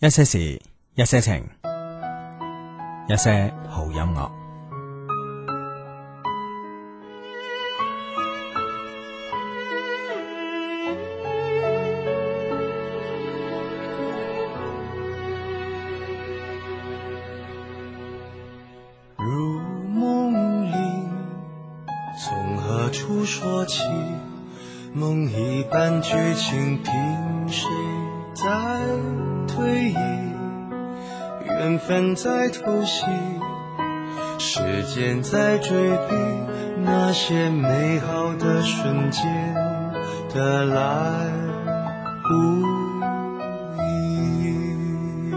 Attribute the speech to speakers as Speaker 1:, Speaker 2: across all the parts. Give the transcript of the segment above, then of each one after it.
Speaker 1: 一些事，一些情，一些好音樂。
Speaker 2: 如梦里，从何处说起？梦一般剧情，凭谁在推移？缘分在偷袭，时间在追逼，那些美好的瞬间的来无影。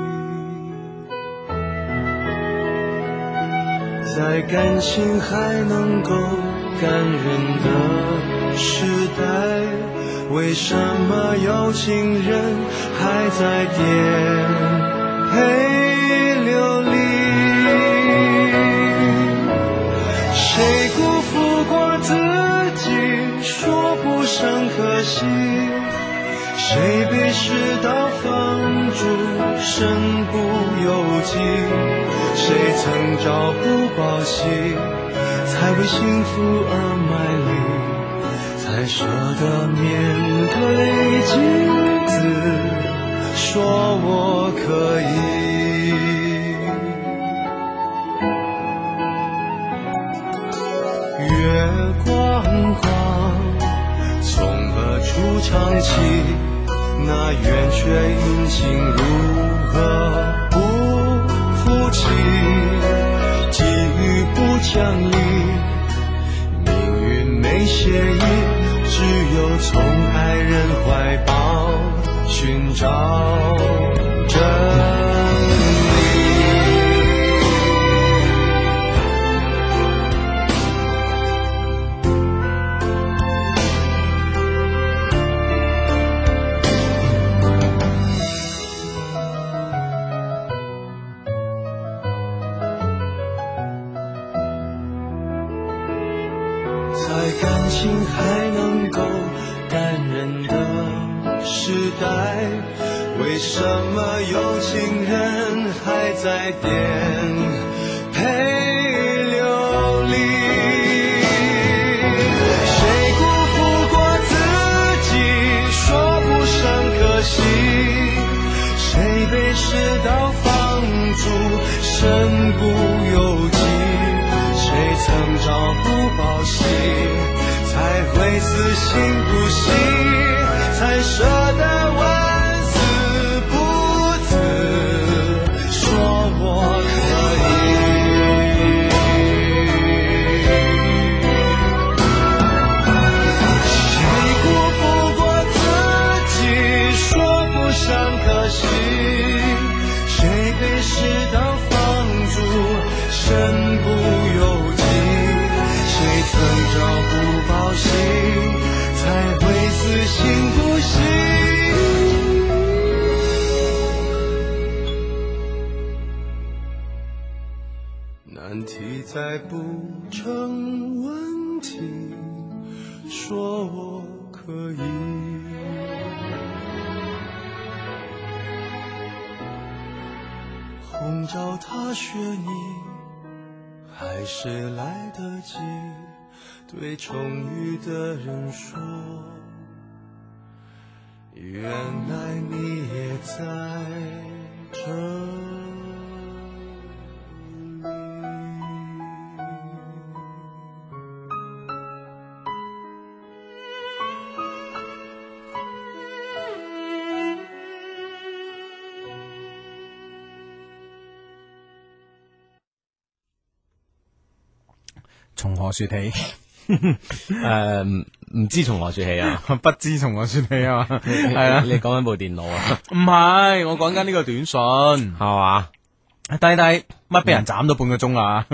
Speaker 2: 在感情还能够感人的时代，为什么有情人还在颠沛流离？谁辜负过自己，说不上可惜。谁被世道放逐，身不由己？谁曾朝不保夕，才为幸福而卖力，才舍得面对镜子，说我可以。月光光。从何处唱起？那圆缺阴晴如何不复起？际遇不讲理，命运没协议，只有从爱人怀抱寻找真理。在感情还能够感人的时代，为什么有情人还在颠沛流离？谁辜负过自己，说不上可惜。谁被世道放逐，身不由己？谁曾朝不保夕，才会死心不息，才舍得万死不辞，说我可以。谁辜负过自己，说不上可惜。谁被世道放逐，身不由己。谁曾朝不保夕，才会死心不息。难题再不成问题，说我可以。红照他学你，还是来得及对宠遇的人说，原来你也在这里。
Speaker 1: 從何說 起？
Speaker 3: 诶，呃唔唔知從何說起啊？
Speaker 1: 不知從何說起啊嘛，係啊
Speaker 3: 你，你講緊部電腦啊，
Speaker 1: 唔係，我講緊呢個短信。
Speaker 3: 係嘛？
Speaker 1: 弟弟，乜俾人斬咗半個鐘 啊？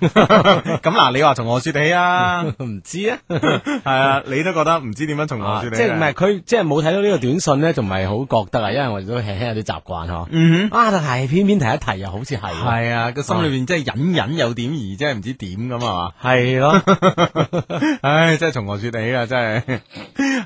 Speaker 1: 咁嗱，你話從何說起啊？
Speaker 3: 唔 知啊，
Speaker 1: 係啊，你都覺得唔知點樣從何
Speaker 3: 啊
Speaker 1: 說
Speaker 3: 即
Speaker 1: 起？
Speaker 3: 係唔係？佢即係冇睇到呢個短信咧，就唔係好覺得啊，因為我哋都輕輕有啲習慣嗬。
Speaker 1: 嗯
Speaker 3: 啊，但係偏偏提一提又好似係
Speaker 1: 哼，係啊，個心裏邊真係隱隱有點疑，真係唔知點咁啊嘛。
Speaker 3: 係咯，
Speaker 1: 唉，真係從何說起啊！真係，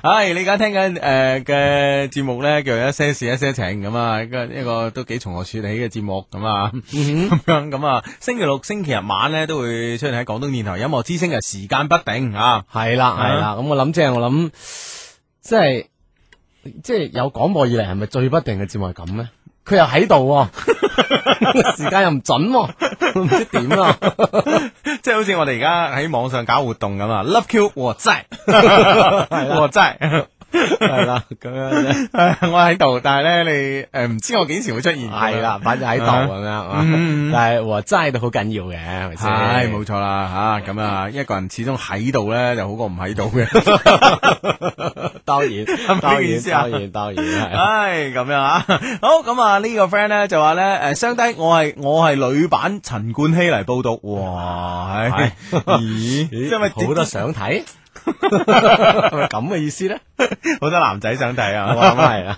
Speaker 1: 唉，你而家聽緊誒嘅節目咧，叫做一些事一些情咁啊，一個一個都幾從何說起嘅節目咁啊， 咁樣咁啊，星期六、星期日晚咧都會出現喺廣東電台音樂之聲嘅時間不定啊，
Speaker 3: 係啦，係啦。咁我諗即係我諗，即係即係有廣播以嚟係咪最不定嘅節目係咁咧？佢又喺度喎， 時間又唔準喎，唔知點啊！
Speaker 1: 即係好似我哋而家喺網上搞活動咁啊，Love Q 我在，我在。
Speaker 3: 係啦，咁樣啫
Speaker 1: 唉我喺度，但係咧你誒呃唔知我幾時會出現。
Speaker 3: 係啦，反正喺度咁樣啊
Speaker 1: 嗯嗯嗯。
Speaker 3: 但係和齋都好緊要嘅，係咪先？
Speaker 1: 唉，冇錯啦吓，咁啊，一個人始終喺度咧就好過唔喺度嘅。
Speaker 3: 當然，
Speaker 1: 咪
Speaker 3: 當
Speaker 1: 呢個意
Speaker 3: 然，
Speaker 1: 思啊
Speaker 3: 當然，當然 係。
Speaker 1: 唉，咁樣啊，好咁啊，呢個 friend 咧就話咧，誒，相低我係我係女版陳冠希嚟報讀，哇，係， 咦，即係咪
Speaker 3: 咦好多想睇？係咪咁嘅意思咧？
Speaker 1: 好多男仔想睇
Speaker 3: 我
Speaker 1: 啊？
Speaker 3: 諗係 啦。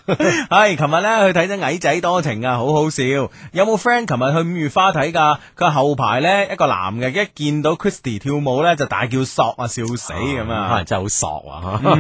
Speaker 1: 係，琴日咧去睇咗《矮仔多情》啊，好好笑。有冇 friend 琴日去五月花睇噶？佢後排咧一個男嘅一見到 Christy 跳舞咧就大叫索啊，笑死咁
Speaker 3: 可
Speaker 1: 啊
Speaker 3: 能！真係好索啊！
Speaker 1: 嗯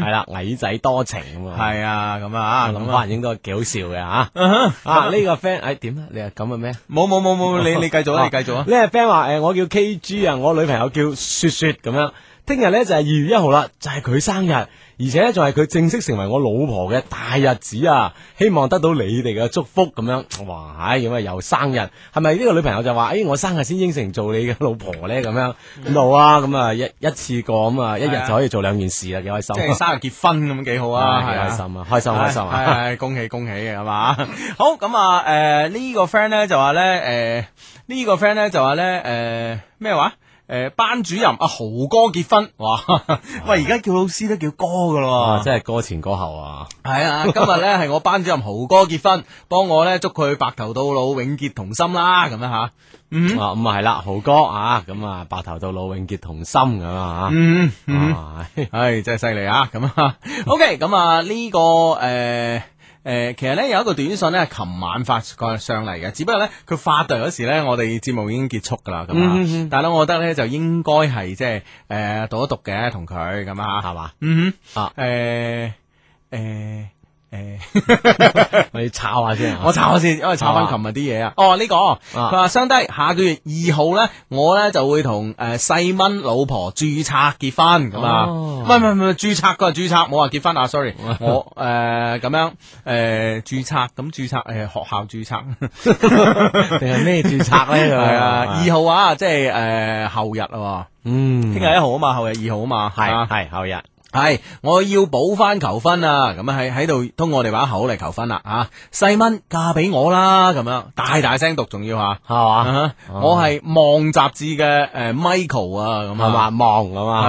Speaker 1: 嗯
Speaker 3: 係啦，矮仔多情咁啊。
Speaker 1: 係啊，咁啊，
Speaker 3: 咁
Speaker 1: 咁啊，
Speaker 3: 翻應該幾好笑嘅吓。
Speaker 1: 嗯哼
Speaker 3: 啊，呢個 friend 誒點啊？你係咁嘅咩？
Speaker 1: 冇冇冇冇，你你繼續 啊，你繼續啊
Speaker 3: 呢。個 friend 話誒，我叫 K G 啊，我女朋友叫雪雪咁樣。聽日咧就係二月一號啦，就係佢生日，而且咧仲係佢正式成為我老婆嘅大日子啊！希望得到你哋嘅祝福咁樣。哇，唉咁啊又生日，係咪呢個女朋友就話誒、哎我生日先應承做你嘅老婆咧咁樣？
Speaker 1: 嗯
Speaker 3: 冇啊，咁啊一一次過咁啊一
Speaker 1: 係啊
Speaker 3: 日就可以做兩件事啦，幾開
Speaker 1: 即係
Speaker 3: 心。
Speaker 1: 生日結婚咁幾好啊，
Speaker 3: 啊，
Speaker 1: 係
Speaker 3: 幾
Speaker 1: 啊
Speaker 3: 開心啊，開心開心啊！
Speaker 1: 係係恭喜恭喜嘅係嘛？ 好咁啊，誒呢個 friend 咧就話咧，誒呢個 friend 咧就話咧，誒咩話？誒班主任阿豪哥結婚，哇！ 喂，而家叫老師都叫哥噶
Speaker 3: 哇！
Speaker 1: 咯，
Speaker 3: 啊真係歌前歌後啊，
Speaker 1: 係啊！今日咧係我班主任豪哥結婚，幫我咧祝佢白頭到老，永結同心啦，咁樣吓。嗯
Speaker 3: 啊咁啊係啦，豪哥啊，咁啊白頭到老，永結同心咁啊
Speaker 1: 嗯
Speaker 3: 吓，啊
Speaker 1: 唉，真係犀利啊！咁啊，OK，咁啊呢個誒。誒、其實咧有一個短信咧，琴晚發過上嚟嘅，只不過咧佢發到嗰時咧，我哋節目已經結束㗎啦，咁啊，
Speaker 3: 嗯嗯
Speaker 1: 但係咧，我覺得咧就應該係即係誒讀一讀嘅，同佢咁啊，
Speaker 3: 係嘛，
Speaker 1: 嗯哼呃
Speaker 3: 啊
Speaker 1: 誒誒 誒，
Speaker 3: 我要抄下先啊，
Speaker 1: 我查下先，因為查翻琴日啲嘢啊。哦，呢、個佢話相低下個月二號咧，我咧就會同誒細蚊老婆註冊結婚咁啊。
Speaker 3: 哦
Speaker 1: 唔係唔係唔係註冊個註冊，冇話結婚啊。sorry，我 誒咁樣誒註冊咁註冊誒學校註 冊
Speaker 3: 定係咩註冊 咧？
Speaker 1: 係啊，
Speaker 3: 二
Speaker 1: 二號啊，即係誒後日啊，
Speaker 3: 嗯，
Speaker 1: 聽日一號啊嘛，後日二號啊嘛，
Speaker 3: 係
Speaker 1: 啊
Speaker 3: 係後日，
Speaker 1: 係，我要補翻求婚啊！咁啊喺喺度通過我哋把口嚟求婚啦啊！細蚊嫁俾我啦，咁樣大大聲讀仲要吓，
Speaker 3: 係嘛哦
Speaker 1: 啊我係望雜誌嘅誒 Michael 啊，咁
Speaker 3: 係嘛
Speaker 1: 啊，
Speaker 3: 望啊
Speaker 1: 係
Speaker 3: 嘛，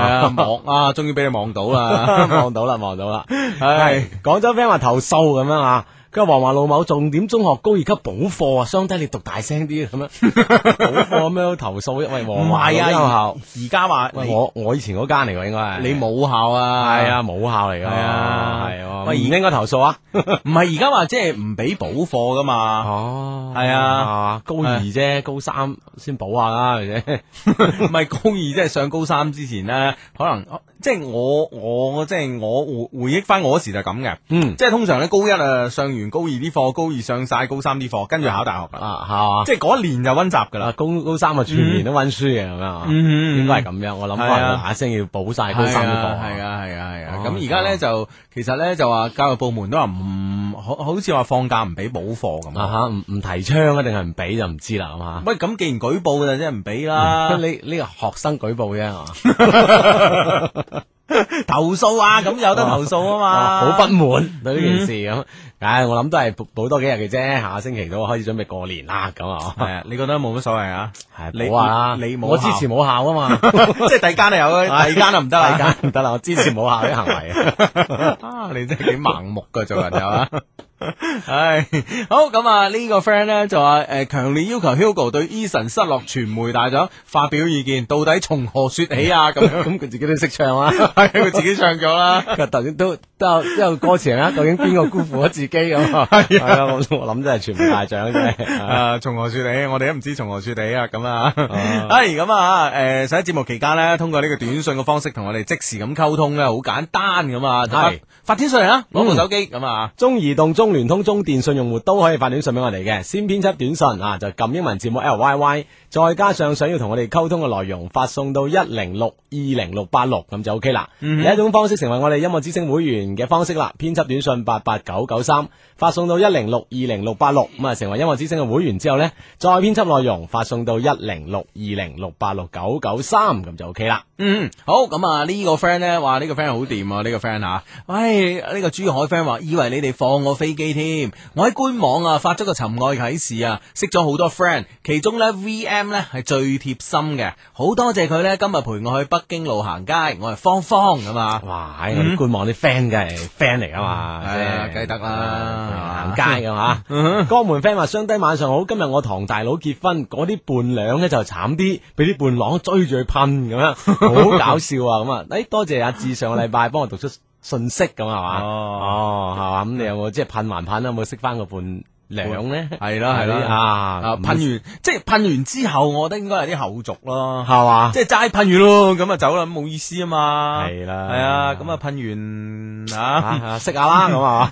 Speaker 1: 啊望啊，終於俾你 望到啦，
Speaker 3: 望到啦，望到啦。
Speaker 1: 係
Speaker 3: 係廣州 friend 話投訴咁樣啊，佢話黃華老某重點中學高二級補課啊，相低你讀大聲啲咁樣， 補課咁樣投訴，喂
Speaker 1: 唔
Speaker 3: 黃華
Speaker 1: 係
Speaker 3: 老母
Speaker 1: 啊
Speaker 3: 校，，
Speaker 1: 而而家話
Speaker 3: 喂
Speaker 1: 你
Speaker 3: 我我以前嗰間嚟㗎應該係
Speaker 1: 你母校啊，
Speaker 3: 係啊，母校嚟噶，
Speaker 1: 係啊
Speaker 3: 係啊，
Speaker 1: 喂
Speaker 3: 唔應該投訴啊。
Speaker 1: 唔係而家話即係唔俾補課噶嘛，
Speaker 3: 哦
Speaker 1: 係啊
Speaker 3: 高二啫，高三先補下啦，係咪先？
Speaker 1: 唔係高二，即係上高三之前咧，可能哦即係我我即係我回回憶翻我嗰時就咁嘅。
Speaker 3: 嗯
Speaker 1: 即係通常咧，高一啊上完高二啲課，高二上晒高三啲課，跟住考大學啦。
Speaker 3: 啊，係嘛
Speaker 1: 即係嗰一年就溫習噶
Speaker 3: 啊，
Speaker 1: 啦。
Speaker 3: 高高三啊，全年都温書嘅咁樣啊，
Speaker 1: 嗯
Speaker 3: 應該係咁樣。我諗可
Speaker 1: 係
Speaker 3: 能
Speaker 1: 啊
Speaker 3: 嗱一聲要補晒高三啲課，
Speaker 1: 係啊係啊係啊。
Speaker 3: 哦
Speaker 1: 咁而家咧就其實咧就話教育部門都話唔好，好似話放假唔俾補課咁
Speaker 3: 啊
Speaker 1: 啊。
Speaker 3: 嚇，唔唔提倡啊，定係唔俾就唔知啦，係嘛？
Speaker 1: 喂，咁既然舉報就真係唔俾啦，
Speaker 3: 呢呢個學生舉報啫，係嘛？
Speaker 1: 投訴 啊，咁有得投訴啊嘛。
Speaker 3: 好不滿對呢件事咁，唉，我諗都係補補多幾日嘅啫，下個星期都開始準備過年啦，咁 啊，
Speaker 1: 係啊，你覺得冇乜所謂啊？
Speaker 3: 係
Speaker 1: 你
Speaker 3: 補下啦。
Speaker 1: 你你冇
Speaker 3: 我支持冇效啊嘛。
Speaker 1: 即係第二間就有， 第二間就唔得啊啦。
Speaker 3: 大家唔得啦，我支持冇效啲行為。
Speaker 1: 啊 啊，你真係幾盲目噶做人係嘛？唉，好咁啊！呢個 friend 咧就話诶，强烈要求 Hugo 對 Eason 失落傳媒大獎發表意見，到底從何說起啊？咁 樣
Speaker 3: 咁佢自己都識唱啊。
Speaker 1: 係佢自己唱咗啦。
Speaker 3: 佢頭先都都有都有歌詞啊，究竟邊個辜負咗自己咁啊？係啊，我我諗真係全部大獎真係啊
Speaker 1: 啊，從何說理？我哋都唔知從何說理啊！咁啊，係咁啊，誒，上一節目期間咧，通過呢個短信嘅方式同我哋即時咁溝通咧，好簡單咁啊，就發
Speaker 3: 係
Speaker 1: 發短信嚟啦，攞部
Speaker 3: 嗯
Speaker 1: 手機咁啊，
Speaker 3: 中移動、中聯通、中電信用戶都可以發短信俾我哋嘅，先編輯短信啊，就撳英文字母 L Y Y，再加上想要同我哋溝通嘅內容，發送到一零六二零六八六咁就 OK 啦。
Speaker 1: 嗯哼
Speaker 3: 另一種方式成為我哋音樂之星會員嘅方式啦，編輯短信八八九九三，發送到一零六二零六八六，咁啊成為音樂之星嘅會員之後呢，再編輯內容發送到一零六二零六八六九九三咁就 OK 啦。
Speaker 1: 嗯，好咁啊！呢個 friend 咧，話呢個 friend 好掂啊！呢個 friend 吓，喂，呢個珠海 friend 話，以為你哋放我飛機添，我喺官網啊發咗個尋愛啟事啊，識咗好多 friend，其中咧 V M 咧係最貼心嘅，好多謝佢咧今日陪我去北京路行街，我係芳芳咁啊！
Speaker 3: 哇！哎喺我哋官網啲 friend 嘅 friend 嚟噶嘛，
Speaker 1: 係啊梗係得啦
Speaker 3: 行街嘅嘛。
Speaker 1: Uh-huh。
Speaker 3: 江門 friend 話：雙低晚上好，今日我堂大佬結婚，嗰啲伴娘咧就慘啲，俾啲伴郎追住佢噴咁 樣，好搞笑啊！咁啊，
Speaker 1: Uh-huh。
Speaker 3: 誒多謝阿志上個禮拜幫我讀出信息咁係嘛？哦，係嘛？咁你有冇即係噴還噴啦？有冇識翻個伴娘 咧？
Speaker 1: 係啦係啦
Speaker 3: 啊
Speaker 1: 啊！噴完即係噴完之後，我覺得應該有啲後續咯，
Speaker 3: 係嘛？
Speaker 1: 即係齋噴完咯，咁啊走啦，咁冇意思啊嘛。
Speaker 3: 係啦
Speaker 1: 係啊，咁啊噴完啊。
Speaker 3: 啊啊識下啦咁啊！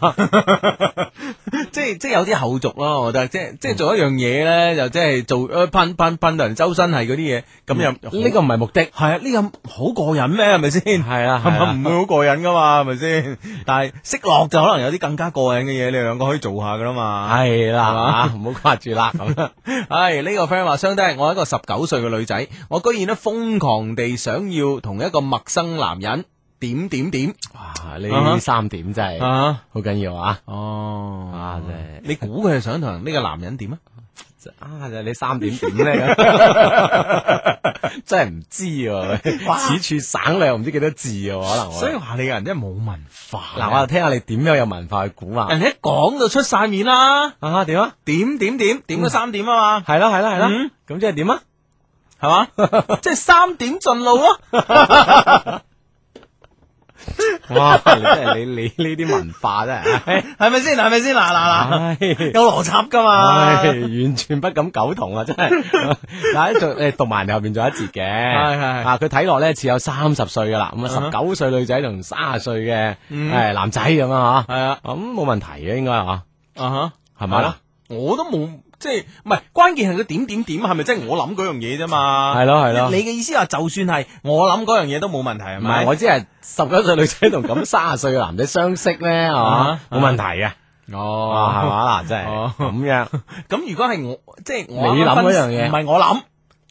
Speaker 1: 即係即係有啲後續咯，我覺得即係即係做一樣嘢咧，就即係做誒噴噴噴到人周身係嗰啲嘢，咁又
Speaker 3: 呢個唔係目的，
Speaker 1: 嗯係啊，呢個好過癮 咩？係咪先？
Speaker 3: 係啊
Speaker 1: 係
Speaker 3: 係
Speaker 1: 咪
Speaker 3: 啊
Speaker 1: 唔會好過癮噶嘛？係咪先？但係識落就可能有啲更加過癮嘅嘢，你兩個可以做下噶啦嘛。
Speaker 3: 係啦，
Speaker 1: 係嘛
Speaker 3: 啊唔好掛住啦 咁樣。
Speaker 1: 唉，呢個 friend 話，相低，我係一個十九歲嘅女仔，我居然咧瘋狂地想要同一個陌生男人點點點
Speaker 3: 哇！
Speaker 1: 啊哈
Speaker 3: 呢三點真係
Speaker 1: 啊！
Speaker 3: 好緊要啊！
Speaker 1: 哦，
Speaker 3: 啊真係
Speaker 1: 你估佢係想同呢個男人點啊？
Speaker 3: 啊，就你三點點 咧，咁真係唔知
Speaker 1: 哇
Speaker 3: 喎。此處省略唔知幾多字喎，可能我。
Speaker 1: 所以話你個人真係冇文化。
Speaker 3: 嗱，我就聽下你啊點樣有文化去估啊。
Speaker 1: 人哋一講就出晒面啦，
Speaker 3: 啊，點啊？
Speaker 1: 點點點點咗三點啊嘛，
Speaker 3: 係啦，係啦，係啦
Speaker 1: 嗯。
Speaker 3: 咁即係點啊？
Speaker 1: 係 嘛？即係三點盡路咯。
Speaker 3: 哇！你真係你你呢啲文化真係，
Speaker 1: 係咪先？係咪先？嗱嗱
Speaker 3: 唉
Speaker 1: 嗱，有邏輯噶嘛
Speaker 3: 唉，？完全不敢苟同啊！真 係。但係仲誒讀埋後邊仲有一節嘅，
Speaker 1: 係係
Speaker 3: 啊，佢睇落咧似有三十歲噶啦，咁
Speaker 1: 嗯
Speaker 3: 啊十九歲女仔同三十歲嘅
Speaker 1: 嗯
Speaker 3: 誒男仔咁啊嚇。
Speaker 1: 係啊，
Speaker 3: 咁冇問題嘅應該嚇，
Speaker 1: 啊哈，
Speaker 3: 係咪啦？
Speaker 1: 我都冇，即係唔係關鍵係佢點點點係咪？即係我諗嗰樣嘢啫嘛。
Speaker 3: 係咯係咯
Speaker 1: 你嘅意思話，就算係我諗嗰樣嘢都冇問題係
Speaker 3: 唔係，
Speaker 1: 咪？
Speaker 3: 我只係十九歲女仔同咁三十歲嘅男仔相識咧，係嘛
Speaker 1: 啊，
Speaker 3: 冇問題嘅，哇，係
Speaker 1: 哦，
Speaker 3: 嘛嗱，真係
Speaker 1: 哦
Speaker 3: 咁樣
Speaker 1: 咁如果係我，即係我
Speaker 3: 你諗
Speaker 1: 啱啱分
Speaker 3: 嗰樣嘢
Speaker 1: 唔係我諗，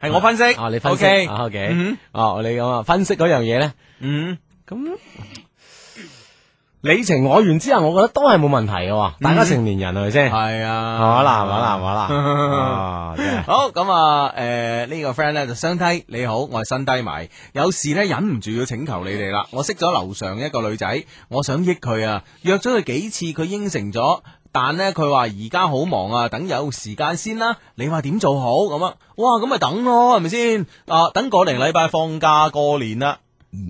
Speaker 1: 係我分析。
Speaker 3: 啊，你分
Speaker 1: O K，
Speaker 3: 析啊，OK，
Speaker 1: 嗯
Speaker 3: 哦，你咁啊，分析嗰樣嘢咧，
Speaker 1: 嗯，
Speaker 3: 咁你情我願之下，我覺得都係冇問題嘅喎，大家成年人係咪嗯先？係
Speaker 1: 係啊，
Speaker 3: 嘛啦，係嘛啦，係嘛
Speaker 1: 哦
Speaker 3: 啦，啊，真係
Speaker 1: 好咁啊！誒、呢、個 friend 咧就相低，你好，我係新低迷，有事咧忍唔住要請求你哋啦。我識咗樓上一個女仔，我想益佢啊，約咗佢幾次，佢應承咗。但呢，佢話而家好忙啊，等有時間先啦。你話點做好咁啊？哇，咁咪等咯，係咪先？啊，等個零禮拜放假過年啦，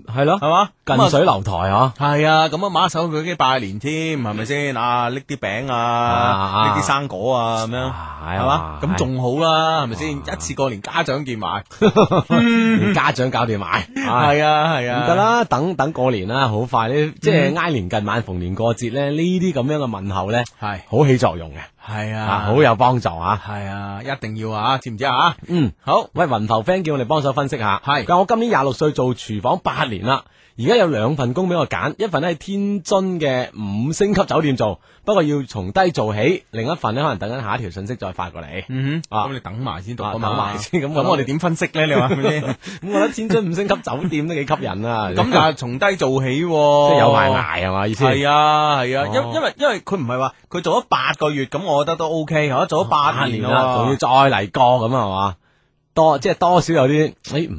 Speaker 3: 係咯，
Speaker 1: 係嘛？咁
Speaker 3: 近
Speaker 1: 啊
Speaker 3: 水樓台嗬。
Speaker 1: 係啊，咁啊馬手佢啲拜年添，係咪先？啊，拎啲餅啊，
Speaker 3: 啊
Speaker 1: 拎啲生果啊，咁樣。
Speaker 3: 係
Speaker 1: 係嘛？咁仲好啦，係咪先？
Speaker 3: 哇
Speaker 1: 一次過連家長見埋，
Speaker 3: 連家長搞掂 埋，唉
Speaker 1: 係啊係啊，
Speaker 3: 唔得，啦，等等過年啦，好快呢，即係挨年近晚逢年過節咧，呢啲咁樣嘅問候咧，
Speaker 1: 係
Speaker 3: 好起作用嘅，
Speaker 1: 係
Speaker 3: 啊，
Speaker 1: 啊，
Speaker 3: 好有幫助啊。
Speaker 1: 係啊，一定要啊，知唔知啊？
Speaker 3: 嗯，
Speaker 1: 好，
Speaker 3: 喂，雲頭 friend 叫我哋幫手分析下，
Speaker 1: 係
Speaker 3: 佢話我今年廿六歲做廚房八年啦，而家有兩份工俾我揀，一份咧喺天津嘅五星級酒店做，不過要從低做起；另一份咧可能等緊下一條信息再發 過嚟。
Speaker 1: 嗯哼，
Speaker 3: 啊
Speaker 1: 咁你等埋先讀
Speaker 3: 啊
Speaker 1: 啊嘛，
Speaker 3: 等埋先咁
Speaker 1: 咁
Speaker 3: 我諗
Speaker 1: 我哋點分析咧？你 話係咪先？
Speaker 3: 咁我覺得天津五星級酒店都幾吸引啊，
Speaker 1: 咁但係從低做起，即
Speaker 3: 即
Speaker 1: 係
Speaker 3: 係有埋。捱係嘛意思？
Speaker 1: 係啊係啊，
Speaker 3: 哦
Speaker 1: 因因為因為佢唔係話佢做咗八個月，咁我覺得都 OK，嚇做咗八年啊
Speaker 3: 啦，啊仲要
Speaker 1: 啦，
Speaker 3: 再嚟過咁啊係嘛，多即係多少有啲，誒唔，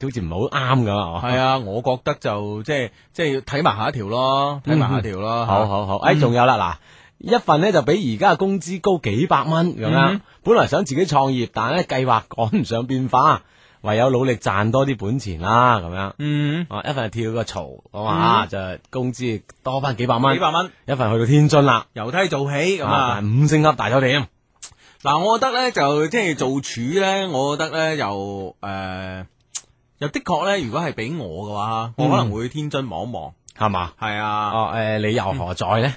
Speaker 3: 誒好似唔係好啱咁啊係嘛，
Speaker 1: 係啊，我覺得就即係即係要睇埋下一條咯，睇埋下一條咯，
Speaker 3: 哎
Speaker 1: 嗯
Speaker 3: 好好好，誒仲有啦嗱。一份呢就比而家嘅工資高幾百蚊咁樣。
Speaker 1: 嗯
Speaker 3: 本來想自己創業，但係咧計劃趕唔上變化，唯有努力賺多啲本錢啦咁樣。
Speaker 1: 嗯，
Speaker 3: 啊，一份係跳個槽，咁啊就工資多翻幾百蚊，
Speaker 1: 幾百蚊，
Speaker 3: 一份去到天津啦，
Speaker 1: 由梯做起咁
Speaker 3: 啊
Speaker 1: 啊。
Speaker 3: 五星級大酒店，
Speaker 1: 嗱，我覺得咧就即係做廚咧，我覺得咧又誒又的確咧，如果係俾我嘅話，
Speaker 3: 嗯
Speaker 1: 我可能會去天津望一望。
Speaker 3: 係嘛？
Speaker 1: 係啊，
Speaker 3: 哦，誒，理由何在呢？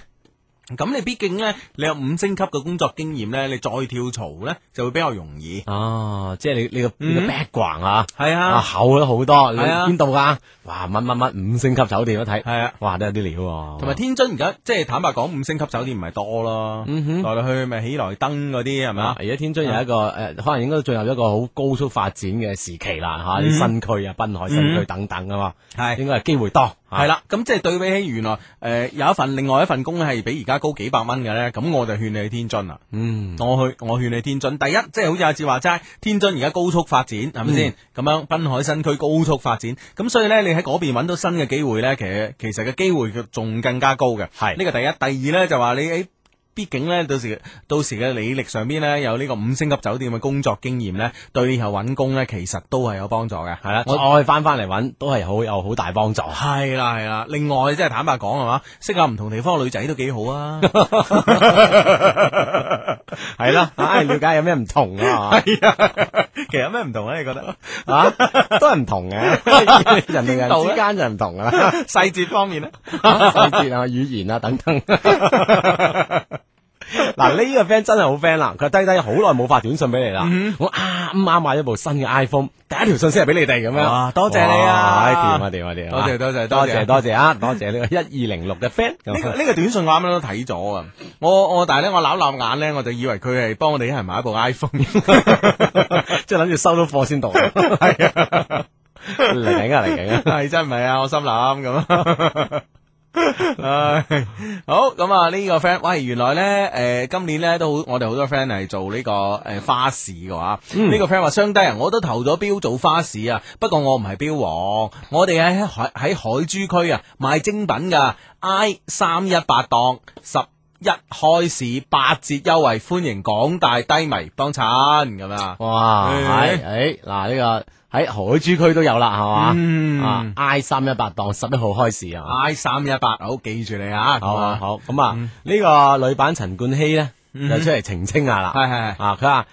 Speaker 1: 咁你畢竟咧，你有五星級嘅工作經驗咧，你再跳槽咧就會比較容易。
Speaker 3: 哦，即係你你個你個
Speaker 1: 嗯
Speaker 3: background 啊，
Speaker 1: 係
Speaker 3: 啊
Speaker 1: 啊，
Speaker 3: 厚咗好多，你
Speaker 1: 係啊
Speaker 3: 邊度噶？哇，乜乜乜五星級酒店一睇，
Speaker 1: 係啊，
Speaker 3: 哇，都有啲料喎。
Speaker 1: 同埋天津而家即係坦白講，五星級酒店唔係多咯，
Speaker 3: 嗯哼
Speaker 1: 來來去去咪喜來登嗰啲係咪
Speaker 3: 啊
Speaker 1: 啊？
Speaker 3: 而家天津有一個誒、呃可能應該進入一個好高速發展嘅時期啦，嚇、啲
Speaker 1: 嗯
Speaker 3: 新區啊、濱海新區
Speaker 1: 嗯
Speaker 3: 等等啊嘛，
Speaker 1: 係。
Speaker 3: 應該係機會多，啊
Speaker 1: 係啦，咁即係對比起原來誒、呃有一份另外一份工咧係比而家高幾百蚊嘅咧，咁我就勸你去天津啦。
Speaker 3: 嗯，
Speaker 1: 我去，我勸你天津。第一，即係好似阿志話齋，天津而家高速發展，係咪先？咁樣濱海新區高速發展，咁所以呢，你喺嗰邊揾到新嘅機會呢，其實其實嘅機會佢仲更加高嘅。
Speaker 3: 係
Speaker 1: 呢個第一，第二呢，就話你喺。畢竟呢，到時到時嘅履歷上邊呢，有呢個五星級酒店嘅工作經驗呢，對以後揾工呢，其實都係有幫助嘅。
Speaker 3: 係啦，
Speaker 1: 我
Speaker 3: 再翻翻嚟揾都係好有好大幫助。
Speaker 1: 係啦係啦，另外即係坦白講係嘛，識下唔同地方嘅女仔都幾好啊。
Speaker 3: 係啦， 唉，了解有咩唔 同啊？
Speaker 1: 其實有咩唔同咧？你覺 得？
Speaker 3: 啊，都係 唔同嘅，人同
Speaker 1: 邊度
Speaker 3: 人之
Speaker 1: 咧
Speaker 3: 間就唔同噶啦，
Speaker 1: 細節方面咧？
Speaker 3: 啊細節啊、語言啊 等等。嗱呢個 friend 真係好 friend 啦，佢低低好耐冇發短信俾你啦，
Speaker 1: 嗯
Speaker 3: 我啱啱買咗部新嘅 iPhone，第一條信息係俾你哋咁樣，
Speaker 1: 哇多謝你啊
Speaker 3: 哇掂啊掂啊掂啊，
Speaker 1: 多謝多謝
Speaker 3: 多
Speaker 1: 多
Speaker 3: 謝
Speaker 1: 謝
Speaker 3: 多謝啊，多謝呢個一二零六嘅 friend，
Speaker 1: 呢、個呢、個短信我啱啱都睇咗啊！我我但係咧，我攬攬眼咧，我就以為佢係幫我哋一人買一部 iPhone。
Speaker 3: 即係諗住收到 貨先到，係啊，嚟緊啊嚟緊啊，
Speaker 1: 係真唔係啊！我心諗咁。唉，好咁啊！呢個 friend，喂，原來呢，誒、今年呢都好，我哋好多 friend 係做呢、個誒、花市嘅話，
Speaker 3: 嗯
Speaker 1: 呢、個 friend 話雙低人，我都投咗標做花市啊，不過我唔係標王，我哋喺海喺海珠區啊賣精品噶，I 三一八檔十一開市八折優惠，歡迎廣大低迷幫襯咁啊！
Speaker 3: 哇，係
Speaker 1: 誒
Speaker 3: 誒嗱呢個喺海珠區都有啦，係嘛？
Speaker 1: 嗯
Speaker 3: 啊，I 三一八檔十一號開始啊，
Speaker 1: I 三一八，好記住你啊！
Speaker 3: 好啊
Speaker 1: 啊，
Speaker 3: 好咁啊，呢個女版陳冠希咧就
Speaker 1: 嗯
Speaker 3: 出嚟澄清下啦，
Speaker 1: 係係係
Speaker 3: 啊，佢話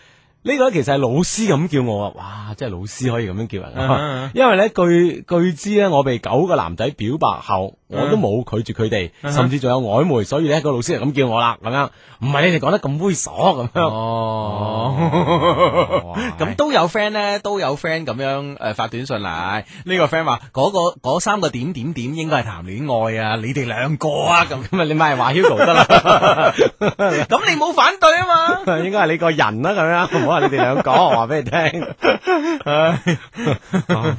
Speaker 3: 呢個其實係老師咁叫我啊，哇，即係老師可以咁樣叫人啊，
Speaker 1: 嗯
Speaker 3: 因為咧據據知咧，我被九個男仔表白後，我都冇拒絕佢哋，
Speaker 1: 嗯
Speaker 3: 甚至仲有曖昧，所以咧個老師就咁叫我啦，咁樣唔係你哋講得咁猥瑣咁 樣，
Speaker 1: 哦，
Speaker 3: 哇
Speaker 1: 咁都有 friend 咧，都有 friend 咁樣誒發短信嚟。呢個 friend 話嗰個嗰三個點點點應該係談戀愛啊，你哋兩個啊咁。
Speaker 3: 咁啊，你咪話 Hugo 得啦。
Speaker 1: 咁你冇反對啊嘛？
Speaker 3: 應該係你個人啦，咁樣唔好話你哋兩個，我話 俾你聽。啊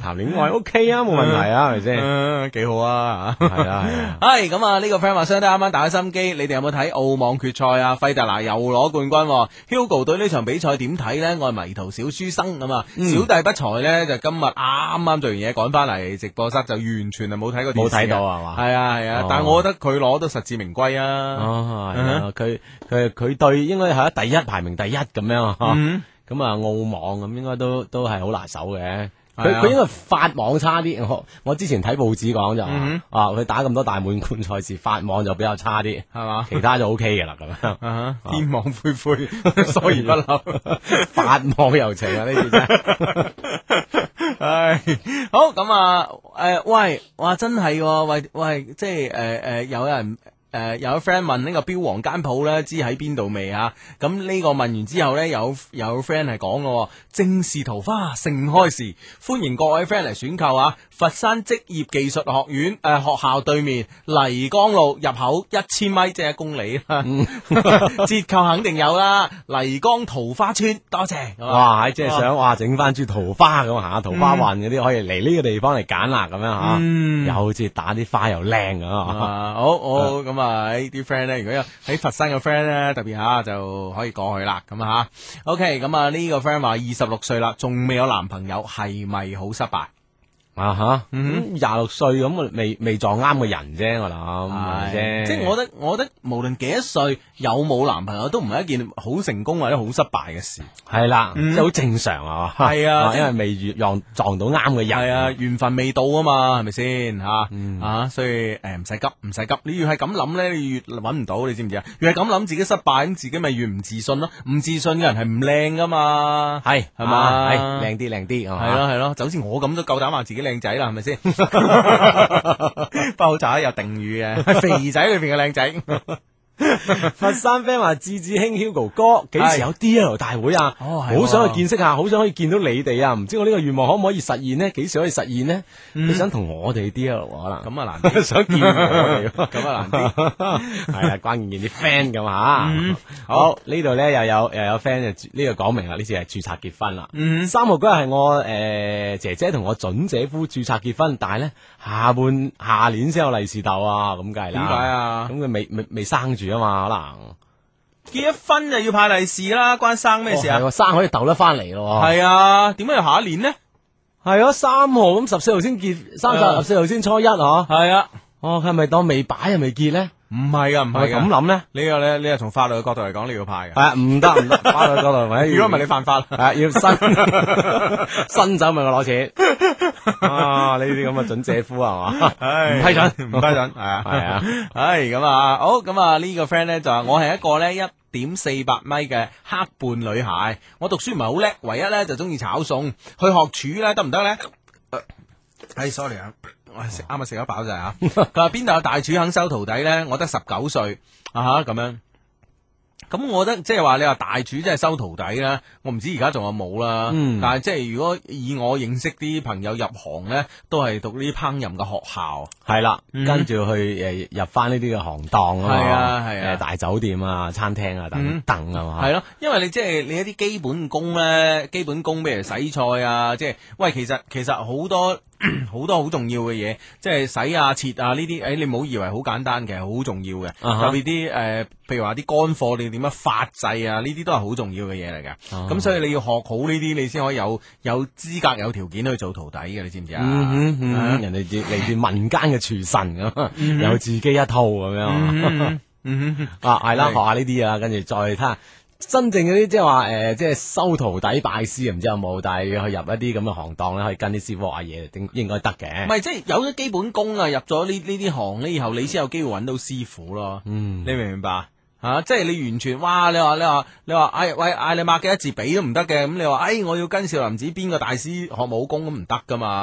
Speaker 3: 談戀愛 OK 啊，冇問題啊，係咪先？
Speaker 1: 嗯，幾好啊！
Speaker 3: 係啊，係啊。
Speaker 1: 係咁啊！呢個 friend 話，相低啱啱打開心機，你哋有冇睇澳網決賽啊？費達拿又攞冠軍喎、Hugo 對呢場比賽點睇呢？我係迷途小書生咁啊！
Speaker 3: 嗯
Speaker 1: 小弟不才呢，就今日啱啱做完嘢趕翻嚟直播室，就完全係冇睇過電視嘅
Speaker 3: 冇睇到係嘛
Speaker 1: 係啊係啊！
Speaker 3: 哦
Speaker 1: 但係我覺得佢攞到實至名歸啊！
Speaker 3: 哦，係啊佢佢佢對應該係啊第一排名第一咁樣啊。
Speaker 1: 嗯
Speaker 3: 咁啊，澳網咁應該都都係好拿手嘅。佢
Speaker 1: 係啊
Speaker 3: 佢應該法網差啲，我我之前睇報紙講就話
Speaker 1: 嗯
Speaker 3: 啊，佢打咁多大滿貫賽事，法網就比較差啲，
Speaker 1: 係嘛？
Speaker 3: 其他就 OK 嘅啦咁樣。
Speaker 1: 啊 哈！ 天網恢恢，疏而不漏。
Speaker 3: 法網又情啊，呢啲真 係。
Speaker 1: 唉，好咁啊！誒、喂，哇，真係喎、喂喂，即係誒誒，有人誒、有 friend 問呢個標王間鋪咧，知喺邊度未啊？咁呢個問完之後咧，有有 friend 係講嘅喎，正是桃花盛開時，歡迎各位 friend 嚟選購啊！佛山職業技術學院誒、學校對面麗江路入口一千米，即係一公里啦， 折扣肯定有啦！麗江桃花村，多謝，咁啊
Speaker 3: 哇！即係想哇，整翻株桃花咁行下桃花運嗰啲，可以嚟呢個地方嚟揀啦，咁樣吓，
Speaker 1: 嗯
Speaker 3: 又好似打啲花又靚啊！
Speaker 1: 啊，好好咁啊！喺啲 friend 咧，如果有喺佛山嘅 friend 咧，特別吓就可以過去啦，咁啊吓。OK，咁啊呢個 friend 話二十六歲啦，仲未有男朋友，係咪好失敗？
Speaker 3: 啊吓，咁廿六歲咁啊未未撞啱嘅人啫，我諗係咪先？
Speaker 1: 即系我覺得，我覺得無論幾多歲，有冇男朋友都唔係一件好成功或者好失敗嘅事。
Speaker 3: 係啦，即
Speaker 1: 嗯
Speaker 3: 係好正常啊，
Speaker 1: 係啊即
Speaker 3: 因為未遇撞撞到啱嘅
Speaker 1: 係
Speaker 3: 人，
Speaker 1: 啊，緣分未到啊嘛，係咪先吓
Speaker 3: 嗯
Speaker 1: 啊？所以诶，誒唔使急，唔使急。你越係咁諗咧，你越揾唔到，你知唔知啊？越係咁諗自己失敗，咁自己咪越唔自信咯。唔自信嘅人係唔靚噶嘛，
Speaker 3: 係
Speaker 1: 係
Speaker 3: 係
Speaker 1: 嘛
Speaker 3: 嘛，係靚啲靚啲，係哦嘛
Speaker 1: 係咯係咯，就好似我咁都夠膽話自己靚仔啦，係咪先？不過好渣有定 語嘅，肥仔裏边嘅靚仔。
Speaker 3: 佛山 friend 話：志志興 Hugo 哥幾時有 D L 大會啊？
Speaker 1: 哦係喎
Speaker 3: 好想去見識下，好想可以見到你哋啊！唔知我呢個願望可唔可以實現呢？幾時可以實現呢？
Speaker 1: 嗯
Speaker 3: 佢想同我哋 D L 啊可
Speaker 1: 咁啊難
Speaker 3: 能，
Speaker 1: 啲，
Speaker 3: 想見我哋喎。
Speaker 1: 咁啊難 啲。
Speaker 3: 係啊，關鍵見啲 friend 咁啊
Speaker 1: 嗯
Speaker 3: 吓。好呢度咧又有又有 friend 就呢個講明啦，呢次係註冊結婚啦。
Speaker 1: 嗯
Speaker 3: 三號嗰日係我誒姐姐同我準姐夫註冊結婚，但係咧下半下年先有利是豆啊，咁梗係啦。
Speaker 1: 點解啊
Speaker 3: 咁佢未未未生住啊嘛，可能。
Speaker 1: 结咗婚就要派利是啦，關生咩事啊？
Speaker 3: 哦係喎生可以斗得翻嚟咯喎。
Speaker 1: 係啊，點解要下一年呢？
Speaker 3: 系咯，三號咁十四號先結，三
Speaker 1: 係啊
Speaker 3: 十十四號先初一嗬。
Speaker 1: 係啊，
Speaker 3: 哦，佢係咪當未擺又未結咧？
Speaker 1: 唔係啊噶，唔
Speaker 3: 係咪
Speaker 1: 係
Speaker 3: 咁
Speaker 1: 咁。
Speaker 3: 諗咧？
Speaker 1: 你又咧，你又從法律嘅角度嚟講，你要 派
Speaker 3: 系
Speaker 1: 嘅。
Speaker 3: 啊，唔得唔得，翻去嗰度咪？
Speaker 1: 如果唔係你犯法啦。
Speaker 3: 啊，要 新新走咪我攞錢啊！呢啲咁嘅準姐夫啊 係嘛？
Speaker 1: 唉
Speaker 3: 唔批准
Speaker 1: 唔批 准，系啊，
Speaker 3: 係啊，
Speaker 1: 唉，咁啊，好，咁啊，呢個 friend 咧就話我係一個咧一點四八米嘅黑半女孩，我讀書唔係好叻，唯一咧就中意炒餸，去學廚咧得唔得咧？係 s o r r y 啊，我食啱啱食咗飽就係啊，佢話邊度有大廚肯收徒弟咧？我得十九歲啊吓咁樣。咁我覺得即係話你話大廚真係收徒弟啦，我唔知而家仲有冇啦。
Speaker 3: 嗯
Speaker 1: 但係即係如果以我認識啲朋友入行咧，都係讀呢啲烹飪嘅學校。
Speaker 3: 係啦，
Speaker 1: 嗯
Speaker 3: 跟住去诶入翻呢啲嘅行當啊嘛，
Speaker 1: 係啊係啊
Speaker 3: 誒大酒店啊、餐廳啊等
Speaker 1: 嗯
Speaker 3: 等啊嘛，
Speaker 1: 係咯，因為你即係你一啲基本功咧，基本功，譬如洗菜啊，即係喂，其實其實好多 好多好重要嘅嘢，即係洗啊、切啊呢啲，誒、你唔好以為好簡單嘅，好重要嘅。
Speaker 3: 啊哈
Speaker 1: 特別啲誒，呃譬如話啲乾貨，你點樣發製啊，呢啲都係好重要嘅嘢嚟嘅。
Speaker 3: 啊
Speaker 1: 咁、所以你要學好呢啲，你先可以有有資格、有條件去做徒弟嘅，你知唔知啊？
Speaker 3: 嗯哼嗯
Speaker 1: 啊
Speaker 3: 哼，人哋自嚟自民間嘅廚神咁，啊有自己一套咁樣啊。
Speaker 1: 嗯嗯嗯
Speaker 3: 啊，係
Speaker 1: 係
Speaker 3: 啦，學下呢啲啊，跟住再睇下真正嗰啲即係話誒，即係收徒弟拜師，啊唔知有冇，但係去入一啲咁嘅行當咧，可以跟啲師傅話嘢，應應該得
Speaker 1: 唔
Speaker 3: 嘅。
Speaker 1: 係，即係有咗基本功啊，入咗呢呢啲行咧，以後你先有機會揾到師傅咯。
Speaker 3: 嗯，
Speaker 1: 你明唔明白？吓、即係你完全哇！你話你話你話，哎喂，嗌你抹幾多字俾都唔得嘅，咁你話，哎，我要跟少林寺邊個大師學武功咁唔得噶 嘛，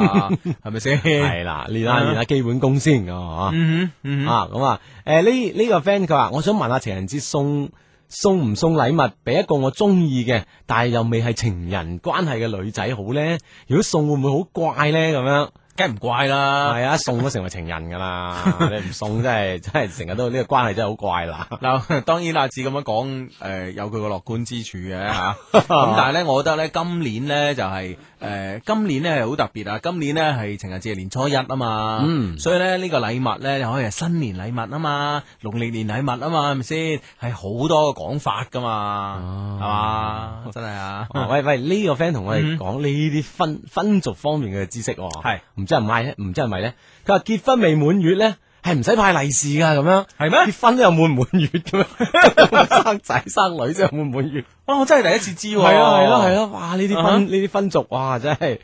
Speaker 1: 係咪先？
Speaker 3: 係啦，練下練下基本功先啊，嚇
Speaker 1: 嗯哼嗯哼
Speaker 3: 啊咁啊，誒呢呢個 friend 佢話，我想問下情人節送送唔送禮物俾一個我中意嘅，但係又未係情人關係嘅女仔好咧？如果送會唔會好怪咧？咁樣？
Speaker 1: 梗係唔怪啦。
Speaker 3: 系啊，送都成為情人噶啦，你唔送真係真係成日都呢個關係真係好怪啦。
Speaker 1: 嗱，當然阿志咁樣講，誒、有佢個樂觀之處 嘅嚇。咁、但係咧，我覺得咧，今年咧就係、呃今年咧係好特別啊！今年咧係情人節係年初一啊嘛，
Speaker 3: 嗯
Speaker 1: 所以咧呢、個禮物咧就可以係新年禮物啊嘛，農曆年禮物啊嘛，係咪先？係好多個講法噶嘛，係嘛、真係啊！
Speaker 3: 啊喂喂，呢、個 friend 同我哋講呢啲婚婚俗方面嘅知識喎、
Speaker 1: 嗯係
Speaker 3: 唔知係咪咧？唔知係咪咧？佢話結婚未滿月咧，係唔使派利是噶咁樣，
Speaker 1: 係咩
Speaker 3: 結婚都有滿唔滿月咁 樣，生仔生女先有滿唔滿月。
Speaker 1: 哇！哦我真係第一次知喎，
Speaker 3: 係咯係咯係咯，哇！呢啲
Speaker 1: 啊哈嗯
Speaker 3: 婚呢啲婚俗哇，真係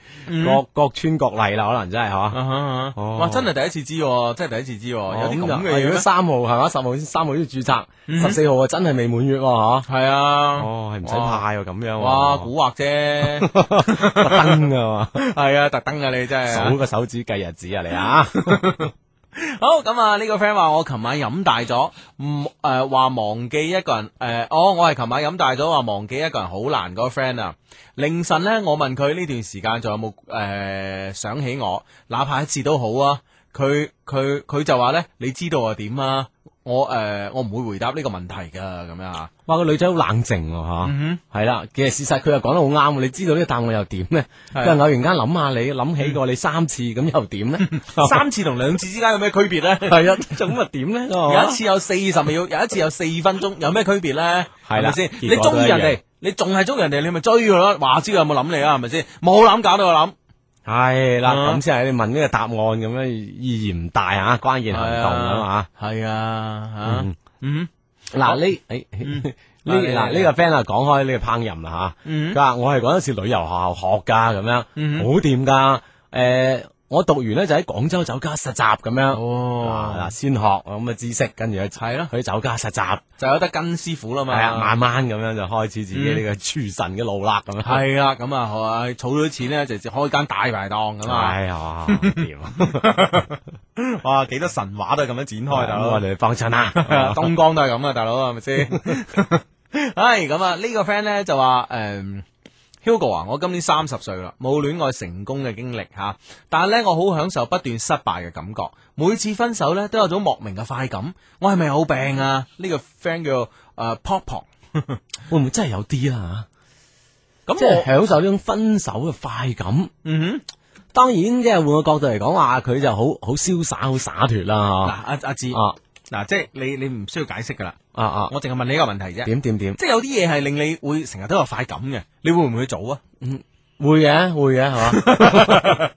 Speaker 3: 各各村各例啦，可能真係
Speaker 1: 啊
Speaker 3: 嚇。
Speaker 1: 哈啊哈
Speaker 3: 哦
Speaker 1: 哇！真係第一次知喎，真係第一次知喎，有啲哦咁嘅
Speaker 3: 啊如
Speaker 1: 嘢
Speaker 3: 果
Speaker 1: 咩。
Speaker 3: 三號係嘛，十號三號先註冊，十四號啊真係未滿月喎嚇。
Speaker 1: 係啊，
Speaker 3: 哦，係唔使派喎咁樣喎。
Speaker 1: 哇！蠱惑啫。
Speaker 3: 特登㗎嘛，
Speaker 1: 系啊，特登噶你真
Speaker 3: 數
Speaker 1: 系。
Speaker 3: 個手指計日子啊你啊！
Speaker 1: 好咁啊，呢個 friend 話我琴晚飲大咗，唔诶话忘記一個人诶、哦，我係琴晚飲大咗，話忘記一個人好難嗰個 friend 啊。凌晨呢，我問佢呢段時間仲有冇诶、呃想起我，哪怕一次都好啊。佢佢佢就話呢，你知道我點啊？我诶、呃我唔會回答呢個問題噶，咁樣啊。
Speaker 3: 哇，個女仔好冷靜喎吓，
Speaker 1: 嗯
Speaker 3: 係啦，其實事實佢又講得好啱喎，你知道呢個答案又點咧？
Speaker 1: 係
Speaker 3: 佢話偶然間諗下你，諗起過你三次，咁又點 咧？
Speaker 1: 哼，三次同兩次之間有咩區別呢？
Speaker 3: 係啊，咁啊點咧？ 有
Speaker 1: 有一次有四十秒，有一次有四分鐘，有咩區別咧？
Speaker 3: 係
Speaker 1: 係
Speaker 3: 啦
Speaker 1: 咪先？你
Speaker 3: 結果
Speaker 1: 中
Speaker 3: 都
Speaker 1: 意
Speaker 3: 一樣
Speaker 1: 人哋，你仲係中意人哋，你咪追佢咯。話知佢有冇諗你啊？係咪先？冇諗搞到我諗，
Speaker 3: 系啦，
Speaker 1: 啊
Speaker 3: 咁先系你问呢个答案咁样意义唔大啊，关键行動咁啊。
Speaker 1: 系啊，吓
Speaker 3: 嗯，
Speaker 1: 嗯
Speaker 3: 嗱呢，诶 呢嗱呢個 friend 嗯啊，講開呢個烹飪啦吓，
Speaker 1: 嗯
Speaker 3: 佢話我係嗰阵时旅遊學校學㗎咁樣，
Speaker 1: 嗯
Speaker 3: 好掂㗎。诶，我讀完咧就喺廣州酒家實習咁樣，
Speaker 1: 哦
Speaker 3: 啊嗱先學咁嘅知識，跟住去
Speaker 1: 係咯
Speaker 3: 去酒家實習，
Speaker 1: 就有得跟師傅啦
Speaker 3: 系
Speaker 1: 嘛，
Speaker 3: 啊，慢慢咁樣就開始自己呢個廚神嘅路啦，咁樣
Speaker 1: 系啦，咁啊，好啊，儲咗錢咧，就直接開間大排檔咁啊，
Speaker 3: 哎呀，掂 啊，
Speaker 1: 哇，幾多神話都係咁樣展開，大
Speaker 3: 咁
Speaker 1: 佬
Speaker 3: 我。哋去幫襯啦，
Speaker 1: 東江都係咁啊，大佬係咪先？唉，咁啊，呢個 friend 咧就話诶。誒 Hugo 啊，我今年三十歲啦，冇戀愛成功嘅經歷吓，但係咧我好享受不斷失敗嘅感覺，每次分手咧都有種莫名嘅快感，我係咪有病啊？呢、個 friend 叫呃诶 Pop Pop，
Speaker 3: 會唔會真係有啲啊啦吓？
Speaker 1: 咁
Speaker 3: 即係
Speaker 1: 我
Speaker 3: 享受呢種分手嘅快感。
Speaker 1: 嗯
Speaker 3: 當然，即係換個角度嚟講話，佢就好好瀟灑、好灑脱
Speaker 1: 哼，嗱
Speaker 3: 啦，
Speaker 1: 阿阿志，
Speaker 3: 嚇。
Speaker 1: 嗱、
Speaker 3: 啊
Speaker 1: 即係你你唔需要解釋噶啦，
Speaker 3: 啊啊！
Speaker 1: 我淨係問你一個問題啫，
Speaker 3: 點點點，
Speaker 1: 即係有啲嘢係令你會成日都有快感嘅，你會唔會去做啊？
Speaker 3: 會嘅會嘅，係嘛？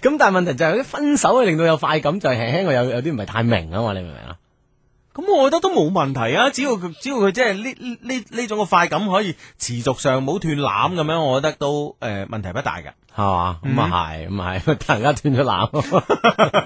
Speaker 3: 咁但係問題就係啲分手係令到有快感，就係輕輕我有有啲唔係太明啊嘛，你明唔明啊？
Speaker 1: 咁我覺得都冇問題啊，只要佢只要佢即係呢呢呢呢種嘅快感可以持續上冇斷攬咁樣，我覺得都誒、呃、問題不大嘅。
Speaker 3: 係嘛？咁啊係，咁啊係，突然間斷 咗纜，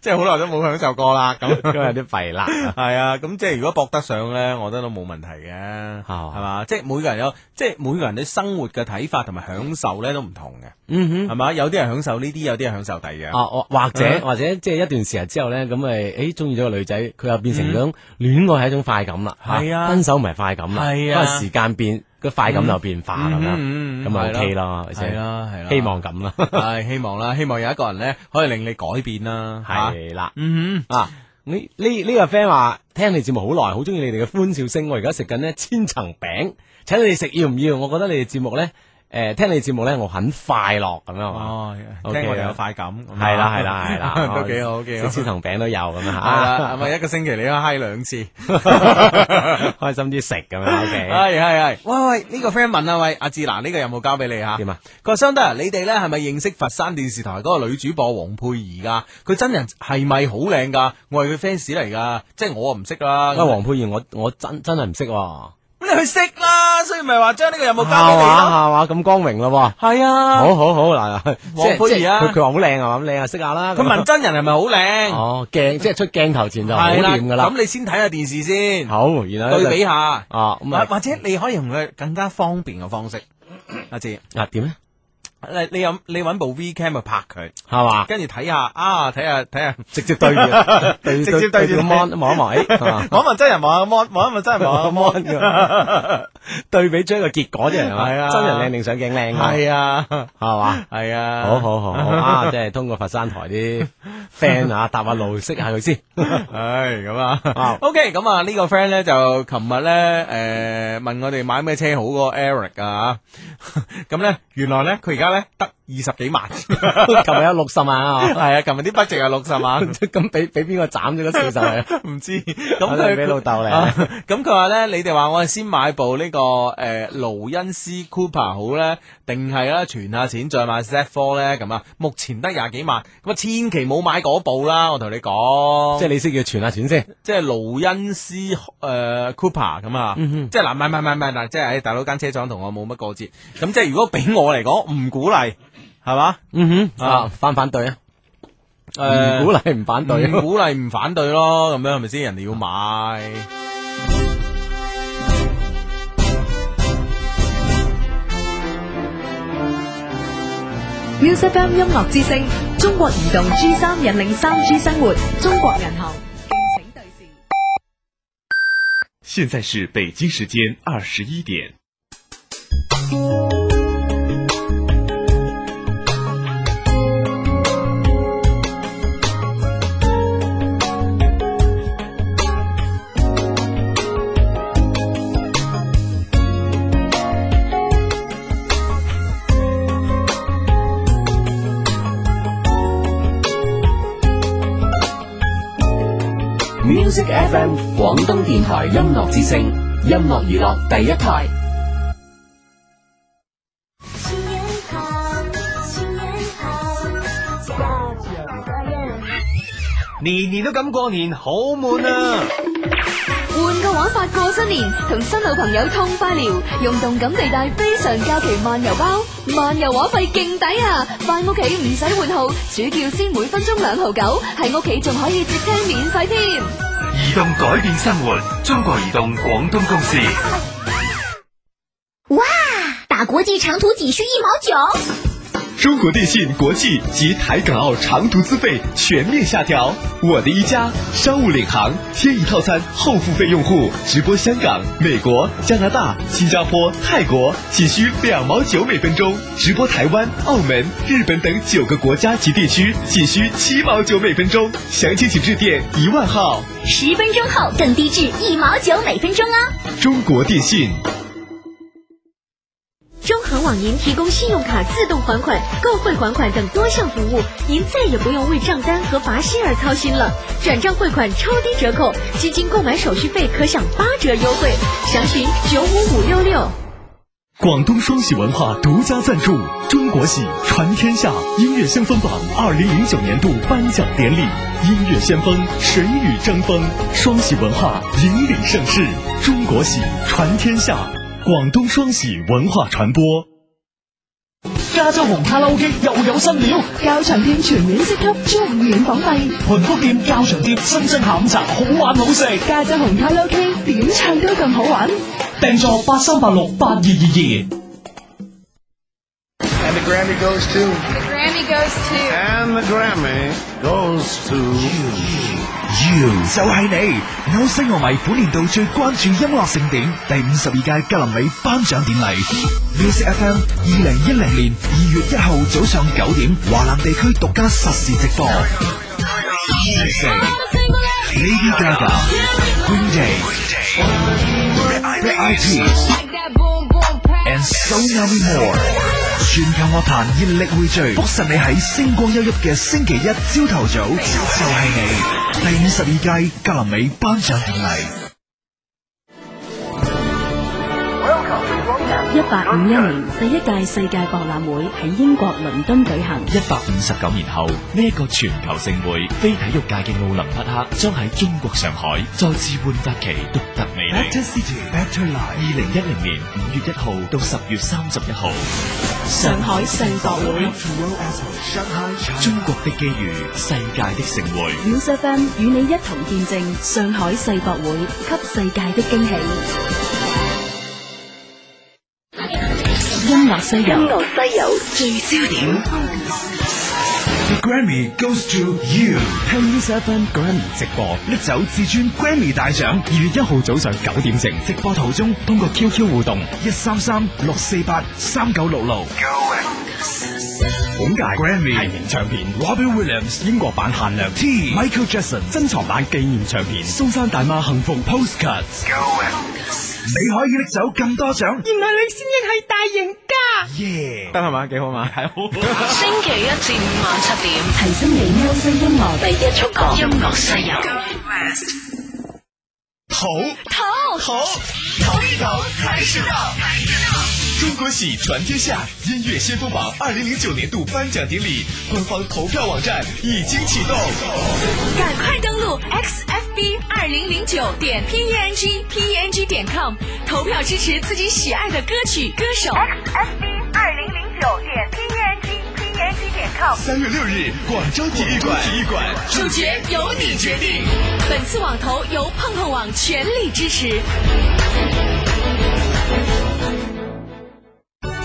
Speaker 1: 即係好耐都冇享受過啦， 咁
Speaker 3: 咁有 啲弊啦。
Speaker 1: 係啊，咁即係如果搏得上咧，我覺得都冇問題嘅，
Speaker 3: 嘛
Speaker 1: 係嘛？即係每個人有，即係每個人對生活嘅睇法同埋享受咧都唔同嘅，
Speaker 3: 嗯
Speaker 1: 係嘛？有啲人享受呢啲，有啲人享受第二樣。
Speaker 3: 哼，啊或或者
Speaker 1: 嗯
Speaker 3: 或者即係一段時日之後咧，咁咪誒中意咗個女仔，佢又變成種戀愛係一種快感啦，嚇
Speaker 1: 嗯係啊
Speaker 3: 分手唔係快感啦，
Speaker 1: 係
Speaker 3: 因
Speaker 1: 啊
Speaker 3: 為時間變個快感有變化啊咁樣，
Speaker 1: 嗯嗯嗯
Speaker 3: 咁咪
Speaker 1: 係啦
Speaker 3: OK 啦，係咪先
Speaker 1: 係啊啦，係啦，
Speaker 3: 希望咁啦。
Speaker 1: 係希望啦，希望有一個人咧可以令你改變啦，嚇
Speaker 3: 系啦，
Speaker 1: 嗯哼。
Speaker 3: 啊呢呢呢个 friend 话听你节目好耐，好中意你哋嘅欢笑声，我而家食紧呢千层饼，请你哋食要唔要？我觉得你哋节目咧，诶、听你哋节目咧，我很快乐咁样啊。
Speaker 1: 哦，
Speaker 3: OK
Speaker 1: 聽我哋有快感，啊
Speaker 3: 系啦系 啦系啦，
Speaker 1: 都幾好幾好
Speaker 3: 食千层饼都有咁
Speaker 1: 係啦，係
Speaker 3: 啊
Speaker 1: 咪一個星期你都嗨兩 次？
Speaker 3: 吓，开心啲食咁样，OK，
Speaker 1: 係係係，喂喂，呢個 friend 問啊，喂，阿志蘭呢個有冇交俾你吓？
Speaker 3: 点啊？
Speaker 1: 佢話相得啊，你哋咧係咪認識佛山電視台嗰個女主播黃佩儀㗎？佢真人係咪好靚㗎？我係佢 fans 嚟㗎，即係我啊唔識啦。
Speaker 3: 喂，黃佩儀，我我真真系唔識喎，
Speaker 1: 咁你去識啦，所以咪話將呢個有冇
Speaker 3: 係
Speaker 1: 交俾你咯？
Speaker 3: 嘛係嘛咁光榮咯
Speaker 1: 係
Speaker 3: 喎，
Speaker 1: 啊，
Speaker 3: 好好好嗱，嗱即
Speaker 1: 黃
Speaker 3: 係
Speaker 1: 佩儀啊
Speaker 3: 即係佢佢話好靚啊，咁靚啊，識下啦，咁
Speaker 1: 佢問真人係咪好靚？
Speaker 3: 哦鏡，即係出鏡頭前就好掂噶啦
Speaker 1: 咁，你先睇下電視先，
Speaker 3: 好，然後呢
Speaker 1: 對
Speaker 3: 就
Speaker 1: 比下。
Speaker 3: 啊咁
Speaker 1: 或
Speaker 3: 啊
Speaker 1: 或者你可以用佢更加方便嘅 方式，阿志，
Speaker 3: 啊點咧？
Speaker 1: 你你有你揾部 V cam 去拍佢，
Speaker 3: 係嘛？
Speaker 1: 跟住睇下啊，睇下 睇下，
Speaker 3: 直接對住，對
Speaker 1: 直接對住
Speaker 3: 個 mon Ờ, 望一望，誒係嘛
Speaker 1: 望一望真人，望一望望一望真人，望一望
Speaker 3: mon 㗎對比出一個結果啫，係嘛？
Speaker 1: 係啊
Speaker 3: 真人靚定上鏡靚啊？
Speaker 1: 係啊，
Speaker 3: 係嘛？
Speaker 1: 係啊，
Speaker 3: 好好 好好啊！即係通過佛山台啲 friend 啊，搭下路識下 佢先。
Speaker 1: 唉，咁
Speaker 3: 啊
Speaker 1: 啊，OK，咁啊呢個 friend 咧就琴日咧誒問我哋買咩車好嗰個 Eric 啊， 咁咧原來咧佢而家咧得二十幾 萬，
Speaker 3: 琴日有六十萬啊，
Speaker 1: 係啊，琴日啲 budget 係六十萬。
Speaker 3: 咁俾俾邊個斬咗嗰四十啊？
Speaker 1: 唔知
Speaker 3: 可
Speaker 1: 咁
Speaker 3: 能
Speaker 1: 佢
Speaker 3: 俾老豆嚟
Speaker 1: 啊 咁佢話咧，你哋話我係先買部呢、個誒勞、恩斯 Cooper 好咧，定係啦存下錢再買 Z Four 咧咁啊？目前得廿幾萬，咁啊千祈冇買嗰部啦，我同你講，
Speaker 3: 即
Speaker 1: 即係
Speaker 3: 係你先叫存下錢先。
Speaker 1: 即係勞恩斯誒、呃 Cooper 咁啊，
Speaker 3: 嗯哼
Speaker 1: 即係嗱，唔係唔係唔係嗱，即係唉大佬間車廠同我冇乜過節，咁即係如果俾我嚟講，唔鼓勵係嘛？
Speaker 3: 嗯
Speaker 1: 哼
Speaker 3: 啊，反唔反對啊？
Speaker 1: 誒、
Speaker 3: 唔鼓勵唔反對啊
Speaker 1: 唔。鼓勵唔反對咯，咁樣係咪先？人哋要買。
Speaker 4: Music FM 音樂之聲，中國移動 G 三引領三 G 生活，中國銀行敬請對視。
Speaker 5: 现在是北京时间二十一点。
Speaker 6: Music FM 广东电台音乐之声，音乐娱乐第一台。
Speaker 7: 新年好，新年好，
Speaker 2: 年年都咁過年，好悶啊！
Speaker 7: 换个玩法过新年，同新老朋友痛快聊，用动感地带非常假期漫游包，漫遊話費勁抵啊！翻屋企唔使換號，主叫先每分鐘兩毫九，喺屋企仲可以接聽免費添。
Speaker 5: 移动改变生活，中国移动广东公司。
Speaker 8: 哇，打国际长途仅需一毛九。
Speaker 5: 中国电信国际及台港澳长途资费全面下调。我的一家商务领航天一套餐后付费用户直播香港、美国、加拿大、新加坡、泰国，仅需两毛九每分钟；直播台湾、澳门、日本等九个国家及地区，仅需七毛九每分钟。详情请致电一万号。
Speaker 8: 十分钟后更低至一毛九每分钟哦。
Speaker 5: 中国电信。
Speaker 7: 中恒网银提供信用卡自动还款、购汇还款等多项服务，您再也不用为账单和罚息而操心了。转账汇款超低折扣，基金购买手续费可享八折优惠，详询九五五六六。
Speaker 5: 广东双喜文化独家赞助《中国喜传天下》音乐先锋榜二零零九年度颁奖典礼，音乐先锋谁与争锋？双喜文化引领盛世，《中国喜传天下》，广东双喜文化传播。
Speaker 9: 加州紅卡拉 OK 又有新料，
Speaker 7: 教场店全面升級，中午軟房費。
Speaker 9: 盤福店教場店新增下午茶，好玩好食。
Speaker 7: 加州紅卡拉 OK 點唱都咁好玩。
Speaker 9: 訂座八三八六八二二二。
Speaker 2: And the Grammy goes to
Speaker 7: Grammy goes to
Speaker 2: And the Grammy goes to
Speaker 9: You 就係你，歐西樂迷本年度最關注音樂盛典第五十二屆格林美頒獎典禮。Music FM 二零一零年二月一號早上九點，華南地區獨家實時直播。Lady Gaga、Green Day、Red Eyed Peas and so many more。全球樂壇熱力匯聚，卜實你喺星光熠熠嘅星期一朝頭早，就係你第五十二屆格林美頒獎典禮。
Speaker 4: 一八五一年第一屆世界博覽會喺英國倫敦舉行。
Speaker 5: 一百五十九年後，呢、一個全球盛會非體育界嘅奧林匹克將喺中國上海再次煥發其獨特魅力。
Speaker 9: Better City, Better
Speaker 5: 二
Speaker 9: Life。
Speaker 5: 零一零年五月一號到十月三十一號，
Speaker 4: 上海世博會
Speaker 5: 中國的機遇，世界的盛會。
Speaker 4: ，News FM 與你一同見證上海世博會給世界的驚喜。音樂西遊，
Speaker 9: The Grammy goes to you。
Speaker 5: 聽 Music FM Grammy 直播，拎走至尊 Grammy 大獎。二月一號早上九點正，直播途中通過 QQ 互動
Speaker 9: 一三三六四八三九六六。
Speaker 5: 本屆 Grammy 提名唱片 Robbie Williams 英國版限量 T Michael Jackson 珍藏版紀念唱片蘇珊大媽幸福 Postcards。
Speaker 9: 你可以拎走咁多獎，
Speaker 10: 原來你先至係大贏家。
Speaker 9: 耶！
Speaker 1: 得系嘛，几好嘛，
Speaker 3: 啊
Speaker 1: 系好。
Speaker 10: 星期一至五晚七點，
Speaker 4: 提升你優西音樂第一觸覺。
Speaker 10: 音樂西遊。
Speaker 5: 头头头头一头才是道，才是道。中国喜传天下音乐先锋榜二零零九年度颁奖典礼官方投票网站已经启动。
Speaker 7: 赶快登录 xfb 二零零九点 E png png 点 com 投票支持自己喜爱的歌曲歌手。xfb 二零零九点 png png 点 com
Speaker 5: 三月六日，广州体育馆，体育馆
Speaker 7: 主角由你决定。本次网投由碰碰网全力支持。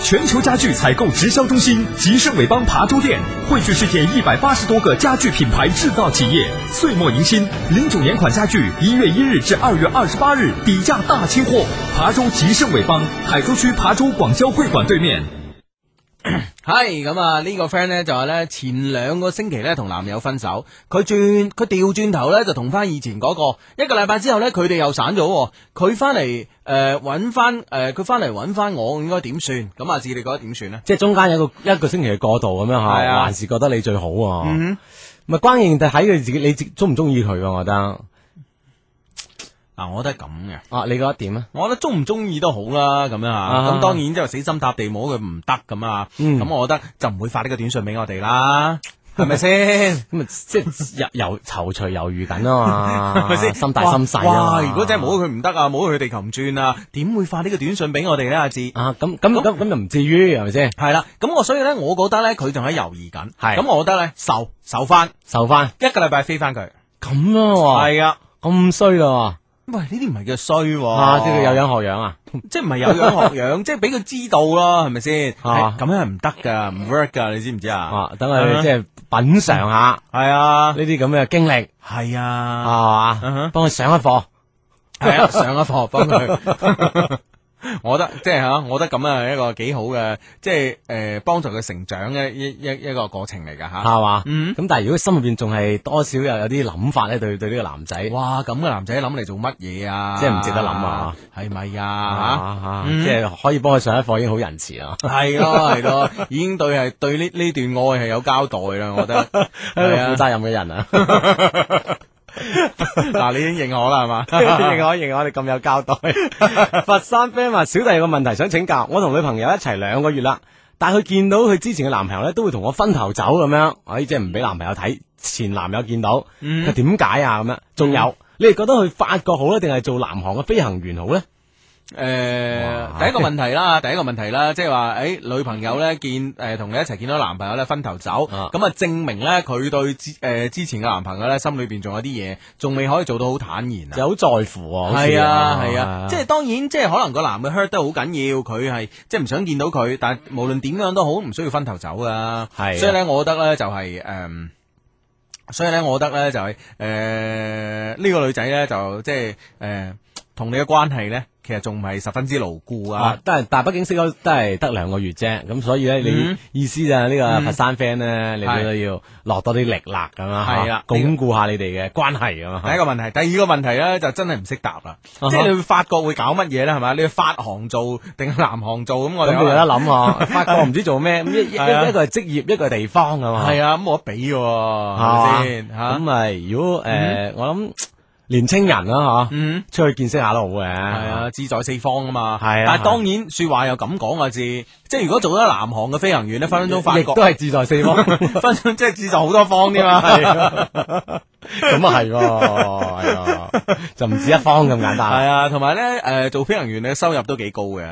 Speaker 5: 全球家具采购直销中心吉盛伟邦琶洲店汇聚世界一百八十多个家具品牌制造企业，岁末迎新，零九年款家具一月一日至二月二十八日底价大清货，琶洲吉盛伟邦，海珠区琶洲广交会馆对面。
Speaker 1: 系咁啊！呢、個个 friend 咧就话咧，前兩個星期咧同男友分手，佢轉佢調轉頭咧就同翻以前嗰、個。一個禮拜之後咧佢哋又散咗喎，佢翻嚟呃诶揾翻诶佢翻嚟揾翻我，應該點算？咁阿志你覺得點算呢？
Speaker 3: 即係中間有個一個星期嘅過渡咁樣
Speaker 1: 係
Speaker 3: 吓，
Speaker 1: 啊嗯
Speaker 3: 還是覺得你最好喎。咪關鍵就睇佢自己，你自中唔中意佢喎？我覺得啊，
Speaker 1: 哦嗱、我覺得係咁嘅。
Speaker 3: 你覺得點啊？
Speaker 1: 我覺得中唔中意都好啦，咁樣啊，
Speaker 3: 啊
Speaker 1: 咁當然之後死心塌地冇佢唔得咁啊，
Speaker 3: 嗯
Speaker 1: 咁我覺得就唔會發呢個短信俾我哋啦，係咪先？
Speaker 3: 咁啊，即 系由由躊躇猶豫緊啊嘛，
Speaker 1: 係咪先？
Speaker 3: 心大心細啊嘛
Speaker 1: 哇！如果真係冇咗佢唔得啊，冇咗佢地球唔轉啊，點會發呢個短信俾我哋咧？阿志
Speaker 3: 啊，咁咁咁咁就唔至於係咪先？
Speaker 1: 係啦，咁我所以咧，我覺得咧，佢仲喺猶豫緊。
Speaker 3: 係
Speaker 1: 咁，我覺得咧，受受翻
Speaker 3: 受翻
Speaker 1: 一個禮拜飛翻佢。
Speaker 3: 咁咯喎，
Speaker 1: 係啊，
Speaker 3: 咁衰咯
Speaker 1: 喂，呢啲唔係叫衰喎
Speaker 3: 喎，啊，即係有樣學樣啊，
Speaker 1: 即係唔係有樣學樣，即係 俾佢知道咯，係咪先？
Speaker 3: 啊
Speaker 1: 係咁樣係唔得㗎，唔 work 㗎，你知唔知啊？
Speaker 3: 啊，等我哋
Speaker 1: 啊
Speaker 3: 即係品嚐下呢
Speaker 1: 係啊，
Speaker 3: 啲咁嘅經歷，
Speaker 1: 係
Speaker 3: 係
Speaker 1: 啊，嗯
Speaker 3: 嘛
Speaker 1: 哼，
Speaker 3: 幫佢上一課，
Speaker 1: 係 啊， 上一課幫佢。我覺得即係吓，我覺得咁啊一個幾好嘅，即係诶幫助佢成長嘅一一一個過程嚟㗎吓。
Speaker 3: 係嘛，
Speaker 1: 嗯
Speaker 3: 咁但係如果心入邊仲係多少又有啲諗法咧，對對呢個男仔，
Speaker 1: 哇！咁嘅男仔諗嚟做乜嘢啊？
Speaker 3: 即係唔值得諗啊？
Speaker 1: 係咪
Speaker 3: 啊
Speaker 1: 啊？
Speaker 3: 啊，
Speaker 1: 嗯
Speaker 3: 即係可以幫佢上一課已經好仁慈啊啦。
Speaker 1: 係咯係咯，已經對係對呢呢段愛係有交代啦，我覺得
Speaker 3: 一
Speaker 1: 係
Speaker 3: 個
Speaker 1: 啊
Speaker 3: 負責任嘅人啊，
Speaker 1: 嗱，你已經認可啦係 嘛？
Speaker 3: 認可認可，我哋咁有 交代。佛山 friend 話：小弟有個問題想請教，我同女朋友一齊兩個月啦，但係佢見到佢之前嘅男朋友咧，都會同我分頭走咁樣，哎，即係唔俾男朋友睇，前男友見到， 佢點解啊？咁樣，仲有，你哋覺得去法國好咧，定係做南航嘅飛行員好咧？
Speaker 1: 诶，
Speaker 3: 哇
Speaker 1: 第一個問題啦，第一個問題啦，即係話，诶，女朋友咧見诶同你一齊見到男朋友咧分頭走，
Speaker 3: 啊
Speaker 1: 咁啊證明咧佢對之诶之前嘅男朋友咧心裏边仲有啲嘢，仲未可以做到好坦然啊。
Speaker 3: 就好在乎喎，好似
Speaker 1: 係啊係啊，即係當然，即係可能個男嘅 hurt 得好緊要，佢係即係唔想見到佢，但係無論點樣都好，唔需要分頭走啊。
Speaker 3: 係啊
Speaker 1: 所以咧，我覺得咧就係诶。誒所以咧，我覺得咧就係誒呢個女仔咧就即係誒同你嘅關係咧，其實仲唔係十分之牢固
Speaker 3: 啊
Speaker 1: 啊！，
Speaker 3: 但係但係畢竟識咗都係得兩個月啫，咁所以咧，你
Speaker 1: 嗯
Speaker 3: 意思就係呢個佛山 friend 咧，你
Speaker 1: 係
Speaker 3: 都要落多啲力啦，咁啊，
Speaker 1: 係啦
Speaker 3: 嚇鞏固下你哋嘅關係咁啊
Speaker 1: 第一個問題，第二個問題咧就真係唔識答啦，
Speaker 3: 啊哈
Speaker 1: 即係你去法國會搞乜嘢咧？係咪？你去法航做定係南航做咁？我哋
Speaker 3: 咁你
Speaker 1: 可
Speaker 3: 有
Speaker 1: 能
Speaker 3: 得 諗啊！法國唔知做咩，咁一一
Speaker 1: 係啊
Speaker 3: 一一個係職業，一個係地方噶嘛。
Speaker 1: 係啊，咁冇得比嘅喎，係咪先嚇
Speaker 3: 係嘛？咁啊，如果誒，我諗年青人啦嚇，
Speaker 1: 嗯。
Speaker 3: 出去見識下都好嘅。
Speaker 1: 系啊，志在四方啊嘛。
Speaker 3: 係啊
Speaker 1: 但系当然说话又咁講啊字，即係如果做咗南航嘅飛行員咧，分分鐘法
Speaker 3: 亦
Speaker 1: 國
Speaker 3: 都係志在四方，咁
Speaker 1: 分分鐘即係志在好多方添啊 嘛。
Speaker 3: 啊係喎係喎，就唔止一方咁簡單啦
Speaker 1: 系。啊，同埋咧，诶，做飛行員嘅收入都幾高嘅。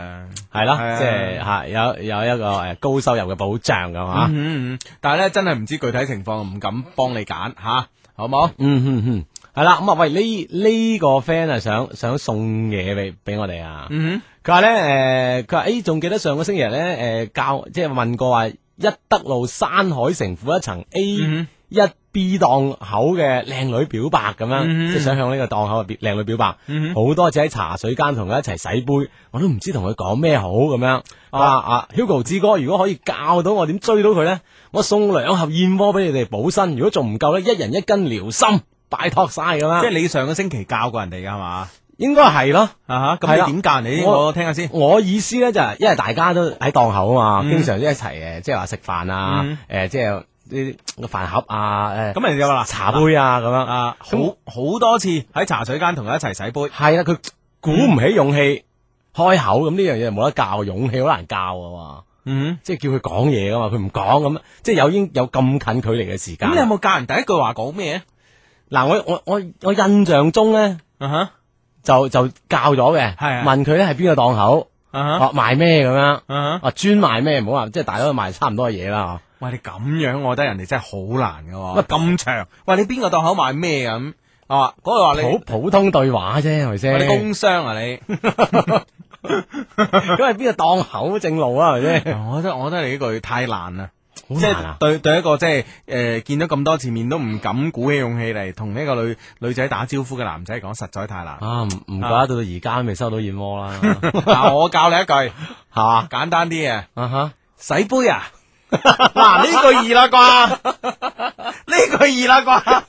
Speaker 3: 系啦
Speaker 1: 係，啊
Speaker 3: 即系吓有有一个诶高收入嘅保障啊噶嘛。
Speaker 1: 嗯嗯嗯，但係咧真係唔知具體情況，唔敢幫你揀吓，好冇？
Speaker 3: 嗯嗯嗯，系啦，咁啊喂呢呢个 friend 啊想想送嘢俾俾我哋啊。
Speaker 1: 嗯
Speaker 3: 佢话咧诶，誒佢话诶仲記得上個星期日咧诶教即係問過話一德路山海城府一層 A
Speaker 1: 嗯
Speaker 3: 一 B 檔口嘅靚女表白咁樣，
Speaker 1: 嗯
Speaker 3: 即係想向呢個檔口嘅靚女表白。
Speaker 1: 嗯
Speaker 3: 好多次喺茶水間同佢一齊洗杯，我都唔知同佢講咩好咁樣。啊啊，Hugo 志哥，如果可以教到我點追到佢咧，我送兩盒燕窩俾你哋補身。如果仲唔夠咧，一人一斤遼參，拜託晒咁
Speaker 1: 即係
Speaker 3: 樣。
Speaker 1: 你上個星期教過人哋噶係嘛？
Speaker 3: 應該係咯。
Speaker 1: 啊哈，咁
Speaker 3: 係啦
Speaker 1: 你點教人哋？
Speaker 3: 我
Speaker 1: 我聽下先。
Speaker 3: 我意思咧就係，因為大家都喺檔口啊嘛，
Speaker 1: 嗯
Speaker 3: 經常一齊誒，即係話食飯啊
Speaker 1: 嗯，
Speaker 3: 誒，即係呢啲個飯盒啊，誒，
Speaker 1: 咁人哋就話啦
Speaker 3: 茶杯啊咁樣啊，
Speaker 1: 啊，好
Speaker 3: 咁
Speaker 1: 好多次喺茶水間同佢一齊洗杯。
Speaker 3: 係啦，佢鼓唔起勇氣開口，咁呢樣嘢冇得教，勇氣好難教啊嘛，
Speaker 1: 嗯，
Speaker 3: 即係叫佢講嘢噶嘛，佢唔講咁，即係有已經有咁近距離嘅時間
Speaker 1: 咁。你有冇教人第一句話講咩
Speaker 3: 嗱，我我我我印象中咧
Speaker 1: 啊？啊哈，
Speaker 3: 就就教咗嘅，
Speaker 1: 係啊
Speaker 3: 問佢咧係邊個檔口，
Speaker 1: 啊哈，
Speaker 3: 哦賣咩咁樣，
Speaker 1: 啊哈。
Speaker 3: 啊專賣咩，唔好話即係大家都賣差唔多嘅嘢啦。啊
Speaker 1: 喂，你咁樣，我覺得人哋真係好難噶
Speaker 3: 喂
Speaker 1: 喎。咁長，喂，你邊個檔口賣咩啊咁？啊，嗰個話你
Speaker 3: 好，普通對話啫，係咪
Speaker 1: 喂
Speaker 3: 先？
Speaker 1: 你工商啊你？
Speaker 3: 咁係邊個檔口正路啊？係咪先？
Speaker 1: 我覺得我覺得你呢句太難啦。
Speaker 3: 好
Speaker 1: 即
Speaker 3: 難
Speaker 1: 係
Speaker 3: 啊！
Speaker 1: 對對一個即係誒見咗咁多次面都唔敢鼓起勇氣嚟同呢個女女仔打招呼嘅男仔講，實在太難。
Speaker 3: 啊，唔唔怪得到到而家都未收到燕窩 啦，
Speaker 1: 嗱，我教你一句
Speaker 3: 係嘛？
Speaker 1: 簡單啲嘅，
Speaker 3: 啊哈！
Speaker 1: 洗杯 啊！嗱，呢句易啦啩，呢句易啦啩。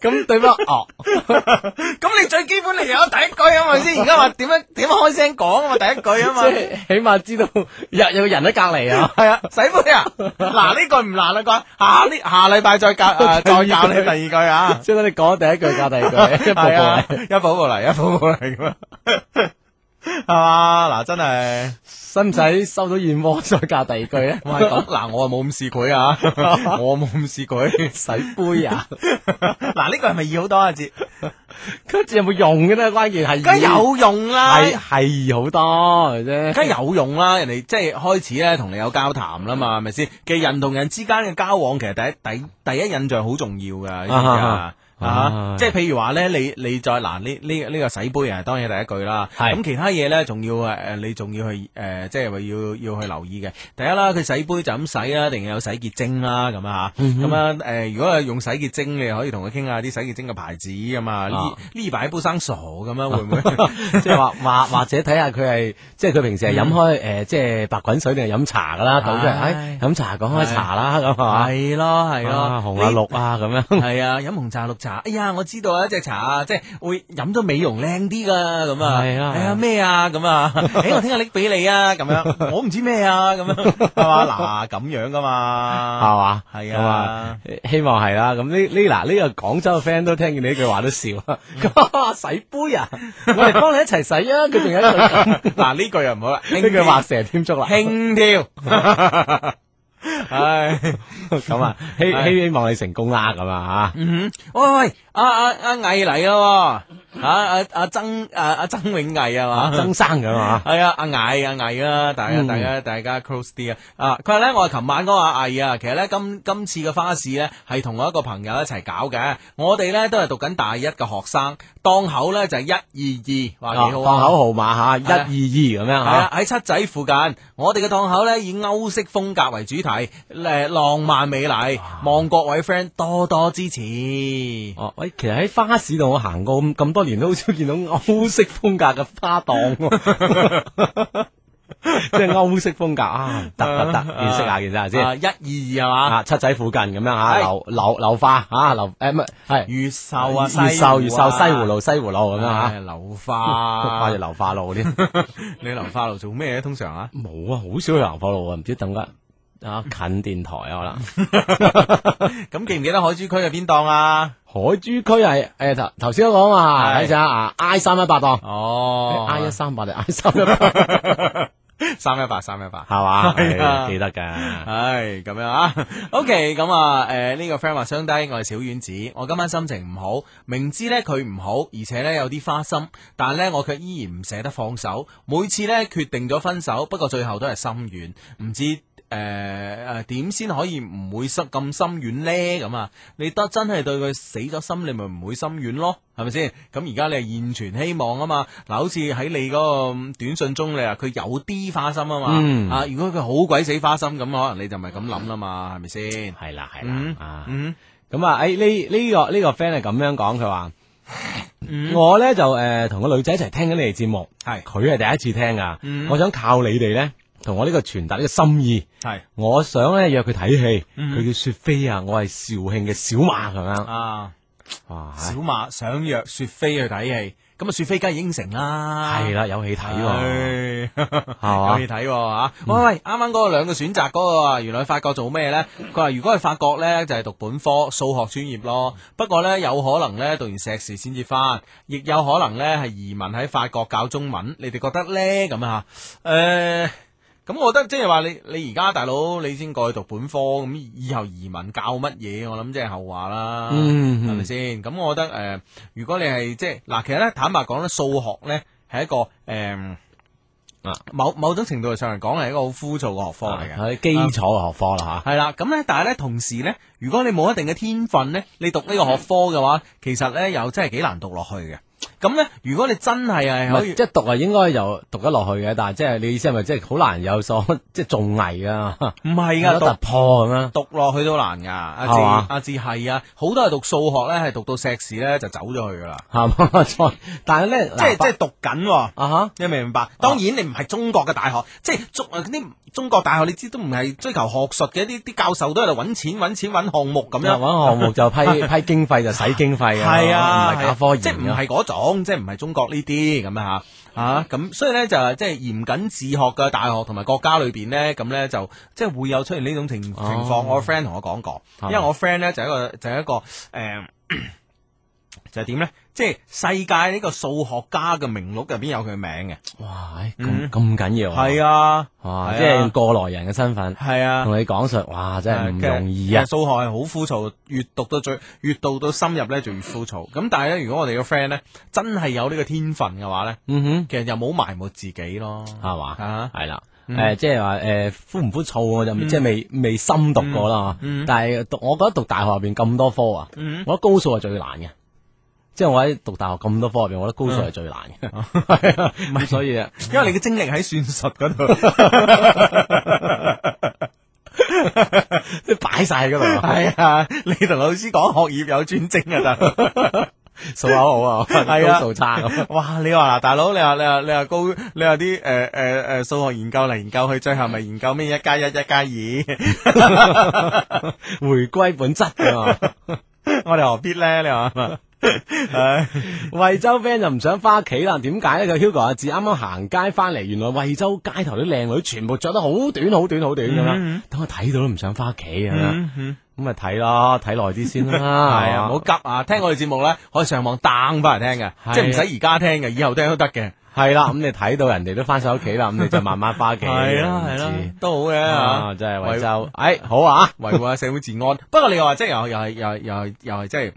Speaker 3: 咁對乜？哦，
Speaker 1: 咁你最基本你就有第一句啊嘛係咪先？而家話點樣點樣開聲講啊嘛，第一句啊
Speaker 3: 即
Speaker 1: 嘛。
Speaker 3: 係起碼知道有有個人喺隔 離啊！
Speaker 1: 系啊，洗杯 啊！嗱，呢句唔難啦啩，下呢下禮拜 再教诶，再教你第二句啊。
Speaker 3: 即係你講第一句加第二句，一步步
Speaker 1: 係啊
Speaker 3: 嚟。
Speaker 1: 一步步嚟，一步步嚟咁啊。系嘛？嗱，真系
Speaker 3: 使唔使收到燕窝再嫁第二句 咧？
Speaker 1: 我系 咁，嗱，我啊冇咁試佢 啊，我冇咁試佢
Speaker 3: 洗杯 啊！
Speaker 1: 嗱，呢個係咪易好多啊？字
Speaker 3: 跟住有冇用嘅咧？關鍵係
Speaker 1: 梗係有用啦，
Speaker 3: 係係易好多 嘅啫，
Speaker 1: 梗係有用啦！人哋即係開始咧同你有交談啦嘛，係咪先？嘅人同人之間嘅交往，其實第一第第一印象好重要噶，知唔知啊
Speaker 3: 啊？
Speaker 1: 啊
Speaker 3: 唉！
Speaker 1: 即係譬如話咧，你你再嗱呢呢呢個洗杯啊，當然係第一句啦。
Speaker 3: 係
Speaker 1: 咁其他嘢咧，仲要誒你仲要去誒、呃即係話要要去留意嘅。第一啦，佢洗杯就咁洗啦，一定要有洗潔精啦，咁啊
Speaker 3: 嗯
Speaker 1: 嚇咁啊誒，如果係用洗潔精，你可以同佢傾下啲洗潔精嘅牌子咁啊。呢
Speaker 3: 啊
Speaker 1: 呢排杯生傻咁樣會唔會？
Speaker 3: 即係話或或者睇下佢係，即係佢平時係飲開誒，即係白滾水定係飲茶噶啦，倒出嚟，
Speaker 1: 唉
Speaker 3: 唉，飲茶講開茶啦，咁係嘛，
Speaker 1: 係咯係
Speaker 3: 啊
Speaker 1: 咯，
Speaker 3: 紅啊
Speaker 1: 你
Speaker 3: 綠啊咁 樣。
Speaker 1: 系啊，飲紅茶、綠茶。哎呀，我知道啊，一隻茶啊，即係會飲咗美容靚啲噶，咁啊。
Speaker 3: 係啊
Speaker 1: 哎呀咩啊， 咁啊。哎，我聽日拎俾你啊， 咁樣。我唔知咩啊，咁樣係嘛？嗱，咁樣 噶嘛，
Speaker 3: 係嘛？
Speaker 1: 係
Speaker 3: 咁
Speaker 1: 啊
Speaker 3: 啊，，希望係啦。咁呢呢嗱呢個廣州嘅 friend 都聽見你呢句話都笑啊！ 洗杯啊！我哋幫你一齊洗啊！佢仲有一句咁
Speaker 1: 嗱呢句又唔好啦，
Speaker 3: 呢句話蛇添足啦。
Speaker 1: 輕佻。 唉，
Speaker 3: 咁啊，希希希望你成功啦，咁啊
Speaker 1: 嗯哼，喂喂，阿阿阿毅嚟啦喎，啊阿阿曾阿阿曾永毅啊嘛
Speaker 3: 吓，，曾生咁啊，
Speaker 1: 系啊，阿毅阿毅啊，大家
Speaker 3: 嗯
Speaker 1: 大家大家 close 啲啊！啊，佢話咧，我係琴晚嗰個阿毅啊，其實咧今今次嘅花市咧係同我一個朋友一齊搞嘅，我哋咧都係讀緊大一嘅學生，檔口咧就係一二二，話
Speaker 3: 檔
Speaker 1: 幾好
Speaker 3: 口
Speaker 1: 啊！
Speaker 3: 號碼吓，一二二咁樣
Speaker 1: 係啊
Speaker 3: 吓，，
Speaker 1: 喺七仔附近，我哋嘅檔口咧以歐式風格為主題，誒浪漫美麗，望各位 friend 多多支持。
Speaker 3: 哦，喂，其實喺花市度我行過咁咁多年，都好少見到歐式風格嘅花檔喎， 即係歐式風格啊，得得得，見識下見識下
Speaker 1: 啊，
Speaker 3: 先。
Speaker 1: 一二二係嘛？
Speaker 3: 啊，七仔附近咁樣吓，
Speaker 1: 係
Speaker 3: 流流流花吓，流诶唔係係
Speaker 1: 越秀啊，
Speaker 3: 越秀越秀西湖
Speaker 1: 路
Speaker 3: 路西湖路咁樣吓，
Speaker 1: 流
Speaker 3: 花
Speaker 1: 花
Speaker 3: 就。流花路 嗰啲。
Speaker 1: 你流花路做咩通常啊？
Speaker 3: 冇啊，好少去流花路啊，唔知等間啊近電台啊可能。
Speaker 1: 咁記唔記得海珠區嘅邊檔啊？
Speaker 3: 海珠區係诶頭頭先都講話，
Speaker 1: 係
Speaker 3: 睇下啊 I 三一八檔
Speaker 1: 哦
Speaker 3: ，I 一三八定 I 三 一八
Speaker 1: 三一八三一八。
Speaker 3: 係嘛？
Speaker 1: 係啊
Speaker 3: 係哎記得 㗎。
Speaker 1: 唉，咁樣啊，OK，咁 啊，诶、呢、個 friend 話相低，我係小丸子，我今晚心情唔好，明知呢佢唔好，而且呢有啲花心，但呢我卻依然唔捨得放手，每次呢決定咗分手，不過最後都係心軟，唔知。誒誒點先可以唔會心咁心軟呢？咁啊，你得真係對佢死咗心，你咪唔會心軟咯，係咪先？咁而家你係現存希望啊嘛，嗱，好似喺你嗰個短信中，你話佢有啲花心啊嘛，
Speaker 3: 嗯
Speaker 1: 啊，如果佢好鬼死花心咁，可能你就唔係咁諗啦嘛，係咪先？
Speaker 3: 係啦係
Speaker 1: 嗯
Speaker 3: 啦啊。
Speaker 1: 嗯
Speaker 3: 咁啊，诶呢呢個呢個 friend 係咁樣講，佢話。我咧就诶同個女仔一齊聽緊你哋節目，
Speaker 1: 嗯係
Speaker 3: 佢係第一次聽噶，
Speaker 1: 嗯
Speaker 3: 我想靠你哋咧同我呢個傳達呢個心意，
Speaker 1: 係
Speaker 3: 我想咧約佢睇戲，
Speaker 1: 嗯
Speaker 3: 佢叫雪飛啊，我係肇慶嘅小馬咁樣，
Speaker 1: 啊，
Speaker 3: 哇，
Speaker 1: 小馬想約雪飛去睇戲，咁啊雪飛梗係應承啦，
Speaker 3: 係嗯啦，有戲睇喎，
Speaker 1: 唉，
Speaker 3: 嘛
Speaker 1: 有嘢睇喎吓。喂喂，啱啱嗰個兩個選擇嗰個啊，原來法國做咩呢？佢話如果係法國呢，就係讀本科數學專業咯。不過呢，有可能呢，讀完碩士先至翻，亦有可能呢，係移民喺法國教中文。你哋覺得呢？咁啊？诶。咁我覺得即係話你你而家大佬你先過去讀本科，咁以後移民教乜嘢？我諗即係後話啦，
Speaker 3: 嗯
Speaker 1: 係咪先？咁我覺得誒、呃如果你係即係嗱，其實咧坦白講咧，數學咧係一個誒。呃
Speaker 3: 啊
Speaker 1: 某某種程度上嚟講係一個好枯燥嘅學科嚟嘅，
Speaker 3: 係啊基礎嘅學科啦
Speaker 1: 係啦。咁咧，但係咧，同時咧，如果你冇一定嘅天分咧，你讀呢個學科嘅話，其實咧又真係幾難讀落去嘅。咁咧，如果你真係係
Speaker 3: 吓，
Speaker 1: 可
Speaker 3: 唔
Speaker 1: 以
Speaker 3: 係即係讀啊應該又讀得落去嘅，但係即係你意思係咪即係好難有所 即係造詣啊，
Speaker 1: 唔係
Speaker 3: 有
Speaker 1: 噶
Speaker 3: 得突破咁樣？
Speaker 1: 讀落去都難噶，阿
Speaker 3: 係
Speaker 1: 志
Speaker 3: 嘛
Speaker 1: 阿志係啊，好多係讀數學咧，係讀到碩士咧就走咗去噶啦，
Speaker 3: 啊係嘛？再但係咧，
Speaker 1: 即係
Speaker 3: 嗱
Speaker 1: 即係讀緊喎。
Speaker 3: 啊哈。
Speaker 1: 你明唔明白？當然你唔係中國嘅大學，即係中誒啲中國大學，你知都唔係追求學術嘅，啲啲教授都喺度揾錢揾錢揾項目咁
Speaker 3: 咁樣
Speaker 1: 樣。
Speaker 3: 揾項目就批 批經費就使經費啊，
Speaker 1: 係啊，
Speaker 3: 唔啊係搞科研
Speaker 1: 即係唔係嗰種，即係唔係中國呢啲咁啊嚇啊咁，所以咧就係即係嚴謹自學嘅大學同埋國家裏邊咧，咁咧就即係會有出現呢種情情況。
Speaker 3: 哦啊
Speaker 1: 我 friend 同我講過，因為我 friend 咧就係一個就係一個誒。就係點咧？即係世界呢個數學家嘅名錄入邊有佢名嘅。
Speaker 3: 哇！
Speaker 1: 嗯
Speaker 3: 咁咁緊要啊！
Speaker 1: 係啊，係
Speaker 3: 哇！
Speaker 1: 啊
Speaker 3: 即係用過來人嘅身份，
Speaker 1: 係啊
Speaker 3: 同你講述，哇！真係唔容易啊
Speaker 1: 呃其實！數學係好枯燥，越讀到最越讀到深入咧就越枯燥。咁但係啊咧，如果我哋嘅 friend 咧真係有呢個天分嘅話咧，
Speaker 3: 嗯哼，
Speaker 1: 其實又冇埋沒自己咯，
Speaker 3: 係嘛
Speaker 1: 啊，
Speaker 3: 係啦。
Speaker 1: 嗯
Speaker 3: 誒，即係話誒，枯唔枯燥我就
Speaker 1: 嗯
Speaker 3: 即係未未深讀過啦啊
Speaker 1: 嗯嗯。
Speaker 3: 但係讀，我覺得讀大學入邊咁多科啊，
Speaker 1: 嗯
Speaker 3: 我覺得高數係最難嘅。即係我喺讀大學咁多科入邊，我覺得高數係最難
Speaker 1: 哦
Speaker 3: 嘅。係啊，咁所以啊，
Speaker 1: 因為你嘅精力喺算術嗰度。
Speaker 3: 即係擺晒喺嗰度啊，
Speaker 1: 係啊，你同老師講學業有專精啊，大佬。
Speaker 3: 數口好 啊，
Speaker 1: 係啊
Speaker 3: 高數差咁。
Speaker 1: 哇！你話嗱，大佬，你話你話你話高，你話啲誒誒誒數學研究嚟研究去，最後咪研究咩一加一一加
Speaker 3: 回歸本質啊嘛！
Speaker 1: 二？ 我哋何必咧？你 話係嘛？唉
Speaker 3: 惠州 friend 就唔想翻屋企啦，點解咧？佢 Hugo 阿志啱啱行街翻嚟，原來惠州街頭啲靚女全部着得好短、好短、
Speaker 1: 嗯
Speaker 3: 好短咁樣，等我睇到都唔想翻屋企咁樣，咁咪睇啦，睇耐啲先啦，
Speaker 1: 係
Speaker 3: 嗯 係
Speaker 1: 啊，唔好急啊！聽我哋節目咧，可以上網 down 翻嚟聽
Speaker 3: 啊
Speaker 1: 嘅，即係唔使而家聽嘅，以後聽都得嘅。
Speaker 3: 係啦，咁你睇到人哋都翻晒屋企啦，咁你就慢慢翻屋 企，
Speaker 1: 啦
Speaker 3: 唔
Speaker 1: 係啦
Speaker 3: 知，
Speaker 1: 都好嘅
Speaker 3: 啊，
Speaker 1: 啊！
Speaker 3: 真啊係
Speaker 1: 惠
Speaker 3: 惠州，哎，好啊，
Speaker 1: 維護下社會治安。不過你又話即係又又係又係又係又係即係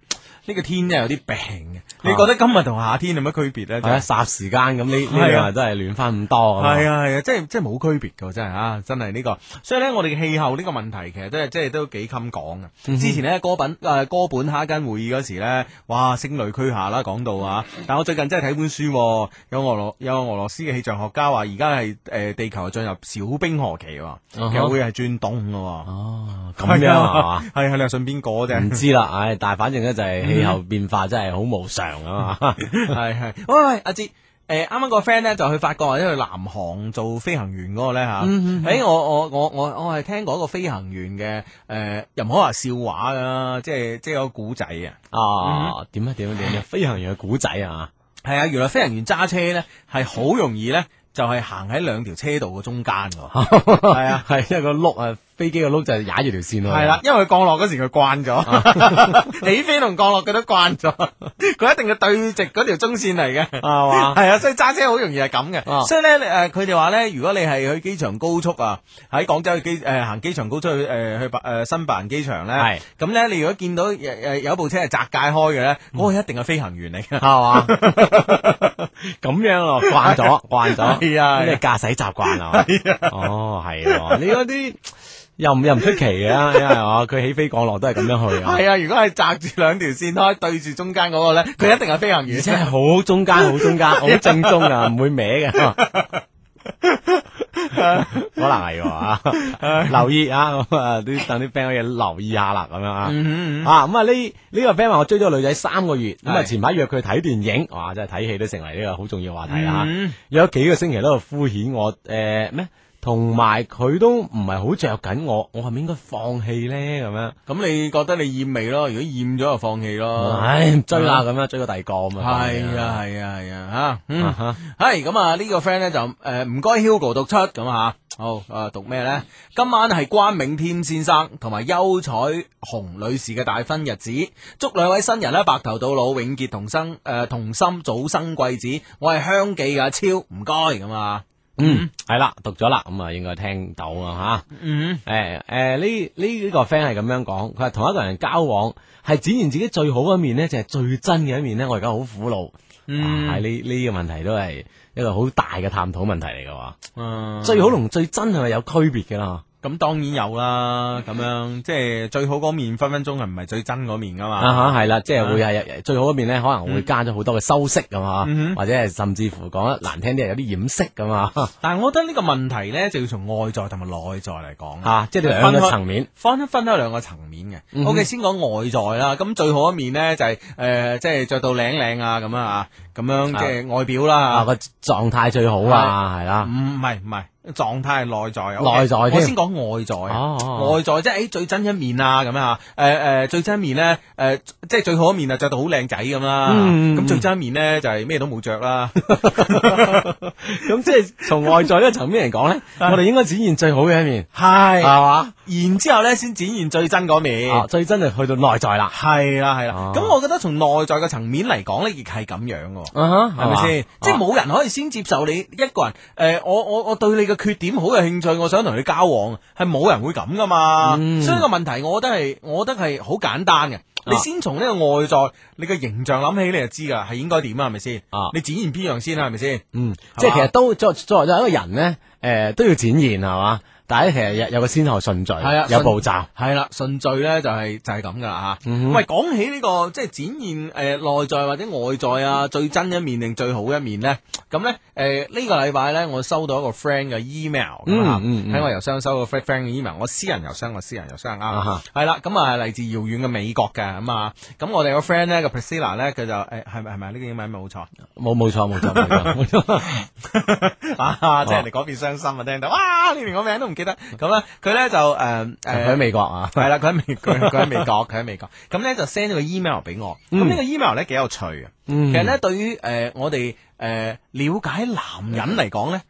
Speaker 1: 呢個天真係有啲病嘅。
Speaker 3: 啊
Speaker 1: 你覺得今日同夏天有乜區別咧？
Speaker 3: 係
Speaker 1: 真係
Speaker 3: 啊，霎時間咁呢呢
Speaker 1: 係
Speaker 3: 兩
Speaker 1: 啊
Speaker 3: 日真係亂翻咁多，
Speaker 1: 係，啊係啊，即係即係冇區別噶，真係啊，真係呢、個。所以咧，我哋嘅氣候呢個問題，其實都係即係都幾襟講嘅。之前咧哥本誒、呃哥本哈根會議嗰時咧，哇聲淚俱下啦，講到啊。但我最近真係睇本書喎，有俄羅有俄羅斯嘅氣象學家話，而家係誒地球進入小冰河期喎，其
Speaker 3: 哈
Speaker 1: 實會係轉凍嘅喎。
Speaker 3: 哦，咁樣係嘛？
Speaker 1: 係啊，你話信邊個啫？
Speaker 3: 唔知啦，唉，但系反正咧就係氣候變化真係好無常啊嘛，
Speaker 1: 系系，喂喂，阿志。誒啱啱個 friend 咧就去法國或者去南航做飛行員嗰個咧嚇，誒、我我我我我係聽過一個飛行員嘅誒、又唔好話笑話㗎，啊即係即係有個古仔啊。
Speaker 3: 啊，點啊點啊點啊，飛行員嘅古仔啊，
Speaker 1: 係啊，原來飛行員揸車咧係好容易咧，就係行喺兩條車道嘅中間㗎。
Speaker 3: 係啊，係一個碌啊，飛機個碌就係踩住條線咯，
Speaker 1: 係 啦，，因為佢降落嗰時佢慣咗， 起飛同降落佢都慣咗，佢一定要對直嗰條中線嚟嘅。
Speaker 3: 係嘛，
Speaker 1: 系啊，所以揸車好容易係咁
Speaker 3: 啊
Speaker 1: 嘅。所以咧，诶，佢哋話咧，如果你係去機場高速啊，喺廣州嘅機诶行機場高速去诶去白诶新白雲機場咧
Speaker 3: 係，
Speaker 1: 咁咧你如果見到诶诶有部車係窄界開嘅咧，嗰個一定係飛行員嚟 嘅。
Speaker 3: 係嘛，咁樣咯，慣咗慣咗，
Speaker 1: 係啊
Speaker 3: 呢個駕駛習 慣啊，哦係喎，你嗰啲又唔又唔出奇嘅，因為啊佢起飛降落都係咁 樣去啊，
Speaker 1: 係啊，如果係擲住兩條線開對住中間嗰個咧，佢一定係飛行員
Speaker 3: 而。且係好中間好中間，好正宗啊，唔會歪嘅。可能係喎啊，留意啊，咁啊啲等啲 friend 可以留意下啦，咁樣啊。
Speaker 1: 嗯嗯
Speaker 3: 啊咁啊呢呢個 friend 話我追咗個女仔三個月，咁啊
Speaker 1: 係
Speaker 3: 前排約佢睇電影，哇真係睇戲都成為呢個好重要話題啦
Speaker 1: 嗯。
Speaker 3: 有咗幾個星期都喺度敷衍我，誒咩？同埋佢都唔係好着緊我，我係咪應該放棄咧？咁樣，
Speaker 1: 咁你覺得你厭未咯？如果厭咗就放棄咯。
Speaker 3: 唉追啦咁樣，追個第二個咁啊。
Speaker 1: 哦嗯係啊，係啊係啊吓，
Speaker 3: 啊
Speaker 1: 嗯。
Speaker 3: 哈，
Speaker 1: 系咁啊！呢個 friend 咧就诶唔該 Hugo 讀出咁啊，好啊讀咩咧？今晚係關永添先生同埋邱彩虹女士嘅大婚日子，祝兩位新人咧白頭到老，永結同生诶、呃同心，早生貴子。我係香記嘅阿超，唔該咁啊。
Speaker 3: 嗯，係啦，讀咗啦，咁啊應該聽到啊吓。
Speaker 1: 嗯，
Speaker 3: 诶诶，呢呢呢個 friend 係咁樣講，佢話同一個人交往係展現自己最好嘅一面呢，就係最真嘅一面呢。我而家好苦惱，
Speaker 1: 嗯
Speaker 3: 啊呢呢個問題都係一個好大嘅探討問題嚟嘅話，
Speaker 1: 嗯
Speaker 3: 最好同最真係咪有區別嘅啦？
Speaker 1: 咁當然有啦，咁樣即係最好嗰面分分鐘係唔係最真嗰面噶嘛？
Speaker 3: 啊哈，係啦，即係會係最好一面呢，可能會加咗好多嘅修飾咁啊，或者係甚至乎講得難聽啲，係有啲掩飾咁啊，
Speaker 1: 但係我覺得呢個問題咧就要從外在同埋內在嚟啊講
Speaker 3: 吓，啊即係兩個層面，
Speaker 1: 分分開兩個層面嘅。
Speaker 3: 嗯哼
Speaker 1: O.K. 先講外在啦，咁最好一面呢，就係、呃即係着到靚靚啊咁樣啊，咁樣即係外表
Speaker 3: 啊
Speaker 1: 啦。
Speaker 3: 個狀態最好啊，係啦，
Speaker 1: 唔係唔係，狀態係內在啊，
Speaker 3: 內在
Speaker 1: OK，
Speaker 3: 添
Speaker 1: 我先講外在
Speaker 3: 哦
Speaker 1: 啊，
Speaker 3: 哦
Speaker 1: 外在即係誒最真一面啊咁樣啊，誒誒最真一面咧誒即係最好一面啊，着到好靚仔咁啦，
Speaker 3: 嗯
Speaker 1: 咁最真一面咧就係咩都冇着 啦，
Speaker 3: 咁即系从外在呢個层面嚟讲咧，我哋应该展现最好嘅一面，系
Speaker 1: 係，
Speaker 3: 嘛？
Speaker 1: 啊然之後咧先展現最真嗰面。
Speaker 3: 啊，最真系去到内在啦，
Speaker 1: 係啦係啦，
Speaker 3: 哦
Speaker 1: 咁、我覺得從內在嘅層面嚟講咧，亦係咁樣喎。
Speaker 3: 啊
Speaker 1: 係咪先？即係冇人可以先接受你一個人。诶、我我我對你嘅缺點好有興趣，我想同你交往，係冇人會咁噶嘛。
Speaker 3: 嗯啊
Speaker 1: 所以個問題，我覺得係，我覺得係好簡單嘅。你先從呢個外在，你嘅形象諗起，你就知㗎，係應該點啊？係咪先？
Speaker 3: 啊
Speaker 1: 你展現邊樣先啊？係咪先？
Speaker 3: 嗯，即系其实都作作为一个人咧，诶都要展现系嘛，但系其实有有个先后顺序，
Speaker 1: 係啊
Speaker 3: 有
Speaker 1: 順
Speaker 3: 步骤，
Speaker 1: 係啦，順序咧就係、就係咁噶啦嚇。
Speaker 3: 嗯哼
Speaker 1: 喂，講起呢、個即係展現誒、呃、內在或者外在啊，最真一面定最好一面咧，咁咧誒呢個禮拜咧，我收到一個 friend 嘅 email 咁啊，喺、
Speaker 3: 嗯嗯嗯
Speaker 1: 我郵箱收到 friend friend 嘅 email，我私人郵箱，我私人郵箱
Speaker 3: 啊
Speaker 1: 啊
Speaker 3: 哈，
Speaker 1: 係啦，咁啊嚟自遙遠嘅美國嘅咁啊，咁我哋個 friend 咧個 Priscilla 咧，佢就誒係咪係啊咪呢個英文冇錯？
Speaker 3: 冇冇错冇错冇 錯冇错，哦
Speaker 1: 啊，即係人哋嗰邊傷心啊，聽到哇，你連個名都唔記得，咁咧佢咧就誒誒
Speaker 3: 佢喺美國啊，
Speaker 1: 系啦，佢喺美佢佢喺美 國，佢喺美國。咁咧就 send 咗個 email 俾我。咁呢個 email 咧幾有趣嘅。
Speaker 3: 嗯
Speaker 1: 其實咧對於诶我哋诶了解男人嚟講咧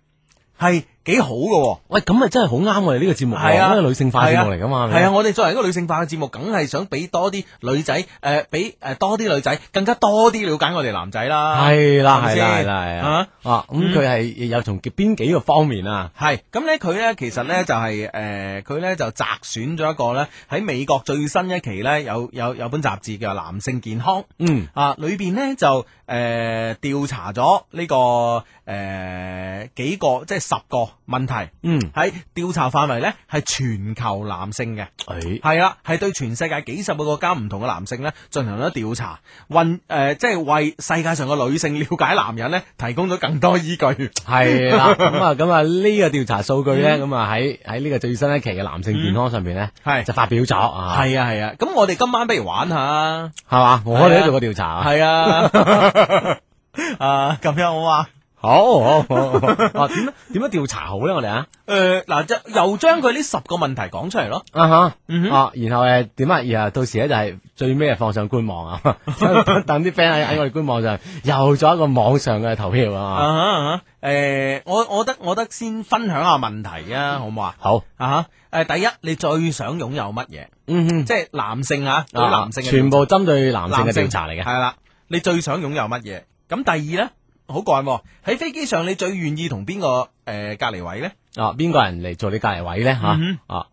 Speaker 1: 係幾好嘅喎。
Speaker 3: 喂，咁啊真系好啱我哋呢个节目喎，
Speaker 1: 係啊
Speaker 3: 因為女性化节目嚟噶嘛，
Speaker 1: 係啊，我哋作為一個女性化嘅節目，梗係想俾多啲女仔诶，俾诶多啲女仔更加多啲了解我哋男仔啦。
Speaker 3: 系啦
Speaker 1: 係咪
Speaker 3: 系啦
Speaker 1: 先
Speaker 3: 系啦系
Speaker 1: 啊
Speaker 3: 啦，啊咁佢系有從邊幾個方面啊？
Speaker 1: 系咁咧，佢咧其實咧就係呃佢咧就摘選咗一個咧喺美國最新一期咧有有有本雜誌叫《男性健康》。
Speaker 3: 嗯
Speaker 1: 啊，裏邊咧就誒調、查咗呢、個誒、呃、幾個，即係十個問題。
Speaker 3: 嗯，
Speaker 1: 喺調查範圍咧係全球男性嘅，
Speaker 3: 诶
Speaker 1: 係啦，係對啊全世界幾十個國家唔同嘅男性咧進行咗調查，運誒、呃即係為世界上嘅女性了解男人咧提供咗更多依據。
Speaker 3: 係啦，咁啊咁啊呢個調查數據
Speaker 1: 嗯
Speaker 3: 咧，咁啊喺喺呢個最新一期嘅男性健康上边咧，
Speaker 1: 係
Speaker 3: 就發表咗啊，
Speaker 1: 係啊係啊，咁我哋今晚不如玩下，
Speaker 3: 係嘛？
Speaker 1: 係
Speaker 3: 我哋都
Speaker 1: 啊
Speaker 3: 做過調查啊，
Speaker 1: 係啊，啊咁樣好嘛？
Speaker 3: 好 好好，好啊點點樣調查好咧？我哋啊
Speaker 1: 誒呃嗱、就又將佢呢十個問題講出嚟咯。
Speaker 3: 啊吓
Speaker 1: 嗯哼
Speaker 3: 啊，然後诶點啊？然後到時咧就係最尾係放上官網啊， 等啲 friend 喺喺我哋官網上又做一個網上嘅投票啊，
Speaker 1: 啊诶，誒我我覺得我覺得先分享下問題啊，好唔好啊？
Speaker 3: 好，
Speaker 1: 啊哈，诶，第一，你最想擁有乜嘢？
Speaker 3: 嗯哼
Speaker 1: 即係男性啊，對
Speaker 3: 啊
Speaker 1: 男性嘅
Speaker 3: 全部
Speaker 1: 調
Speaker 3: 針對男
Speaker 1: 查
Speaker 3: 性嘅調查嚟嘅
Speaker 1: 係，啦。你最想擁有乜嘢？咁第二咧，好怪喎，喺飛機上你最願意同邊個诶隔離位咧？
Speaker 3: 啊邊個人嚟做你隔離位咧吓
Speaker 1: 嗯
Speaker 3: 啊？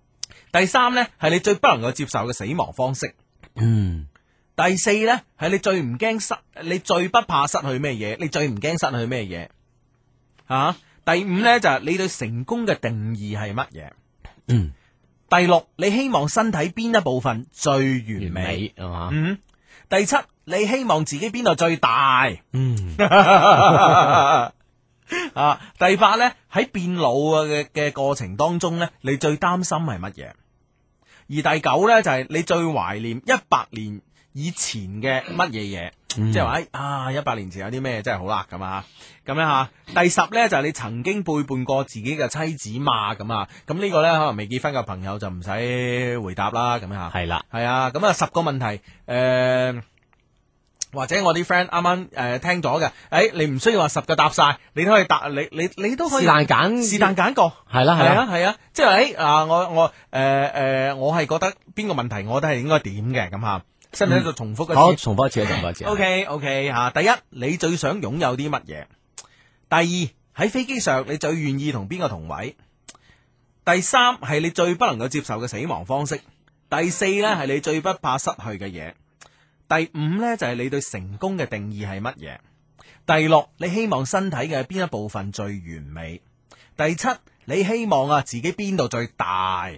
Speaker 1: 第三咧，係你最不能夠接受嘅死亡方式。
Speaker 3: 嗯。
Speaker 1: 第四咧，係你最唔驚失，你最不怕失去咩嘢？你最唔驚失去咩嘢？啊，第五咧就係你對成功嘅定義係乜嘢？
Speaker 3: 嗯。
Speaker 1: 第六，你希望身體邊一部分最完
Speaker 3: 完
Speaker 1: 美？
Speaker 3: 美系啊嘛？
Speaker 1: 嗯。第七，你希望自己邊度最大？
Speaker 3: 嗯，
Speaker 1: 啊，第八咧喺變老啊嘅嘅過程當中咧，你最擔心係乜嘢？而第九咧就係、你最懷念一百年以前嘅乜嘢嘢，
Speaker 3: 嗯
Speaker 1: 即係話哎啊一百年前有啲咩真係好啦咁啊，咁樣嚇。第十咧就係、你曾經背叛過自己嘅妻子嘛咁啊，咁呢個咧可能未結婚嘅朋友就唔使回答啦咁樣嚇。
Speaker 3: 系啦，
Speaker 1: 系啊，咁啊十個問題，诶、或者我啲 friend 啱啱诶聽咗嘅，诶、你唔需要話十個答晒，你都可以答，你你你都可以
Speaker 3: 是但拣，
Speaker 1: 是但揀個。
Speaker 3: 系啦，
Speaker 1: 係
Speaker 3: 系啦，
Speaker 1: 啊係啊，即係诶啊我我诶诶我係覺得邊個問題我都係應該點嘅咁吓，使唔使喺度重複
Speaker 3: 好，
Speaker 1: 一次啊
Speaker 3: 重复一次，重复一次。啊
Speaker 1: ？O K O K 吓，啊第一你最想擁有啲乜嘢？第二喺飛機上你最願意同邊個同位？第三係你最不能夠接受嘅死亡方式。第四呢係你最不怕失去嘅嘢。第五呢就係你對成功嘅定義係乜嘢。第六，你希望身體嘅邊一部分最完美。第七，你希望啊自己邊度最大。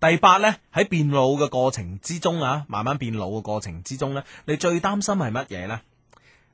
Speaker 1: 第八呢，喺變老嘅過程之中啊，慢慢變老嘅過程之中呢，你最擔心係乜嘢呢？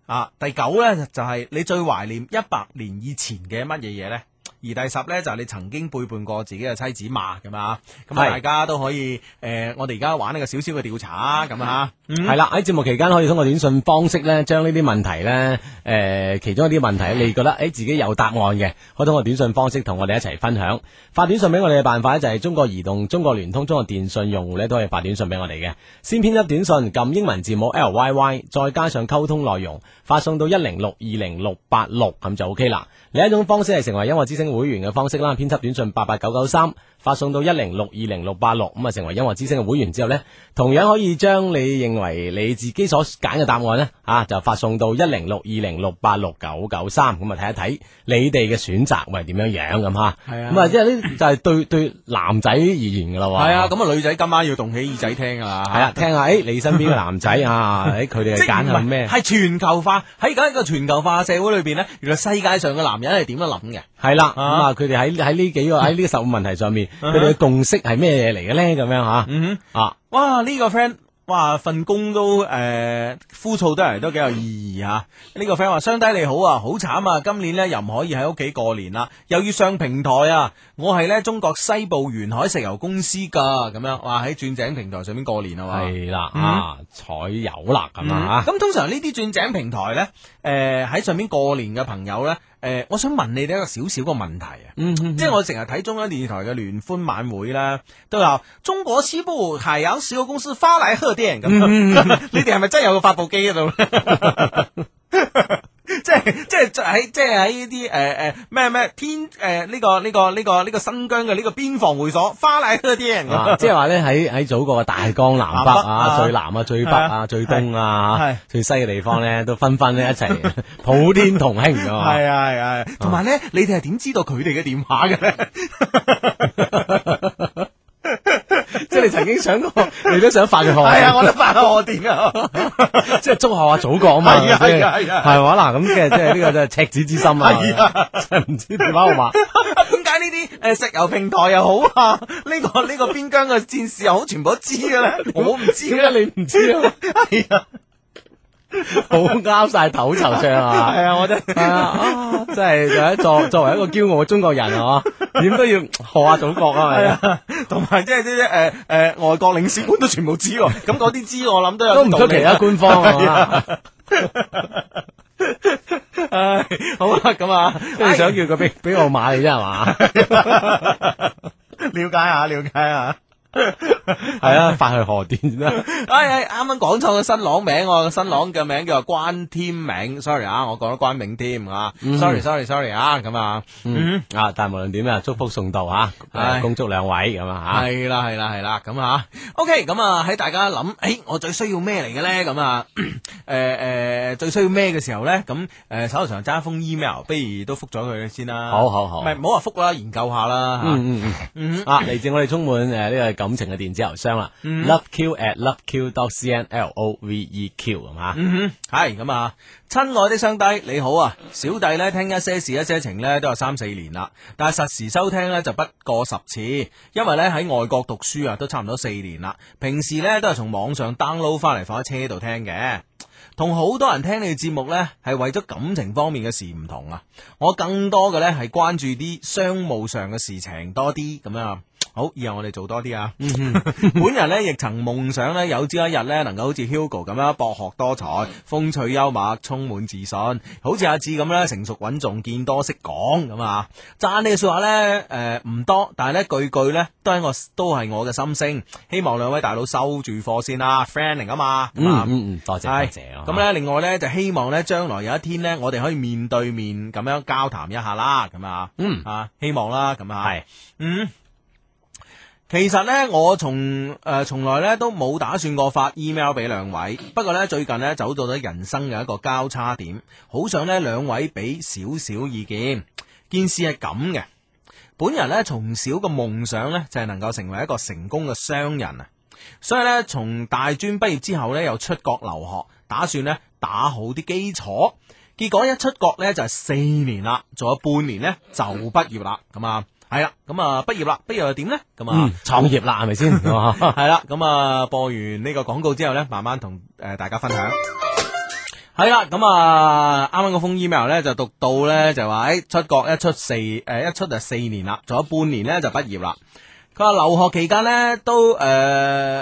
Speaker 1: 啊，第九呢，就係、你最懷念一百年以前嘅乜嘢嘢呢？而第十咧就係你曾經背叛過自己嘅妻子嘛，咁啊，咁
Speaker 3: 係
Speaker 1: 啊大家都可以诶、呃我哋而家玩呢個少少嘅調查咁啊，
Speaker 3: 系啦，喺節目期間可以通過短信方式咧，將呢啲問題咧，诶、其中一啲問題你覺得诶、自己有答案嘅，可以通過短信方式同我哋一齊分享。發短信俾我哋嘅辦法咧，就係中國移動、中國聯通、中國電信用户咧都可以發短信俾我哋嘅。先編輯短信，撳英文字母 L Y Y，再加上溝通內容，發送到一零六二零六八六咁就 OK 啦。另一種方式係成為音樂之星會員嘅方式啦，編輯短信八八九九三，發送到一零六二零六八六，咁啊成為音樂之星嘅會員之後呢，同樣可以將你認為你自己所揀嘅答案呢，啊就發送到一零六二零六八六九九三，咁啊睇一睇你哋嘅選擇會係點樣樣咁吓，
Speaker 1: 係啊
Speaker 3: 咁啊即係呢就係對對男仔而言噶啦喎，
Speaker 1: 係啊，咁啊女仔今晚要動起耳仔聽噶啦，
Speaker 3: 係啊，聽下誒你身邊嘅男仔啊，誒佢哋
Speaker 1: 即
Speaker 3: 係揀
Speaker 1: 係
Speaker 3: 緊咩？
Speaker 1: 系全球化喺而家一個全球化社會裏边咧，原來世界上嘅男人係點樣諗嘅？
Speaker 3: 系啦，咁啊，佢哋喺喺呢幾個 喺呢十五問題上面，
Speaker 1: 嗯
Speaker 3: 佢哋嘅共識係咩嘢嚟嘅咧？咁樣吓，
Speaker 1: 嗯
Speaker 3: 啊，
Speaker 1: 哇！呢、個 friend 哇份工都誒、呃枯燥得嚟，都幾有意義啊！呢、個 friend 話：雙低你好啊，好慘啊！今年呢又唔可以喺屋企過年啦，又要上平台啊！我係呢中國西部沿海石油公司㗎，咁樣哇喺鑽井平台上面過年啊嘛。
Speaker 3: 係啦，
Speaker 1: 嗯
Speaker 3: 啊，採油啦，咁啊
Speaker 1: 嗯，咁通常呢啲鑽井平台呢，誒喺上面過年嘅朋友呢，誒我想問你哋一個少少個問題啊。
Speaker 3: 嗯嗯
Speaker 1: 即係我成日睇中央電視台嘅聯歡晚會啦，都有中國西部海洋石油公司花禮賀電咁。
Speaker 3: 嗯
Speaker 1: 你哋係咪真係有個發佈機喺度咧？ 即係即係喺即係喺呢啲誒誒咩咩天誒呢個呢個呢個呢個新疆嘅呢個邊防會所花禮賀電
Speaker 3: 啊，
Speaker 1: 咁。
Speaker 3: 即係話咧喺喺祖國嘅大江南
Speaker 1: 南
Speaker 3: 北
Speaker 1: 北啊
Speaker 3: 啊，最南啊、最北
Speaker 1: 係啊
Speaker 3: 啊、最東
Speaker 1: 係
Speaker 3: 啊、最西嘅地方咧， 都紛紛咧一 齊普天同慶㗎嘛。
Speaker 1: 係啊係啊，係啊同埋咧，你哋係點知道佢哋嘅電話嘅咧？
Speaker 3: 即係你曾經想過， 你都想發佢學，
Speaker 1: 係啊，我都發下我電啊！
Speaker 3: 即係祝賀下祖國啊嘛，
Speaker 1: 係啊
Speaker 3: 係
Speaker 1: 係啊係啊
Speaker 3: 係嘛嗱，咁即係即係呢個真係赤子之心
Speaker 1: 係
Speaker 3: 啊，真係唔知電話號碼。
Speaker 1: 點解呢啲呃诶石油平台又好啊？呢、個呢、個邊疆嘅戰士又好，全部都知嘅啦。我唔 知
Speaker 3: 點
Speaker 1: 嘅，
Speaker 3: 解你唔知啊？
Speaker 1: 係啊，
Speaker 3: 好啱晒頭籌上啊！
Speaker 1: 係啊，我真
Speaker 3: 係啊，啊真係就一作作為一個驕傲嘅中國人啊，點都要學下祖國啊，係咪啊？
Speaker 1: 同埋即係啲诶诶外國領事館都全部知喎。咁嗰啲知我諗都有
Speaker 3: 都唔
Speaker 1: 道
Speaker 3: 出
Speaker 1: 理
Speaker 3: 奇啊，官方
Speaker 1: 哎
Speaker 3: 啊，
Speaker 1: 唉，好啦，咁啊，
Speaker 3: 即係想叫佢俾俾號碼你啫係 嘛？
Speaker 1: 了解下，了解下。
Speaker 3: 係啊，發去河電啦，
Speaker 1: 哎，哎啱啱講錯個新郎名，我個新郎嘅名叫做關添明，sorry 啊，我講咗關銘添啊，sorry，sorry，sorry 啊，咁啊，嗯
Speaker 3: 嗯啊，但係無論點啊，祝福送到啊，
Speaker 1: 唉
Speaker 3: 恭祝兩位咁啊
Speaker 1: 系啦系啦系啦，咁啊，OK，咁啊喺大家諗，诶、我最需要咩嚟嘅咧？咁啊， 诶诶、最需要咩嘅時候咧？咁诶、誒手頭上揸封 email，不如都覆咗佢先啦。
Speaker 3: 好好好
Speaker 1: 唔係唔好話覆啦，研究下啦。嚇
Speaker 3: 嚇，嗯嗯嗯。
Speaker 1: 嗯
Speaker 3: 啊，嚟自我哋充滿誒呢個感情嘅電子郵箱啦，loveq at loveq dot cn l o v e q 係嘛？
Speaker 1: 嗯哼，系咁啊！親愛的雙低，你好啊！小弟呢，聽一些事一些情呢，都有三四年啦，但係實時收聽呢，就不過十次，因為呢，喺外國讀書啊都差唔多四年啦，平時呢，都係從網上 download 翻嚟放喺車度聽嘅。同好多人聽你嘅節目呢，係為咗感情方面嘅事唔同啊！我更多嘅呢，係關注啲商務上嘅事情多啲咁樣啊。好，以後我哋做多啲
Speaker 3: 嗯
Speaker 1: 啊！ 本人呢，亦曾夢想呢，有朝一日呢，能夠好似 Hugo 咁樣博學多才、
Speaker 3: 嗯
Speaker 1: 風趣幽默、充滿自信，好似阿志咁呢，成熟穩重、見多識講咁啊！讚你嘅説話呢，誒、唔多，但係呢句句呢，都係我都係我嘅心聲。希望兩位大佬收住貨先啦，friend 嚟噶嘛，咁
Speaker 3: 嗯
Speaker 1: 啊
Speaker 3: 嗯嗯，多謝多
Speaker 1: 係
Speaker 3: 謝啊
Speaker 1: 咁咧，另外咧就希望咧，將來有一天咧，我哋可以面對面咁樣交談一下啦，咁啊，
Speaker 3: 嗯
Speaker 1: 啊，希望啦，咁啊，
Speaker 3: 係，
Speaker 1: 嗯。其實呢，我呃從誒從來咧都冇打算過發 email 俾兩位，不過呢，最近呢，走到咗人生嘅一個交叉點，好想呢兩位俾少少意見。件事係咁嘅，本人呢，從小嘅夢想呢，就係、能夠成為一個成功嘅商人啊。所以咧，從大專畢業之後咧，又出國留學，打算咧打好啲基礎。結果一出國咧就係四年啦，仲有半年咧就畢業啦，咁啊，係啦，咁啊畢業啦，畢業又點咧？咁啊。
Speaker 3: 嗯，創業啦係咪 先？哦
Speaker 1: 系啦，咁啊播完呢個廣告之後呢，慢慢同诶、呃大家分享。系啦，咁啊，啱啱嗰封 email 咧就讀到咧就話，诶出國一出四诶、一出就四年啦，仲有半年咧就畢業啦。佢話留學期間咧都诶、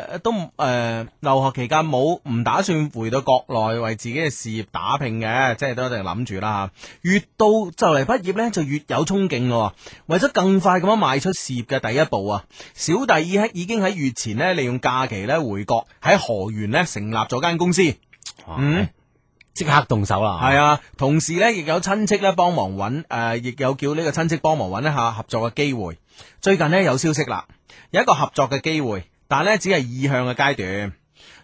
Speaker 1: 呃都诶、呃留學期間冇唔打算回到國內為自己嘅事業打拼嘅，即係都一定諗住啦吓。越到就嚟畢業咧就越有衝勁咯，為咗更快咁樣邁出事業嘅第一步啊！小弟已喺已經喺月前咧利用假期咧回國喺河源咧成立咗間公司，嗯。
Speaker 3: 哦即刻動手啦！
Speaker 1: 系啊，同時咧亦有親戚咧幫忙揾，诶、呃亦有叫呢個親戚幫忙揾一下合作嘅機會。最近呢，有消息啦，有一個合作嘅機會，但咧只係意向嘅階段。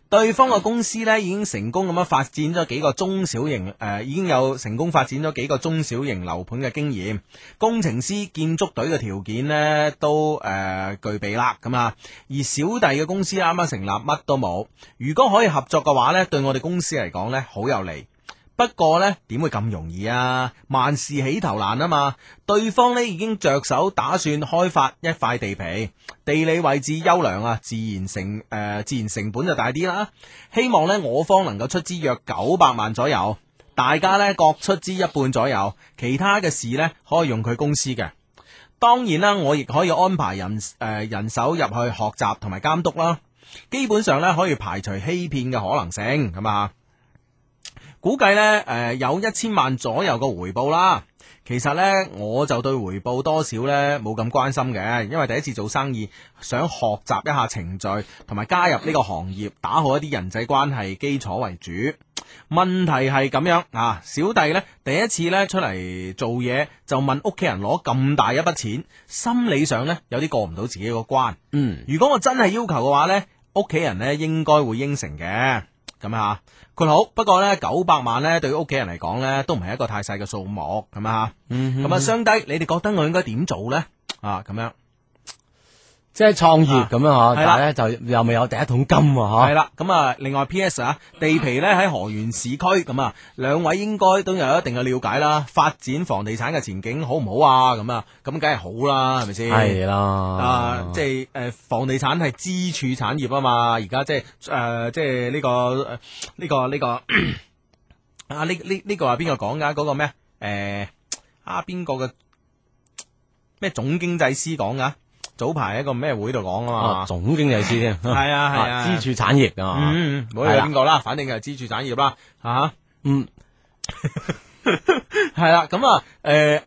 Speaker 1: 對方嘅公司咧已經成功咁樣發展咗幾個中小型，诶、呃已經有成功發展咗幾個中小型樓盤嘅經驗。工程師、建築隊嘅條件呢都诶、呃具備啦，咁啊。而小弟嘅公司啱啱成立，乜都冇。如果可以合作嘅話呢，對我哋公司嚟講呢，好有利。不過呢，點會咁容易啊？萬事起頭難啊嘛！對方呢已經着手打算開發一塊地皮，地理位置優良啊，自然成诶、呃自然成本就大啲啦。希望呢，我方能夠出資約九百萬左右，大家呢各出資一半左右，其他嘅事呢，可以用佢公司嘅。當然啦，我亦可以安排人诶、呃人手入去學習同埋監督啦。基本上呢，可以排除欺騙嘅可能性，咁啊。估計呢，诶、有一千萬左右嘅回報啦。其實呢，我就對回報多少呢冇咁關心嘅，因為第一次做生意，想學習一下程序，同埋加入呢個行業，打好一啲人際關係基礎為主。問題係咁樣啊，小弟呢，第一次呢出嚟做嘢，就問屋企人攞咁大一筆錢，心理上呢，有啲過唔到自己個關。
Speaker 3: 嗯，
Speaker 1: 如果我真係要求嘅話呢，屋企人呢應該會應承嘅。咁啊，佢好，不過呢，九百萬呢對屋企人嚟講呢，都唔係一個太細嘅數目，咁啊，
Speaker 3: 嗯
Speaker 1: 咁啊，相低，你哋覺得我應該點做呢？啊，咁樣。
Speaker 3: 即係創業咁樣嗬，
Speaker 1: 啊係啦
Speaker 3: 但係咧就又未有第一桶金啊
Speaker 1: 系啦，咁啊，另外 P.S. 啊，地皮咧喺河源市區，咁啊，兩位應該都有一定嘅了解啦。發展房地產嘅前景好唔好啊？咁啊，咁梗係好啦，係咪先？
Speaker 3: 嗬，係啦，
Speaker 1: 啊，即係诶，呃房地產係支柱產業啊嘛，而家即係诶，即係呢個呃呢個呢個啊，呢呢呢個係邊個講噶？嗰個咩？诶啊，邊個嘅咩總經濟師講噶？早排喺個咩會度講啊
Speaker 3: 啊
Speaker 1: 嘛？
Speaker 3: 總經濟師添，係
Speaker 1: 係啊係啊，
Speaker 3: 支柱產業啊，
Speaker 1: 嗯，唔好理邊個啦，反正係支柱產業啦，吓，
Speaker 3: 嗯，
Speaker 1: 係啦，咁啊，诶，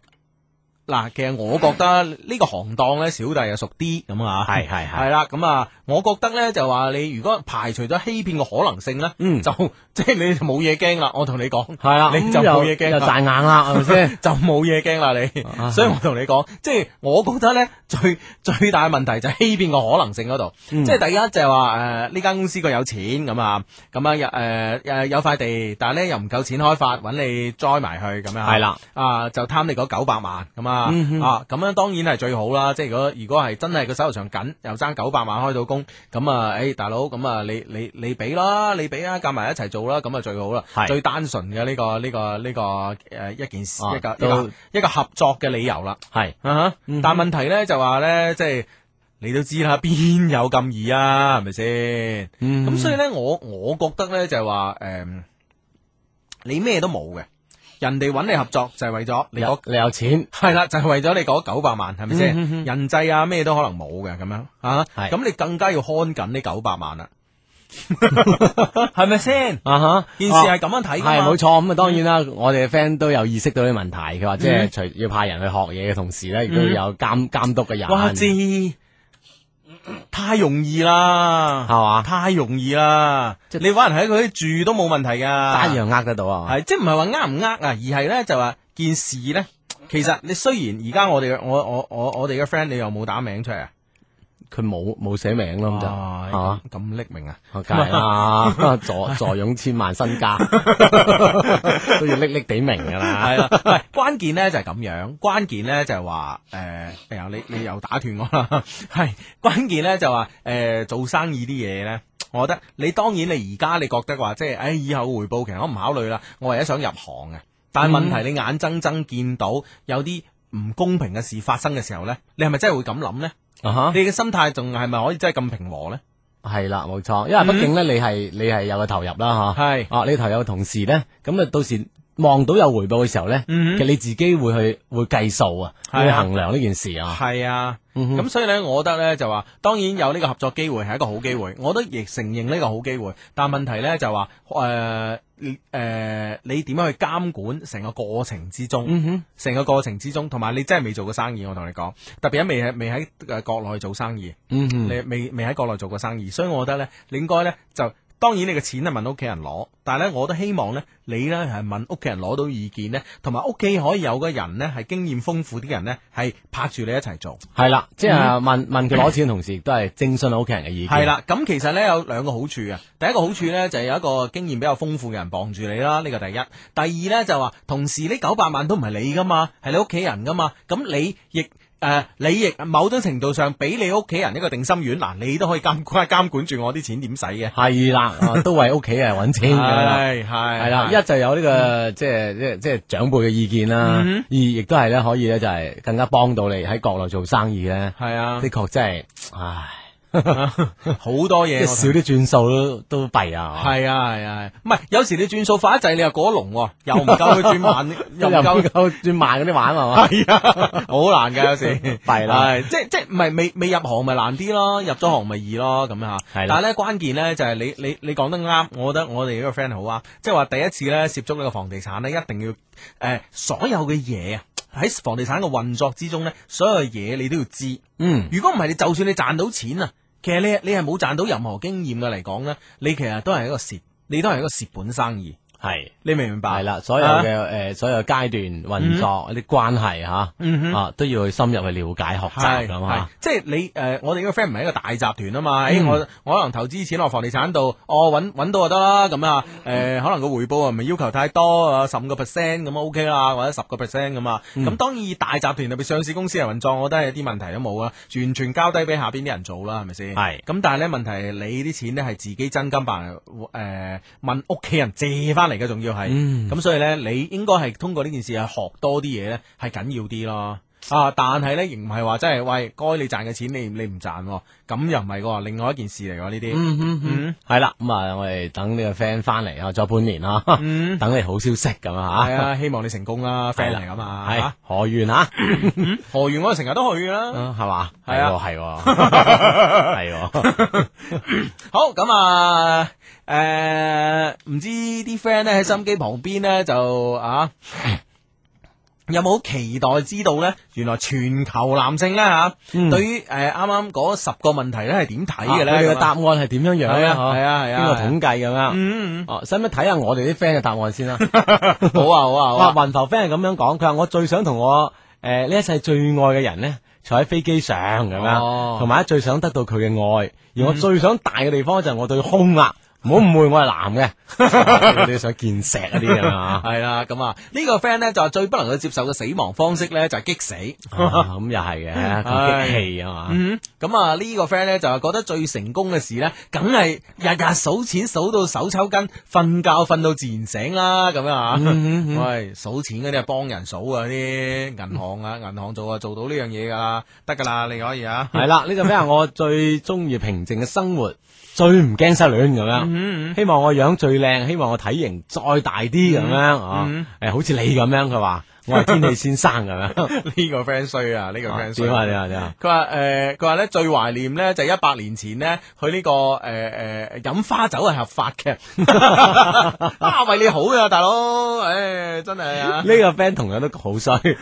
Speaker 1: 嗱，其實我覺得呢個行當咧，小弟又熟啲咁啊，
Speaker 3: 係係係
Speaker 1: 係啦，咁啊，我覺得咧就話你如果排除咗欺騙嘅可能性咧，
Speaker 3: 嗯
Speaker 1: 就即係你就冇嘢驚啦，我同你講，
Speaker 3: 係啦，
Speaker 1: 你
Speaker 3: 咁
Speaker 1: 就
Speaker 3: 又
Speaker 1: 冇嘢驚
Speaker 3: 又
Speaker 1: 啦。
Speaker 3: 賺硬啦，係 咪先？
Speaker 1: 就冇嘢驚啦你，
Speaker 3: 啊
Speaker 1: 所以我同你講，即係我覺得咧最 最大問題就係欺騙嘅可能性嗰度，
Speaker 3: 嗯
Speaker 1: 即係第一就係話誒呢間公司佢有錢咁啊，咁啊有誒誒有塊地，但係咧又唔夠錢開發，揾你栽埋去咁樣，
Speaker 3: 係啦，
Speaker 1: 啊就貪你嗰九百萬咁啊
Speaker 3: 嗯哼
Speaker 1: 啊咁樣當然係最好啦，即係如果如果係真係個手頭上緊，又爭九百萬開到工，咁啊誒大佬咁啊你你你俾啦，你俾啦，夾埋一齊做啦，咁啊最好啦，
Speaker 3: 係
Speaker 1: 最單純嘅呢個呢個呢個誒一件事
Speaker 3: 啊
Speaker 1: 一個一
Speaker 3: 都
Speaker 1: 個一個合作嘅理由啦。
Speaker 3: 係
Speaker 1: 啊哈
Speaker 3: 嗯哼
Speaker 1: 但問題咧就話咧，即係你都知啦，邊有咁易啊？係咪先？
Speaker 3: 嗯
Speaker 1: 咁所以咧，我我覺得咧就係話誒，你咩都冇嘅，人哋揾你合作就係為咗你
Speaker 3: 你有
Speaker 1: 嗰
Speaker 3: 你有錢，
Speaker 1: 系啦，就係為咗你嗰九百萬，係咪
Speaker 3: 嗯哼
Speaker 1: 先？
Speaker 3: 哼
Speaker 1: 人際啊咩都可能冇嘅咁樣啊，
Speaker 3: 係
Speaker 1: 咁你更加要看緊呢九百萬 啦，係咪先？
Speaker 3: 啊哈，
Speaker 1: 件事係咁樣睇
Speaker 3: 系
Speaker 1: 㗎嘛嗯
Speaker 3: 冇錯咁啊，當然啦，我哋嘅 friend 都有意識到呢個問題，佢話即係除要派人去學嘢嘅同時咧，亦都要有監監督嘅人，
Speaker 1: 嗯哇！知太容易啦，
Speaker 3: 係嘛
Speaker 1: 太容易啦！
Speaker 3: 即係
Speaker 1: 你揾人喺佢啲住都冇問題噶，
Speaker 3: 單樣呃得到啊，
Speaker 1: 係即係唔係話呃唔呃啊，而係咧就話件事咧，其實你雖然而家我哋嘅我我我我哋嘅 friend 你又冇打名出嚟啊，
Speaker 3: 佢冇冇寫名咯咁就
Speaker 1: 唉
Speaker 3: 係嘛，
Speaker 1: 咁匿名啊！
Speaker 3: 我梗 係 啦，啊坐坐擁千萬身家都要匿匿地明㗎啦，
Speaker 1: 系啦，唔係關鍵咧就係咁樣，關鍵咧就係話诶，誒哎呀你你又打斷我啦， 係關鍵咧就話诶、誒做生意啲嘢咧。我覺得你當然你而家你覺得話即係，誒、哎以後回報其實我唔考慮啦，我係一想入行嘅。但係問題你眼睜睜見到有啲唔公平嘅事發生嘅時候咧，你係咪真係會咁諗咧？
Speaker 3: 啊哈
Speaker 1: 你嘅心態仲係咪可以真係咁平和咧？
Speaker 3: 系啦，冇错，因为
Speaker 1: 嗯
Speaker 3: 毕竟咧，你系你系有个投入啦，吓系啊，你投入嘅同時咧，咁啊，到時望到有回報嘅時候咧，
Speaker 1: 嗯哼
Speaker 3: 其實你自己會去會計數啊，
Speaker 1: 係啊
Speaker 3: 會去衡量呢件事啊，
Speaker 1: 系啊，
Speaker 3: 嗯哼
Speaker 1: 咁所以咧，我覺得咧就話，當然有呢個合作機會係一個好機會，我都亦承認呢個好機會。但問題咧就話，誒、誒、你點樣去監管成個過程之
Speaker 3: 嗯
Speaker 1: 中，成、個過程之中，同埋你真係未做過生意，我同你講，特別喺未喺未喺誒國內做生意，
Speaker 3: 嗯
Speaker 1: 你未未喺國內做過生意，所以我覺得咧，你應該咧就。當然你嘅錢係問屋企人攞，但係咧我都希望咧你咧係問屋企人攞到意見咧，同埋屋企可以有個人咧係經驗豐富啲人咧係拍住你一齊做。
Speaker 3: 係啦，即係
Speaker 1: 嗯
Speaker 3: 問問佢攞錢嘅同時，亦都係徵詢屋企人嘅意見，
Speaker 1: 系啦，咁其實咧有兩個好處嘅，第一個好處咧就係有一個經驗比較豐富嘅人傍住你啦，呢、個第一。第二咧就話，同時呢九百萬都唔係你噶嘛，係你屋企人噶嘛，咁你亦誒、呃你亦某種程度上俾你屋企人一個定心丸，嗱，你都可以監 管監管住我啲錢點使嘅。
Speaker 3: 係啦，啊都為屋企人揾錢㗎啦。
Speaker 1: 係係嗯
Speaker 3: 係啦，一就有呢個即係即係即係長輩嘅意見
Speaker 1: 嗯
Speaker 3: 啦，
Speaker 1: 哼
Speaker 3: 二亦都係咧可以咧就係更加幫到你喺國內做生意咧，
Speaker 1: 係啊
Speaker 3: 的確真係，唉，
Speaker 1: 好多
Speaker 3: 即
Speaker 1: 嘢
Speaker 3: 係
Speaker 1: 我
Speaker 3: 少啲轉數都都弊啊，
Speaker 1: 啊係啊係啊，係唔係有時你轉數快一滯，你又過咗龍喎，又唔夠佢轉 慢，又唔夠。
Speaker 3: 夠轉慢嗰啲玩係嘛？
Speaker 1: 系啊，好難㗎有時， 弊
Speaker 3: 啦
Speaker 1: 即即唔係未未入行咪難啲咯，入咗行咪易咯咁吓。
Speaker 3: 係啦
Speaker 1: 但係咧關鍵咧就係你你你講得啱，我覺得我哋呢個 friend 好啊，即係話第一次咧涉足呢個房地產咧，一定要诶所有嘅嘢啊喺房地產嘅運作之中咧，所有嘅嘢你都要知。
Speaker 3: 嗯，
Speaker 1: 如果唔係，你就算你賺到錢啊，其實你你係冇賺到任何經驗嘅嚟講咧，你其實都係一個蝕，你都係一個蝕本生意。
Speaker 3: 係
Speaker 1: 你明唔明白？
Speaker 3: 係啦，所有嘅
Speaker 1: 啊
Speaker 3: 诶，誒所有階段運作啲關係吓，
Speaker 1: 嗯哼
Speaker 3: 啊，都要去深入去了解學習
Speaker 1: 係
Speaker 3: 咁
Speaker 1: 係
Speaker 3: 啊。
Speaker 1: 即係你誒、呃我哋呢個 friend 唔係一個大集團啊嘛，誒、
Speaker 3: 嗯
Speaker 1: 我我可能投資錢落房地產度，我揾揾到就得啦，咁啊誒、呃可能個回報啊唔係要求太多啊，十五個 percent 咁啊 OK 啦，或者十個 percent 咁啊，咁、當然以大集團特別上市公司嚟運作，我覺得係一啲問題都冇啊，完全交低俾下邊啲人做啦，係咪先？
Speaker 3: 係
Speaker 1: 咁但係咧問題係你啲錢咧係自己真金白銀誒、呃、問屋企人借翻嚟嘅，仲要係，
Speaker 3: 嗯
Speaker 1: 咁、所以咧你應該係通過呢件事係學多啲嘢咧係緊要啲咯。啊！但係咧，亦唔係話真係喂，該你賺嘅錢你你唔賺喎，咁又唔係喎，另外一件事嚟喎呢啲。
Speaker 3: 嗯嗯嗯，係啦，咁啊，我哋等呢個 friend 翻嚟啊，再半年啊，
Speaker 1: 嗯
Speaker 3: 等你好消息咁啊
Speaker 1: 係啊，希望你成功啦，friend 嚟噶嘛。
Speaker 3: 係
Speaker 1: 嚇
Speaker 3: 何願啊？
Speaker 1: 何源我成日都去㗎啦。
Speaker 3: 啊係嘛？
Speaker 1: 係啊
Speaker 3: 係 喎，係喎，係喎
Speaker 1: 好咁啊，誒唔知啲 friend 咧喺心機旁邊咧就啊。有冇期待知道呢？原來全球男性呢，吓、對於誒啱啱嗰十個問題呢係點睇嘅呢？
Speaker 3: 嗯啊佢哋嘅
Speaker 1: 咁
Speaker 3: 答
Speaker 1: 啊
Speaker 3: 案係點樣樣
Speaker 1: 係
Speaker 3: 咧？
Speaker 1: 啊係啊係啊
Speaker 3: 邊個
Speaker 1: 係啊
Speaker 3: 統計咁樣？
Speaker 1: 嗯，嗯
Speaker 3: 哦，使唔使睇下我哋啲 friend 嘅答案先 啦？
Speaker 1: 嗯好啊好啊好啊
Speaker 3: 哇！。雲浮 friend 係咁樣講，佢話我最想同我誒呢一世最愛嘅人咧，坐喺飛機上咁
Speaker 1: 哦嗯
Speaker 3: 樣，同埋最想得到佢嘅愛。而我最想大嘅地方就係我對胸啦，唔好誤會我係 男嘅，啊你想見石嗰啲咁啊？
Speaker 1: 系啦，咁啊，呢個 friend 咧就話最不能夠接受嘅死亡方式咧就係激死。
Speaker 3: 啊咁又係嘅，咁激氣啊嘛。
Speaker 1: 嗯，咁啊呢個 friend 咧就話覺得最成功嘅事咧，梗係日日數錢數到手抽筋，瞓覺瞓到自然醒啦，咁樣啊。喂，數錢嗰啲係幫人數啊，啲銀行啊，銀行做啊，做到呢樣嘢噶啦，得噶啦，你可以 啊。
Speaker 3: 係啦，呢個 friend 話我最中意平靜嘅生活， 最唔驚失戀咁樣。希望我樣最靚，希望我體型再大啲咁樣啊！誒，好似你咁樣，佢 話我係天氣先生咁 樣。
Speaker 1: 呢個 friend 衰啊，呢個 friend 衰。
Speaker 3: 點啊點啊點啊！
Speaker 1: 佢話誒，佢話咧最懷念咧就係一百年前咧，佢呢、個呃誒誒飲花酒係合法嘅，啊為你好嘅大佬，誒、真係啊
Speaker 3: 呢，個 friend 同樣都好 衰，佢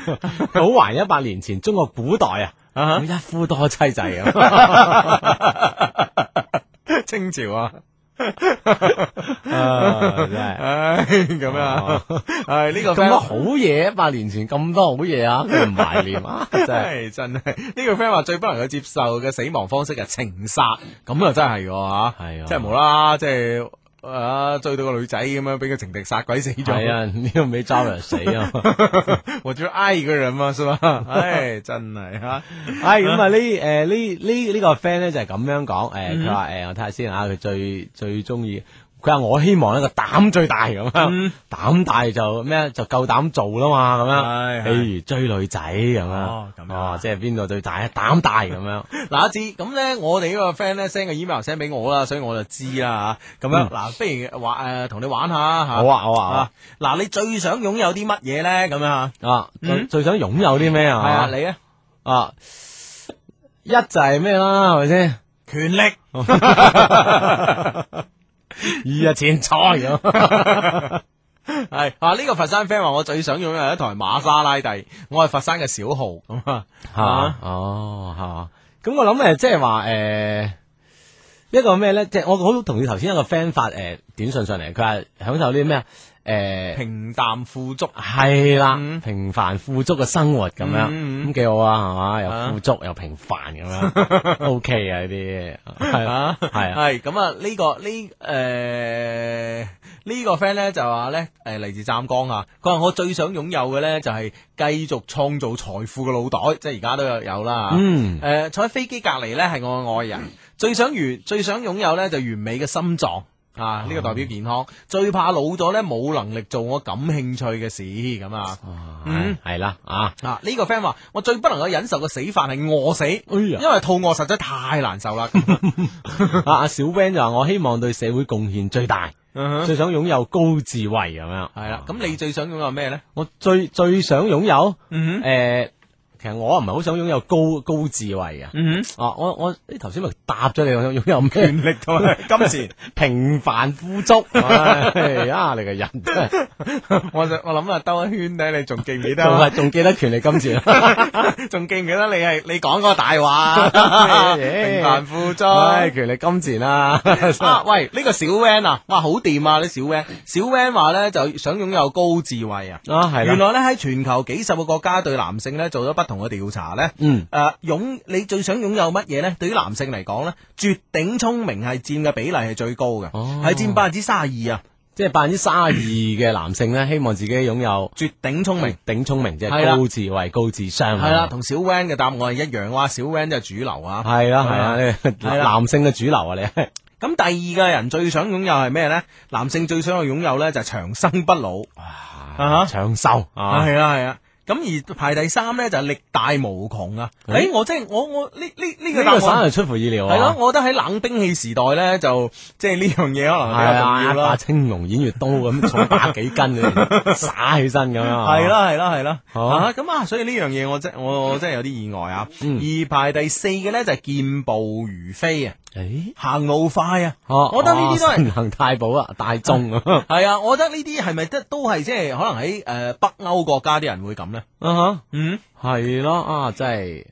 Speaker 3: 好懷疑一百年前中國古代啊，
Speaker 1: 啊
Speaker 3: 一夫多妻制 咁，啊
Speaker 1: 清朝啊。
Speaker 3: 啊真係
Speaker 1: 唉，咁啊，唉，呢個
Speaker 3: 咁
Speaker 1: friend
Speaker 3: 多好嘢，一百年前咁多好嘢啊，佢唔懷念啊，真 係。
Speaker 1: 唉真係呢個 friend 話最不能夠接受嘅死亡方式係情殺，咁啊真係喎嚇，
Speaker 3: 係啊
Speaker 1: 即係無啦啦，即係啊追到個女仔咁樣，俾個情敵殺鬼死咗，
Speaker 3: 係啊，呢個美招人死啊！
Speaker 1: 我就愛一個人嘛，啊是吧？ 唉，真係啊，嗯
Speaker 3: 唉，咁啊呢誒呃呢呢呢個 friend 咧就係咁樣講，誒佢話誒我睇下先啊，佢最最中意佢話我希望一個膽最大咁
Speaker 1: 嗯
Speaker 3: 樣，膽大就咩啊就夠膽做啦嘛咁
Speaker 1: 係
Speaker 3: 樣。譬如追女仔咁樣，
Speaker 1: 哦咁
Speaker 3: 啊哎哦，即係邊度最大啊？膽大咁樣。
Speaker 1: 嗱，阿志咁咧，我哋呢個 friend 咧 send 個 email send 俾我啦，所以我就知啦啊吓。咁樣
Speaker 3: 嗯
Speaker 1: 嗱，不如玩誒，同你玩下吓。
Speaker 3: 好啊，好啊，好啊
Speaker 1: 啊！嗱，你最想擁有啲乜嘢咧？咁樣啊，
Speaker 3: 啊，
Speaker 1: 嗯
Speaker 3: 最最想擁有啲咩
Speaker 1: 係
Speaker 3: 啊？
Speaker 1: 啊，你啊，
Speaker 3: 啊，一就係咩啦，係咪先？
Speaker 1: 權力
Speaker 3: 二啊錢財咁，
Speaker 1: 係啊！呢個佛山 friend 話我最想擁有一台瑪莎拉蒂，我係佛山嘅小號咁啊。
Speaker 3: 係嘛？哦，係嘛？咁我諗誒，即係話誒。一個咩咧？即係我好同意頭先一個 friend 發誒、短信上嚟，佢話享受啲咩啊？誒、
Speaker 1: 平淡富足，
Speaker 3: 啊系啦
Speaker 1: 嗯，
Speaker 3: 平凡富足嘅生活咁樣，
Speaker 1: 嗯嗯
Speaker 3: 咁幾好啊，係嘛？
Speaker 1: 啊
Speaker 3: 又富足又平凡咁 樣，OK 啊呢啲，係啊，
Speaker 1: 啊，
Speaker 3: 係啊，
Speaker 1: 系咁啊！呢個呢诶呢個 friend 咧就話咧诶嚟自湛江啊，佢話我最想擁有嘅咧就係繼續創造財富嘅腦袋，即係而家都有有啦。
Speaker 3: 嗯，
Speaker 1: 诶、呃坐喺飛機隔離咧係我嘅愛人，最想完最想擁有咧就完美嘅心臟啊！呢、個代表健康，最怕老咗咧冇能力做我感興趣嘅事咁啊！嗯
Speaker 3: 係係啦，啊，
Speaker 1: 啊！呢、個 friend 話我最不能夠忍受嘅死法係餓死，
Speaker 3: 哎
Speaker 1: 因為肚餓實在太難受 啦。
Speaker 3: 呀，啊阿阿小 van 就話我希望對社會貢獻最大，
Speaker 1: Uh-huh
Speaker 3: 最想擁有高智慧咁樣，啊
Speaker 1: 系嗯啊啦，咁你最想擁有咩咧？
Speaker 3: 我最最想擁有，
Speaker 1: 嗯
Speaker 3: 誒，呃其實我唔係好想擁有高高智慧嘅，
Speaker 1: 嗯，
Speaker 3: 啊，我我你頭先咪答咗你，我想擁有咩？
Speaker 1: 力同埋 金錢，
Speaker 3: 平凡 富足，唉啊，你個人真係。
Speaker 1: 我就我諗啊，兜一圈睇你 仲記唔記得
Speaker 3: 仲
Speaker 1: 啊？
Speaker 3: 係仲記得權力金錢，啊
Speaker 1: 仲記唔記得你係你講嗰個大 話？ 平凡富足。
Speaker 3: 唉，權力金錢啦，
Speaker 1: 啊！喂，呢、個小 van 啊，哇，好掂啊！呢小 van，小 van 話咧就想擁有高智慧啊。
Speaker 3: 啊係
Speaker 1: 原
Speaker 3: 啦，
Speaker 1: 來咧喺全球幾十個國家對男性咧做咗不同嘅調查咧，
Speaker 3: 嗯，
Speaker 1: 誒擁你最想擁有乜嘢咧？對於男性嚟講咧，絕頂聰明係佔嘅比例係最高嘅，
Speaker 3: 哦
Speaker 1: 係佔百分之三十二啊！
Speaker 3: 即係百分之三十二嘅男性咧，希望自己擁有
Speaker 1: 絕頂聰明。
Speaker 3: 頂聰明，即
Speaker 1: 係
Speaker 3: 係
Speaker 1: 啦
Speaker 3: 高智慧、高智商，啊
Speaker 1: 系啦，，同小 van 嘅答案係一樣哇！小 van 就係主流啊。
Speaker 3: 係啦，係啦，呢個
Speaker 1: 係啦
Speaker 3: 男性嘅主流啊，你係
Speaker 1: 咁第二個人最想擁有係咩呢？男性最想去擁有呢就係長生不老。啊哈
Speaker 3: 長壽啊，
Speaker 1: 係啦係啊。咁而排第三呢就係力大無窮啊！
Speaker 3: 誒
Speaker 1: 誒，我真係我我呢呢呢
Speaker 3: 呢
Speaker 1: 個
Speaker 3: 個
Speaker 1: 答
Speaker 3: 反
Speaker 1: 案
Speaker 3: 而出乎意料啊，
Speaker 1: 係咯，我覺得喺冷兵器時代呢，就即係呢樣嘢可能比
Speaker 3: 係
Speaker 1: 較重
Speaker 3: 啊，
Speaker 1: 要
Speaker 3: 一把
Speaker 1: 啦。
Speaker 3: 青龍偃月刀咁重百幾斤嘅， 耍起身咁樣啊，
Speaker 1: 係啦係啦係啦，
Speaker 3: 哦
Speaker 1: 啊咁啊，所以呢樣嘢我真我我真係有啲意外啊！
Speaker 3: 嗯
Speaker 1: 而排第四嘅呢，就係健步如飛啊，
Speaker 3: 誒，
Speaker 1: 行路快啊！
Speaker 3: 哦
Speaker 1: 我覺得呢啲都係
Speaker 3: 哦神行太保啊，大眾 啊，
Speaker 1: 系啊，我覺得呢啲 係咪都都係即係可能喺诶北歐國家啲人會咁咧？
Speaker 3: 啊哈
Speaker 1: 嗯，
Speaker 3: 係咯，啊，真係。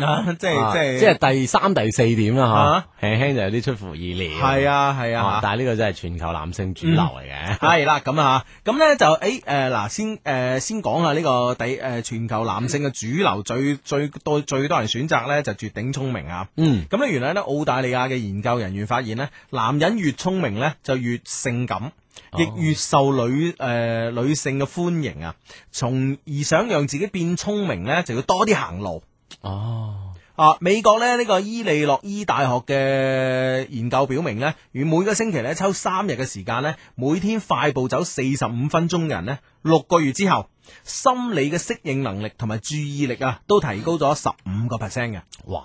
Speaker 1: 啊，即係即係
Speaker 3: 即係第三、第四點啦
Speaker 1: 啊
Speaker 3: 吓，輕輕就有啲出乎意料。
Speaker 1: 係啊係
Speaker 3: 啊，
Speaker 1: 啊。嗯
Speaker 3: 但係呢個真係全球男性主流嚟嘅。
Speaker 1: 係啦，咁啊，咁咧就誒誒嗱，先誒、先講下呢個第誒、全球男性嘅主流最最多最多人選擇咧就絕頂聰明啊！
Speaker 3: 嗯，
Speaker 1: 咁咧原來咧澳大利亞嘅研究人員發現咧，男人越聰明咧就越性感。
Speaker 3: 哦
Speaker 1: 亦越受女誒、女性嘅歡迎啊，從而想讓自己變聰明咧，就要多啲行路。
Speaker 3: 哦，
Speaker 1: 啊，美國咧呢、呢個伊利諾伊大學嘅研究表明呢，如每個星期咧抽三日嘅時間呢，每天快步走四十五分鐘嘅人呢，六個月之後，心理嘅適應能力同埋注意力啊，都提高咗十五個 percent 嘅。
Speaker 3: 哇，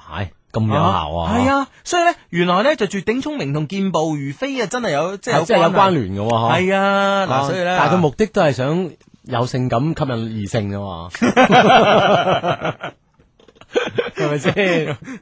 Speaker 3: 咁有效啊！
Speaker 1: 係，啊，所以呢，原來呢，就絕頂聰明同健步如飛啊，真係有即係
Speaker 3: 係即係有關
Speaker 1: 關聯。
Speaker 3: 聯嘅喎。嗬
Speaker 1: 係啊，嗱，所以呢，
Speaker 3: 但係佢目的都係想有性感吸引異性啫 嘛。係咪先？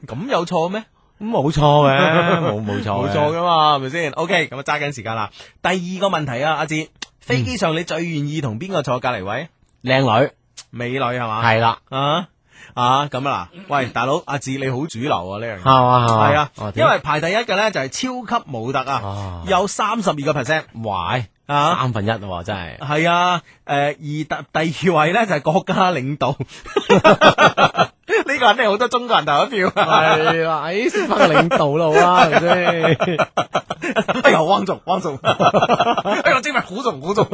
Speaker 1: 咁有錯咩？
Speaker 3: 咁冇錯 嘅，冇冇錯嘅，
Speaker 1: 冇錯噶嘛，係咪先？OK，咁啊揸緊時間啦。第二個問題啊，阿志，飛機上你最願意同邊個坐隔離位？
Speaker 3: 靚女
Speaker 1: 美女係嘛？
Speaker 3: 係啦，
Speaker 1: 啊啊咁啊嗱，喂大佬阿志你好主流啊呢樣
Speaker 3: 係
Speaker 1: 嘢，
Speaker 3: 嘛係嘛
Speaker 1: 係啊
Speaker 3: 哦，
Speaker 1: 因
Speaker 3: 點
Speaker 1: 為排第一嘅咧就係超級模特啊
Speaker 3: 啊，
Speaker 1: 有三十二個 percent
Speaker 3: 哇，
Speaker 1: 啊。
Speaker 3: 三分一喎，真係。
Speaker 1: 系啊，诶、而第第二位咧就係國家領導， 呢個肯定好多中國人投咗票啊。
Speaker 3: 係 啦，誒，先翻個領導路啦，係咪先？
Speaker 1: 哎呀，汪總，汪總，哎呀，這邊胡總，胡總，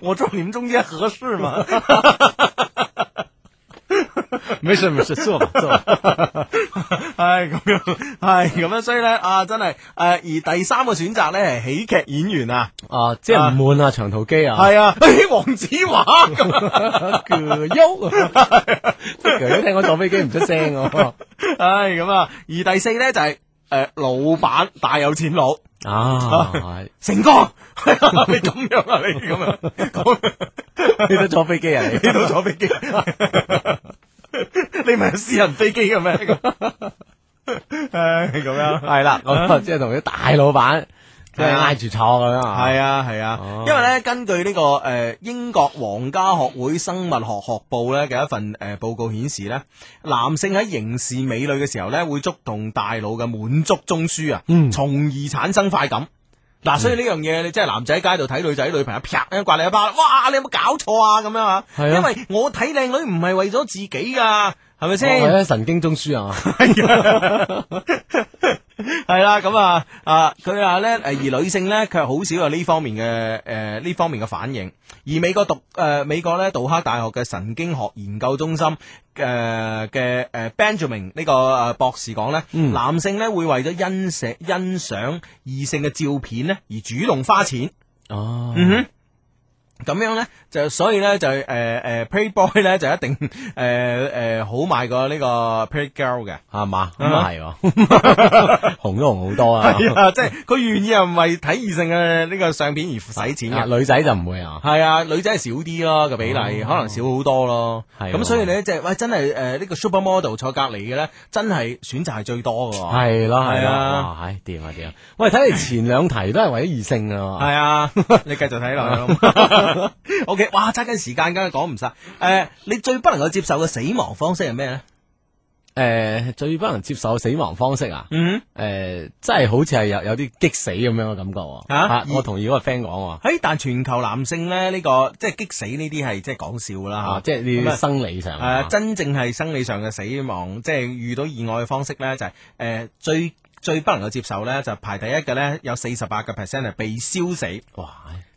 Speaker 1: 我坐你們中間合適嗎？
Speaker 3: 没事没事，做吧 做啊吧。
Speaker 1: 唉，咁样，系咁样，所以咧啊，真系诶、而第三個選擇咧係喜劇演員啊，
Speaker 3: 啊，即系唔闷啊，長途機啊，
Speaker 1: 係啊，誒黃子華咁啊，
Speaker 3: 佢喐，啊佢聽我坐飛機唔出聲 喎。
Speaker 1: 唉，咁啊，而第四咧就係誒老闆大有錢佬。
Speaker 3: 啊，
Speaker 1: 成哥， 你咁樣啊，你咁啊，咁
Speaker 3: 你都坐飛機啊 你？
Speaker 1: 你都坐飛機， 你唔係有私人飛機嘅咩？ 咁唉，咁樣
Speaker 3: 係啦，咁啊即係同啲大老闆即係拉住坐咁樣啊。
Speaker 1: 系啊系啊
Speaker 3: 哦，
Speaker 1: 因為咧根據呢、個个呃英國皇家學會生物學學部咧嘅一份诶、呃、报告顯示咧，男性喺凝視美女嘅時候咧，會觸動大腦嘅滿足中樞啊，
Speaker 3: 嗯
Speaker 1: 從而產生快感。嗱，所以呢樣嘢你即係男仔喺街度睇女仔，女朋友啪一刮你一巴，哇！你有冇搞錯啊？咁樣啊？
Speaker 3: 係啊
Speaker 1: 因為我睇靚女唔係為咗自己噶，係咪先？
Speaker 3: 我係啊神經中枢啊，
Speaker 1: 系啦，咁啊啊，佢話咧，诶，而女性咧，卻好少有呢方面嘅诶呢方面嘅反應。而美國讀诶、呃美國咧杜克大學嘅神經學研究中心诶嘅诶 Benjamin 呢個诶博士講咧，
Speaker 3: 嗯
Speaker 1: 男性咧會為咗欣賞欣賞異性嘅照片咧而主動花錢。
Speaker 3: 哦，
Speaker 1: 嗯哼，咁樣咧就所以咧就诶诶 Playboy 咧就一定 诶诶好賣過呢個 Playgirl 嘅。
Speaker 3: 係嘛，咁
Speaker 1: 啊
Speaker 3: 啊係 喎，紅都紅好多啊。
Speaker 1: 系 啊，即系佢愿意又唔系睇異性嘅呢個相片而使錢
Speaker 3: 啊
Speaker 1: 嘅。
Speaker 3: 女仔就唔會啊。
Speaker 1: 係啊，女仔係少啲咯個比例，
Speaker 3: 哦
Speaker 1: 可能少好多咯。
Speaker 3: 係啊
Speaker 1: 咁
Speaker 3: 喎
Speaker 1: 所以你即係喂，真係诶呢個 super model 坐隔離嘅咧，真係選擇係最多噶。係啊
Speaker 3: 係咯係
Speaker 1: 係
Speaker 3: 咯，
Speaker 1: 啊
Speaker 3: 哇，唉掂啊掂啊！喂，睇嚟前兩題都係為咗異性啊，
Speaker 1: 啊， 你繼續睇落去 咯。OK，哇， 揸緊時間，梗係講唔晒。诶，你最不能夠接受嘅死亡方式係咩咧？
Speaker 3: 诶，最不能接受嘅死亡方式啊，
Speaker 1: 嗯，
Speaker 3: 诶，真係好似係有有啲激死咁樣嘅感覺喎。
Speaker 1: 啊
Speaker 3: 啊
Speaker 1: 而
Speaker 3: 我同意嗰個 friend 講喎，
Speaker 1: 诶，哎但全球男性咧呢個即係激死呢啲係即係講笑㗎啦
Speaker 3: 啊，
Speaker 1: 吓。
Speaker 3: 即係你
Speaker 1: 咁啊
Speaker 3: 生理上
Speaker 1: 诶、真正係生理上嘅死亡，即係遇到意外嘅方式咧，就係呃最最不能夠接受咧，就排第一嘅咧，有四十八個 percent 係被燒死，
Speaker 3: 哇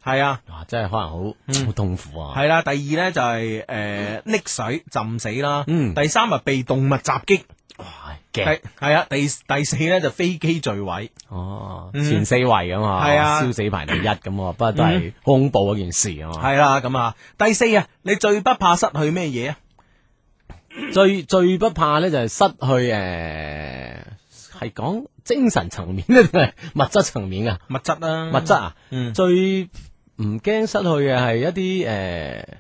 Speaker 1: 係啊，
Speaker 3: 哇，真係可能好
Speaker 1: 嗯
Speaker 3: 好痛苦啊。
Speaker 1: 係啦、第二咧就係诶溺水浸死啦，
Speaker 3: 嗯
Speaker 1: 第三係被動物襲擊，
Speaker 3: 哇
Speaker 1: 第
Speaker 3: 嘅
Speaker 1: 係啊，第第四咧就飛機墜毀，
Speaker 3: 哦，
Speaker 1: 嗯
Speaker 3: 前四位咁啊，
Speaker 1: 係啊嗯
Speaker 3: 燒死排第一咁啊，不過都係好恐怖嗰件事啊嘛。
Speaker 1: 係啦咁啊，第四啊，你最不怕失去咩嘢啊？
Speaker 3: 最最不怕咧就係失去诶，係講精神層面咧定係物質層面啊？
Speaker 1: 物質啦、
Speaker 3: 物質啊，
Speaker 1: 嗯
Speaker 3: 最唔驚失去嘅係一啲诶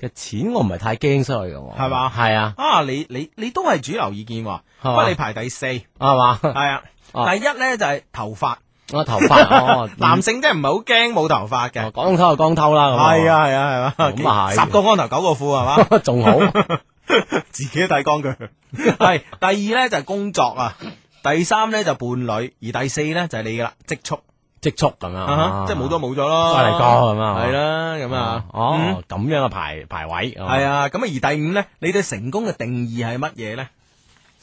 Speaker 3: 嘅錢，我唔係太驚失去嘅喎，
Speaker 1: 係嘛
Speaker 3: 係啊，
Speaker 1: 啊，你你你都係主流意見喎，不
Speaker 3: 係
Speaker 1: 過
Speaker 3: 嘛
Speaker 1: 你排第四，係
Speaker 3: 係嘛？
Speaker 1: 啊，
Speaker 3: 啊
Speaker 1: 第一咧就係頭髮。，
Speaker 3: 我頭髮哦
Speaker 1: 男性真係唔係好驚冇頭髮嘅
Speaker 3: 哦，光偷就光偷啦，咁
Speaker 1: 係，啊係啊係嘛，
Speaker 3: 咁啊係
Speaker 1: 十個光頭九個褲係嘛，
Speaker 3: 仲好
Speaker 1: 自己都剃光佢。係第二咧就係工作啊，第三咧就伴侶，而第四咧就係你噶啦，積蓄，
Speaker 3: 積蓄咁樣
Speaker 1: 啊
Speaker 3: 啊，
Speaker 1: 即係冇咗冇咗咯，
Speaker 3: 翻嚟講咁啊
Speaker 1: 係啦咁啊，
Speaker 3: 哦，咁樣嘅排排位哦
Speaker 1: 嗯，
Speaker 3: 係嘛
Speaker 1: 係啊，咁啊而第五咧，你對成功嘅定義係乜嘢咧？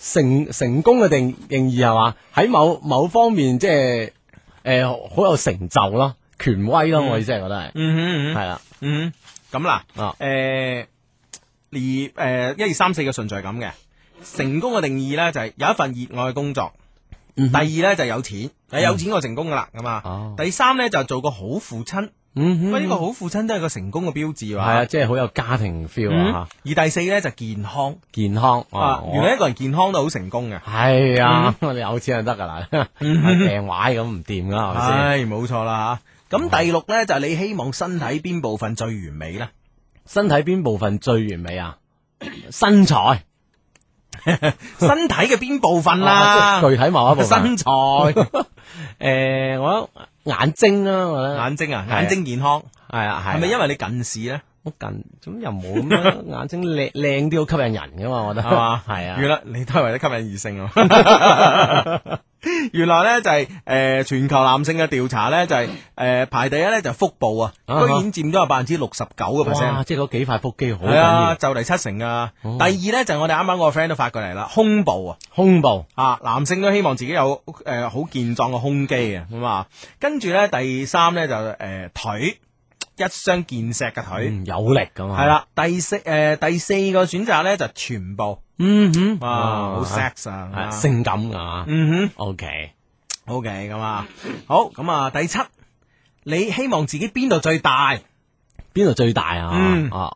Speaker 3: 成成功嘅定定義係嘛？喺某某方面即係誒好有成就咯，權威咯，
Speaker 1: 嗯
Speaker 3: 我意思係覺得係
Speaker 1: 嗯
Speaker 3: 係啦，
Speaker 1: 嗯，咁嗱，
Speaker 3: 啊
Speaker 1: 誒，而誒一二三四嘅順序係咁嘅。成功嘅定義咧就係有一份熱愛嘅工作，第二咧就係有錢，你有錢我成功噶啦咁啊。
Speaker 3: 嗯哦，
Speaker 1: 第三咧就係做個好父親，
Speaker 3: 嗯哼
Speaker 1: 喂呢個好父親都係個成功嘅標誌喎。
Speaker 3: 係啊，即係好有家庭 feel
Speaker 1: 嗯
Speaker 3: 啊
Speaker 1: 而第四咧就係健康
Speaker 3: 嚇，健康
Speaker 1: 啊
Speaker 3: 啊，，我
Speaker 1: 原來一個嗯人健康都好成功嘅。
Speaker 3: 係啊，你有錢就得㗎啦， 病壞咁唔掂㗎係
Speaker 1: 嗯
Speaker 3: 咪先？哦
Speaker 1: 唉，冇錯啦吓。咁第六咧就係你希望身體邊部分最完美 咧？
Speaker 3: 身體邊部分最完 美啊？身材
Speaker 1: 身體嘅邊部分
Speaker 3: 啊
Speaker 1: 啦
Speaker 3: 即係？具體某一部分 嗯
Speaker 1: 身材、
Speaker 3: 誒，我覺得眼睛啦，我覺得
Speaker 1: 眼睛啊，
Speaker 3: 係啊
Speaker 1: 眼睛健康
Speaker 3: 係啊係啊
Speaker 1: 係咪因為你近視 咧？
Speaker 3: 好近，咁又冇咁樣眼睛靚靚啲，好吸引人噶嘛， 我覺得
Speaker 1: 係嘛
Speaker 3: 係啊
Speaker 1: 原，來你都係為咗吸引異性啊！ 原來咧就係、呃全球男性嘅調查咧就係、呃排第一咧就係腹部啊，居
Speaker 3: 啊哈
Speaker 1: 然佔咗有百分之六十九嘅 percent
Speaker 3: 哇！。即係嗰幾塊腹肌好緊
Speaker 1: 係啊，
Speaker 3: 要，
Speaker 1: 就嚟七成啊！
Speaker 3: 哦
Speaker 1: 第二咧就係我哋啱啱我個 friend 都發過嚟啦，胸部啊，
Speaker 3: 胸部
Speaker 1: 啊男性都希望自己有誒呃好健壯嘅胸肌啊，咁啊，跟住咧第三咧就誒、呃腿，一雙健石嘅腿，
Speaker 3: 有力咁啊
Speaker 1: 係啦，第四诶、第四個選擇咧就全部，
Speaker 3: 嗯哼，
Speaker 1: 哇，啊好 sex 啊，
Speaker 3: 係性感啊，
Speaker 1: 嗯哼
Speaker 3: ，OK，
Speaker 1: ，OK 咁啊，好咁啊，第七，你希望自己邊度最大？
Speaker 3: 啊边度最大啊
Speaker 1: 嗯？
Speaker 3: 啊，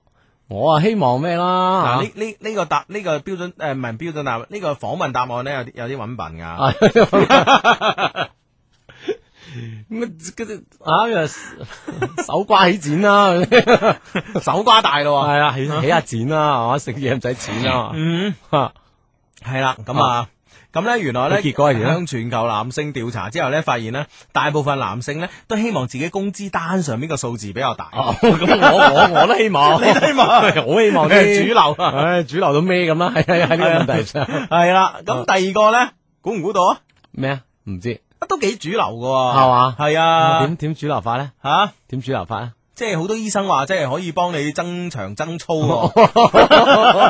Speaker 3: 我啊希望咩啦？啊
Speaker 1: 嗱，呢呢呢個答呢個標準呃诶，唔係標準答案，呢個訪問答案咧有啲有啲揾笨㗎。
Speaker 3: 啊咁啊，啊手瓜起剪啦，
Speaker 1: 手瓜大咯
Speaker 3: 系
Speaker 1: 喎
Speaker 3: 啊，起起下剪啦，係嘛，食嘢唔使錢啊嘛，
Speaker 1: 嗯，系啦，咁啊。咁咧，原來咧，
Speaker 3: 結果係啊 點咧
Speaker 1: 向全球男性調查之後咧，發現咧，大部分男性咧都希望自己工資單上面個數字比較大。
Speaker 3: 哦咁我我我都希 望，
Speaker 1: 你都希望
Speaker 3: 我希望
Speaker 1: 你係主流啊
Speaker 3: 唉，主流到咩咁啦？ 喺喺喺呢個問 題上，
Speaker 1: 係啦，咁
Speaker 3: 啊
Speaker 1: 第二個咧，估唔估到啊？
Speaker 3: 咩啊？唔知
Speaker 1: 都幾主流噶，係
Speaker 3: 係嘛
Speaker 1: 係啊，
Speaker 3: 點點主流法咧？
Speaker 1: 吓，
Speaker 3: 點主流法啊？
Speaker 1: 即係好多醫生話，即係可以幫你增長增粗喎。
Speaker 3: 哦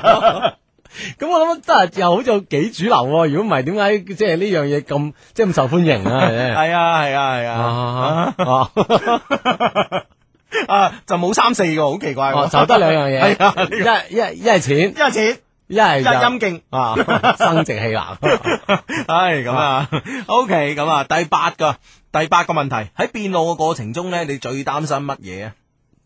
Speaker 3: 咁我諗真係又好似幾主流喎。如果唔係，點解即係呢樣嘢咁即係咁受歡迎 啊？係
Speaker 1: 係啊，係啊， 係啊
Speaker 3: 啊。啊
Speaker 1: 啊，就冇三四個，好奇怪
Speaker 3: 哦，
Speaker 1: 喎。
Speaker 3: 就得兩樣 嘢，
Speaker 1: 係啊呢
Speaker 3: 一一一係錢，
Speaker 1: 因為錢，
Speaker 3: 一 係
Speaker 1: 一
Speaker 3: 就
Speaker 1: 陰勁。
Speaker 3: 啊， 生殖器男，
Speaker 1: 唉，咁啊，OK，咁啊，第八個第八個問題喺變老嘅過程中咧，你最擔心乜嘢啊？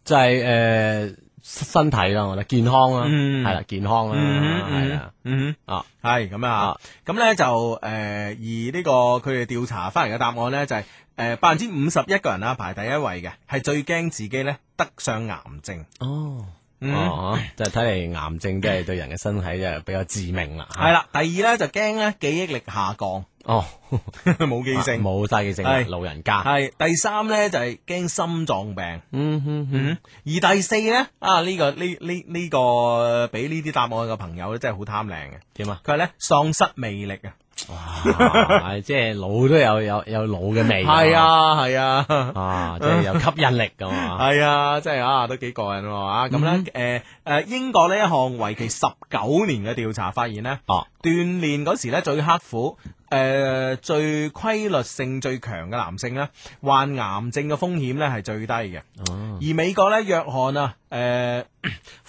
Speaker 3: 就係誒身體啦，我覺得健康啦，
Speaker 1: 嗯
Speaker 3: 係啦，健康啦，係啊，，
Speaker 1: 嗯哼
Speaker 3: 啊，
Speaker 1: 係咁啊
Speaker 3: 啊，
Speaker 1: 咁咧就誒，呃而呢個佢哋調查翻嚟嘅答案咧就係誒百分之五十一個人啊排第一位嘅，係最驚自己咧得上癌症。
Speaker 3: 哦。
Speaker 1: 嗯
Speaker 3: 哦，就係睇嚟癌症真係對人嘅身體就比較致命啦。
Speaker 1: 係，啦，第二咧就驚咧記憶力下降，啊
Speaker 3: 哦， 啊
Speaker 1: 冇記性。
Speaker 3: 冇晒嘅症
Speaker 1: 係
Speaker 3: 老人家，
Speaker 1: 係第三咧就係驚心臟病。
Speaker 3: 嗯哼哼，
Speaker 1: 嗯，而第四咧啊呢、個呢呢呢個俾呢啲答案嘅朋友咧，真係好貪靚嘅。
Speaker 3: 點啊？
Speaker 1: 佢話咧喪失魅力啊，
Speaker 3: 哇即係老都有有有老嘅味，
Speaker 1: 係，啊係啊。
Speaker 3: 啊，即係有吸引力咁啊，
Speaker 1: 係啊，真係啊，都幾過癮喎啊！咁咧，诶诶，英國呢一項為期十九年嘅調查發現咧，
Speaker 3: 哦，
Speaker 1: 鍛炼嗰時咧最刻苦、诶、最規律性最強嘅男性咧，患癌症嘅風險咧係最低嘅。
Speaker 3: 哦，
Speaker 1: 而美國咧，約翰啊，诶、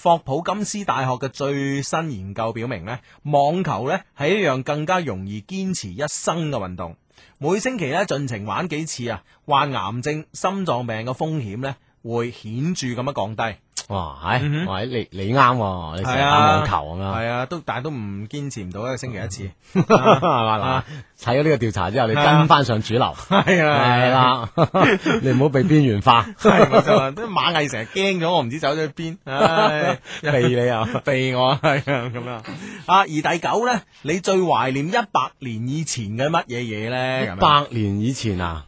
Speaker 1: 霍普金斯大學嘅最新研究表明咧，網球咧係一樣更加容易堅持一生嘅運動。每星期咧盡情玩幾次啊，患癌症、心臟病嘅風險咧會顯著咁樣降低。
Speaker 3: 哇，係，
Speaker 1: 嗯哼
Speaker 3: 喂，你你啱喎，你成日
Speaker 1: 係
Speaker 3: 打
Speaker 1: 啊
Speaker 3: 網球咁 樣。
Speaker 1: 係啊，都但係都唔堅持唔到一個星期一次。
Speaker 3: 系嘛嗱
Speaker 1: 啊，
Speaker 3: 睇咗呢個調查之後，你
Speaker 1: 係啊
Speaker 3: 跟翻上主流，
Speaker 1: 係啊
Speaker 3: 係，啦， 你唔好被邊緣化，
Speaker 1: 係冇錯啊！啲螞蟻成日驚咗我，唔知走咗去邊。唉，
Speaker 3: 避你啊！
Speaker 1: 避我係啊咁啊！啊，而第九咧，你最懷念一百年以前嘅乜嘢嘢咧？咁樣
Speaker 3: 百年以 前啊，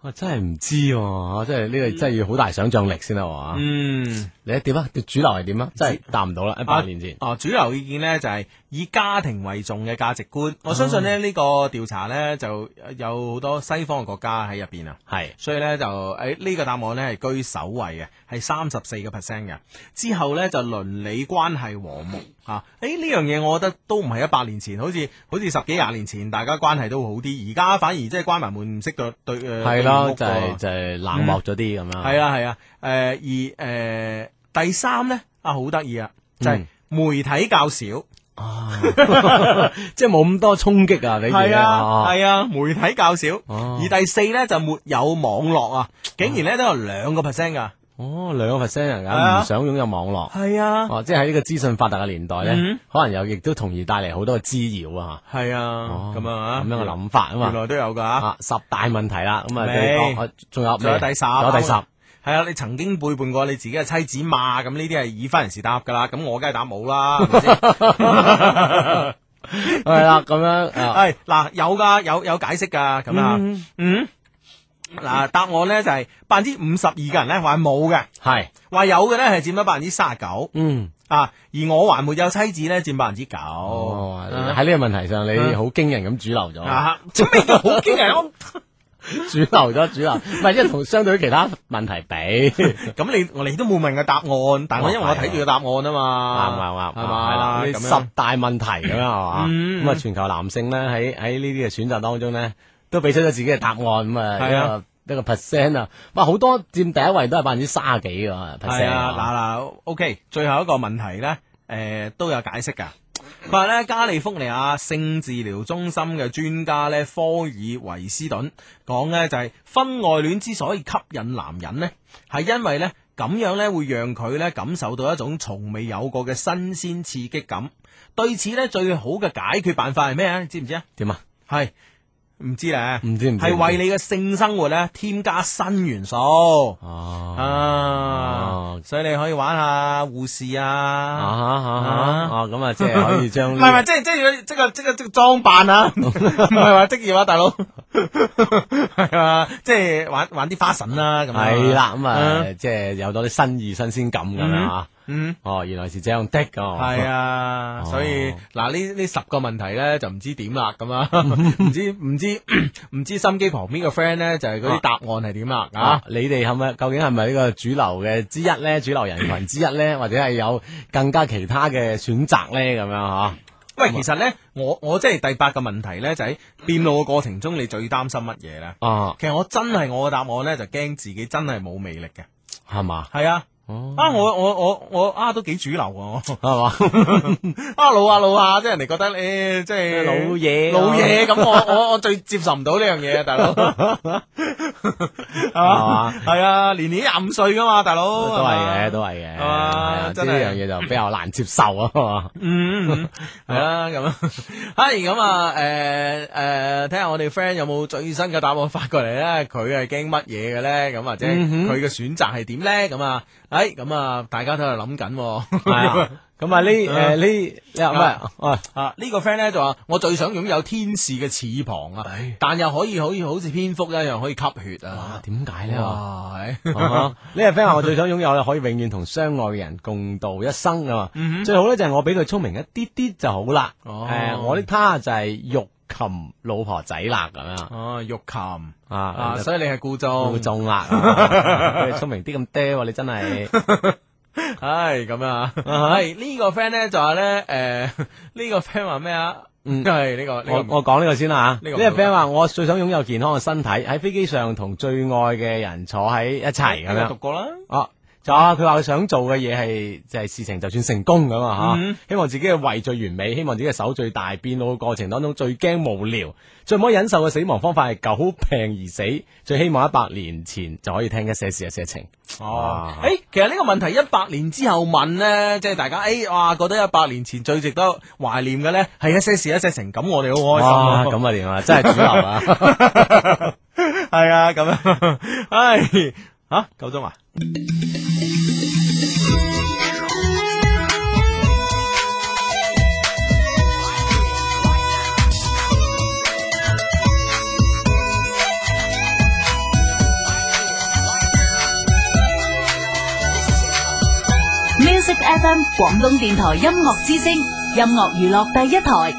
Speaker 3: 我真係唔知喎，真係呢個真係要好大想像力先得喎。
Speaker 1: 嗯，
Speaker 3: 你點啊？主流係點啊？真係答唔到啦，一百年前。
Speaker 1: 啊，主流意見咧就係以家庭為重嘅價值觀。
Speaker 3: 啊
Speaker 1: 我相信咧呢個調查咧就有好多西方嘅國家喺入邊啊。
Speaker 3: 係
Speaker 1: 所以咧就誒呢、個答案咧係居首位嘅，係三十四個 percent 嘅。之後咧就鄰里關係和睦嚇。誒呢樣嘢我覺得都唔係一百年前，好似好似十幾廿年前大家關係都好啲，而家反而即係關埋門唔識對對誒。
Speaker 3: 係咯，就
Speaker 1: 係
Speaker 3: 係就係冷漠咗啲咁樣。
Speaker 1: 係啊係啊誒而誒、第三咧啊好得意啊，就係、
Speaker 3: 嗯
Speaker 1: 媒體較少，
Speaker 3: 啊，即係冇咁多衝擊啊！你哋
Speaker 1: 係啊，係啊，媒體較少。
Speaker 3: 哦
Speaker 1: 而第四咧就沒有網絡啊，竟然咧都有兩個 percent 㗎。
Speaker 3: 哦，兩個 percent 人
Speaker 1: 係啊
Speaker 3: 啊，唔想擁有網絡。
Speaker 1: 係啊，
Speaker 3: 哦，即係喺呢個資訊發達嘅年代咧，
Speaker 1: 嗯
Speaker 3: 可能又亦都同而帶嚟好多嘅滋擾啊，
Speaker 1: 係
Speaker 3: 嚇
Speaker 1: 啊，咁啊，
Speaker 3: 咁樣嘅諗法啊
Speaker 1: 原來
Speaker 3: 嘛，
Speaker 1: 都有噶吓。
Speaker 3: 啊十大問題啦，咁啊
Speaker 1: 未
Speaker 3: 對方啊仲有
Speaker 1: 仲有
Speaker 3: 咩
Speaker 1: 第十，
Speaker 3: 仲有第 十，
Speaker 1: 係啊，你曾經背叛過你自己嘅妻子嘛？咁呢啲係以翻人事答噶啦，咁我梗係答冇啦，係咪先
Speaker 3: 係啦，咁樣啊，
Speaker 1: 係嗱，有噶，有有解釋噶，咁啊，
Speaker 3: 嗯
Speaker 1: 嗯，嗱，答案咧就係百分之五十二嘅人咧話冇嘅，
Speaker 3: 係，
Speaker 1: 話有嘅咧係佔咗百分之三十九
Speaker 3: 嗯，
Speaker 1: 啊，而我還沒有妻子咧佔百分之九。
Speaker 3: 哦，
Speaker 1: 啊
Speaker 3: 喺呢個問題上你
Speaker 1: 嗯
Speaker 3: 好驚人咁主流咗，
Speaker 1: 啊！做咩叫好驚人？我
Speaker 3: 主流咗主流，唔係即係同相對於其他問題比，
Speaker 1: 咁你我你都冇問個答案，但我因為我睇住個答案啊
Speaker 3: 啱
Speaker 1: 嘛，
Speaker 3: 啱啱，
Speaker 1: 係
Speaker 3: 係啦，
Speaker 1: 嘛，
Speaker 3: 呢
Speaker 1: 咁樣
Speaker 3: 十大問題咁樣係嘛，
Speaker 1: 嗯
Speaker 3: 咁啊全球男性咧喺喺呢啲嘅選擇當中咧，都俾出咗自己嘅答案，咁啊
Speaker 1: 係啊
Speaker 3: 一個一個 percent 啊，哇，好多佔第一位都係百分之卅幾嘅 percent。
Speaker 1: 系啊，嗱嗱，OK，最後一個問題咧，诶、都有解釋噶。佢話咧，加利福尼亞性治療中心嘅專家咧，科爾維斯頓講咧就係婚外戀之所以吸引男人呢，係因為咧咁樣咧會讓佢咧感受到一種從未有過嘅新鮮刺激感。對此咧最好嘅解決辦法係咩啊？你知唔知啊？
Speaker 3: 點啊？
Speaker 1: 係唔知咧？
Speaker 3: 唔知唔知啊
Speaker 1: 係為你嘅性生活咧添加新元素。
Speaker 3: 哦
Speaker 1: 啊
Speaker 3: 哦，
Speaker 1: 所以你可以玩下護士
Speaker 3: 啊
Speaker 1: 啊，
Speaker 3: 哈啊哈哦，咁啊，即係可以將
Speaker 1: 唔
Speaker 3: 呢
Speaker 1: 係唔係，即係即係即係即係即係裝扮 啊，唔係話職業啊，大佬係啊，即係玩玩啲花神啦咁啊
Speaker 3: 係啦，咁啊
Speaker 1: 啊，
Speaker 3: 即係有多啲新意、新鮮感咁樣啊。
Speaker 1: 嗯。
Speaker 3: 哦，原來是這樣的㗎。
Speaker 1: 系啊，
Speaker 3: 哦
Speaker 1: 所以嗱呢呢十個問題咧就唔知點啦咁 啊，唔知唔知 唔知心機旁邊嘅 friend 咧就係嗰啲答案係點啦
Speaker 3: 啊
Speaker 1: 啊！，
Speaker 3: 你哋係咪究竟係咪呢個主流嘅之一咧？主流人群之一咧， 或者係有更加其他嘅選擇咧？咁樣吓，
Speaker 1: 喂，
Speaker 3: 啊
Speaker 1: 其實咧我我即係第八個問題咧就喺變老嘅過程中你最擔心乜嘢咧？
Speaker 3: 哦，
Speaker 1: 其實我真係我嘅答案咧，就驚自己真係冇魅力嘅。
Speaker 3: 係嘛，
Speaker 1: 係啊，
Speaker 3: 哦，
Speaker 1: 啊我我我我啊都幾主流啊我。
Speaker 3: 係嘛。
Speaker 1: 啊老啊老啊，即係人哋覺得你即係
Speaker 3: 老嘢啊
Speaker 1: 老嘢咁，我我我最接受唔到呢樣嘢啊，大 佬。係嘛？係啊，年年廿五歲噶嘛，大佬。
Speaker 3: 都係嘅，
Speaker 1: 係嘛
Speaker 3: 都係嘅，係
Speaker 1: 啊
Speaker 3: 啊，即係
Speaker 1: 真係
Speaker 3: 呢樣嘢就比較難接受啊 嘛。
Speaker 1: 嗯，系啦，咁啊， 系咁啊，诶诶，睇下我哋 friend 有冇最新嘅答案發過嚟咧？佢係驚乜嘢嘅咧？咁或者
Speaker 3: 嗯
Speaker 1: 佢嘅選擇係點咧？咁啊，诶，咁啊，大家都喺度諗緊
Speaker 3: 係
Speaker 1: 喎。
Speaker 3: 啊，咁啊呢誒呢你話
Speaker 1: 啊
Speaker 3: 唔係啊
Speaker 1: 啊，呢個 friend 咧就話：我最想擁有天使嘅翅膀啊，但又可以可以好似蝙蝠一樣可以吸血
Speaker 3: 啊
Speaker 1: 啊。
Speaker 3: 點解咧？啊
Speaker 1: 哇，
Speaker 3: 哈呢個 friend 話我最想擁有咧，可以永遠同相愛嘅人共度一生啊嘛。
Speaker 1: 嗯
Speaker 3: 最好咧就係我比佢聰明一啲啲就好啦。
Speaker 1: 哦
Speaker 3: 誒，我的他就係玉琴老婆仔啦咁樣
Speaker 1: 哦，玉琴
Speaker 3: 啊
Speaker 1: 啊，，所以你係故作
Speaker 3: 會中 啦。啊你聰明啲咁嗲喎，你真係
Speaker 1: 唉，咁啊，
Speaker 3: 嗯
Speaker 1: 係呢個 friend 咧就話咧，诶， 呢個 friend 話咩啊？
Speaker 3: 嗯
Speaker 1: 係呢個
Speaker 3: 我
Speaker 1: 呢個
Speaker 3: 我講呢個先啦吓，
Speaker 1: 呢
Speaker 3: 呢
Speaker 1: 個
Speaker 3: 個 friend 話我最想擁有健康嘅身體，喺飛機上同最愛嘅人坐喺一齊咁
Speaker 1: 呢個讀
Speaker 3: 樣。
Speaker 1: 過啦。
Speaker 3: 哦，就話佢話佢想做嘅嘢係就係事情，就算成功咁啊
Speaker 1: 嗯
Speaker 3: 吓，希望自己嘅胃最完美，希望自己嘅手最大，變老嘅過程當中最驚無聊，最唔可以忍受嘅死亡方法係久病而死，最希望一百年前就可以聽一些事一些情。啊
Speaker 1: 哦，
Speaker 3: 哇
Speaker 1: 誒，其實呢個問題一百年之後問咧，即係大家誒，哇，覺得一百年前最值得懷念嘅咧，係一些事一些情，咁我哋好開心
Speaker 3: 哇，
Speaker 1: 啊
Speaker 3: 咁啊點啊，真係主 流啊！
Speaker 1: 係啊，咁樣，唉，吓夠鐘啊！
Speaker 4: Music FM 广东电台音乐之声，音乐娱乐第一台，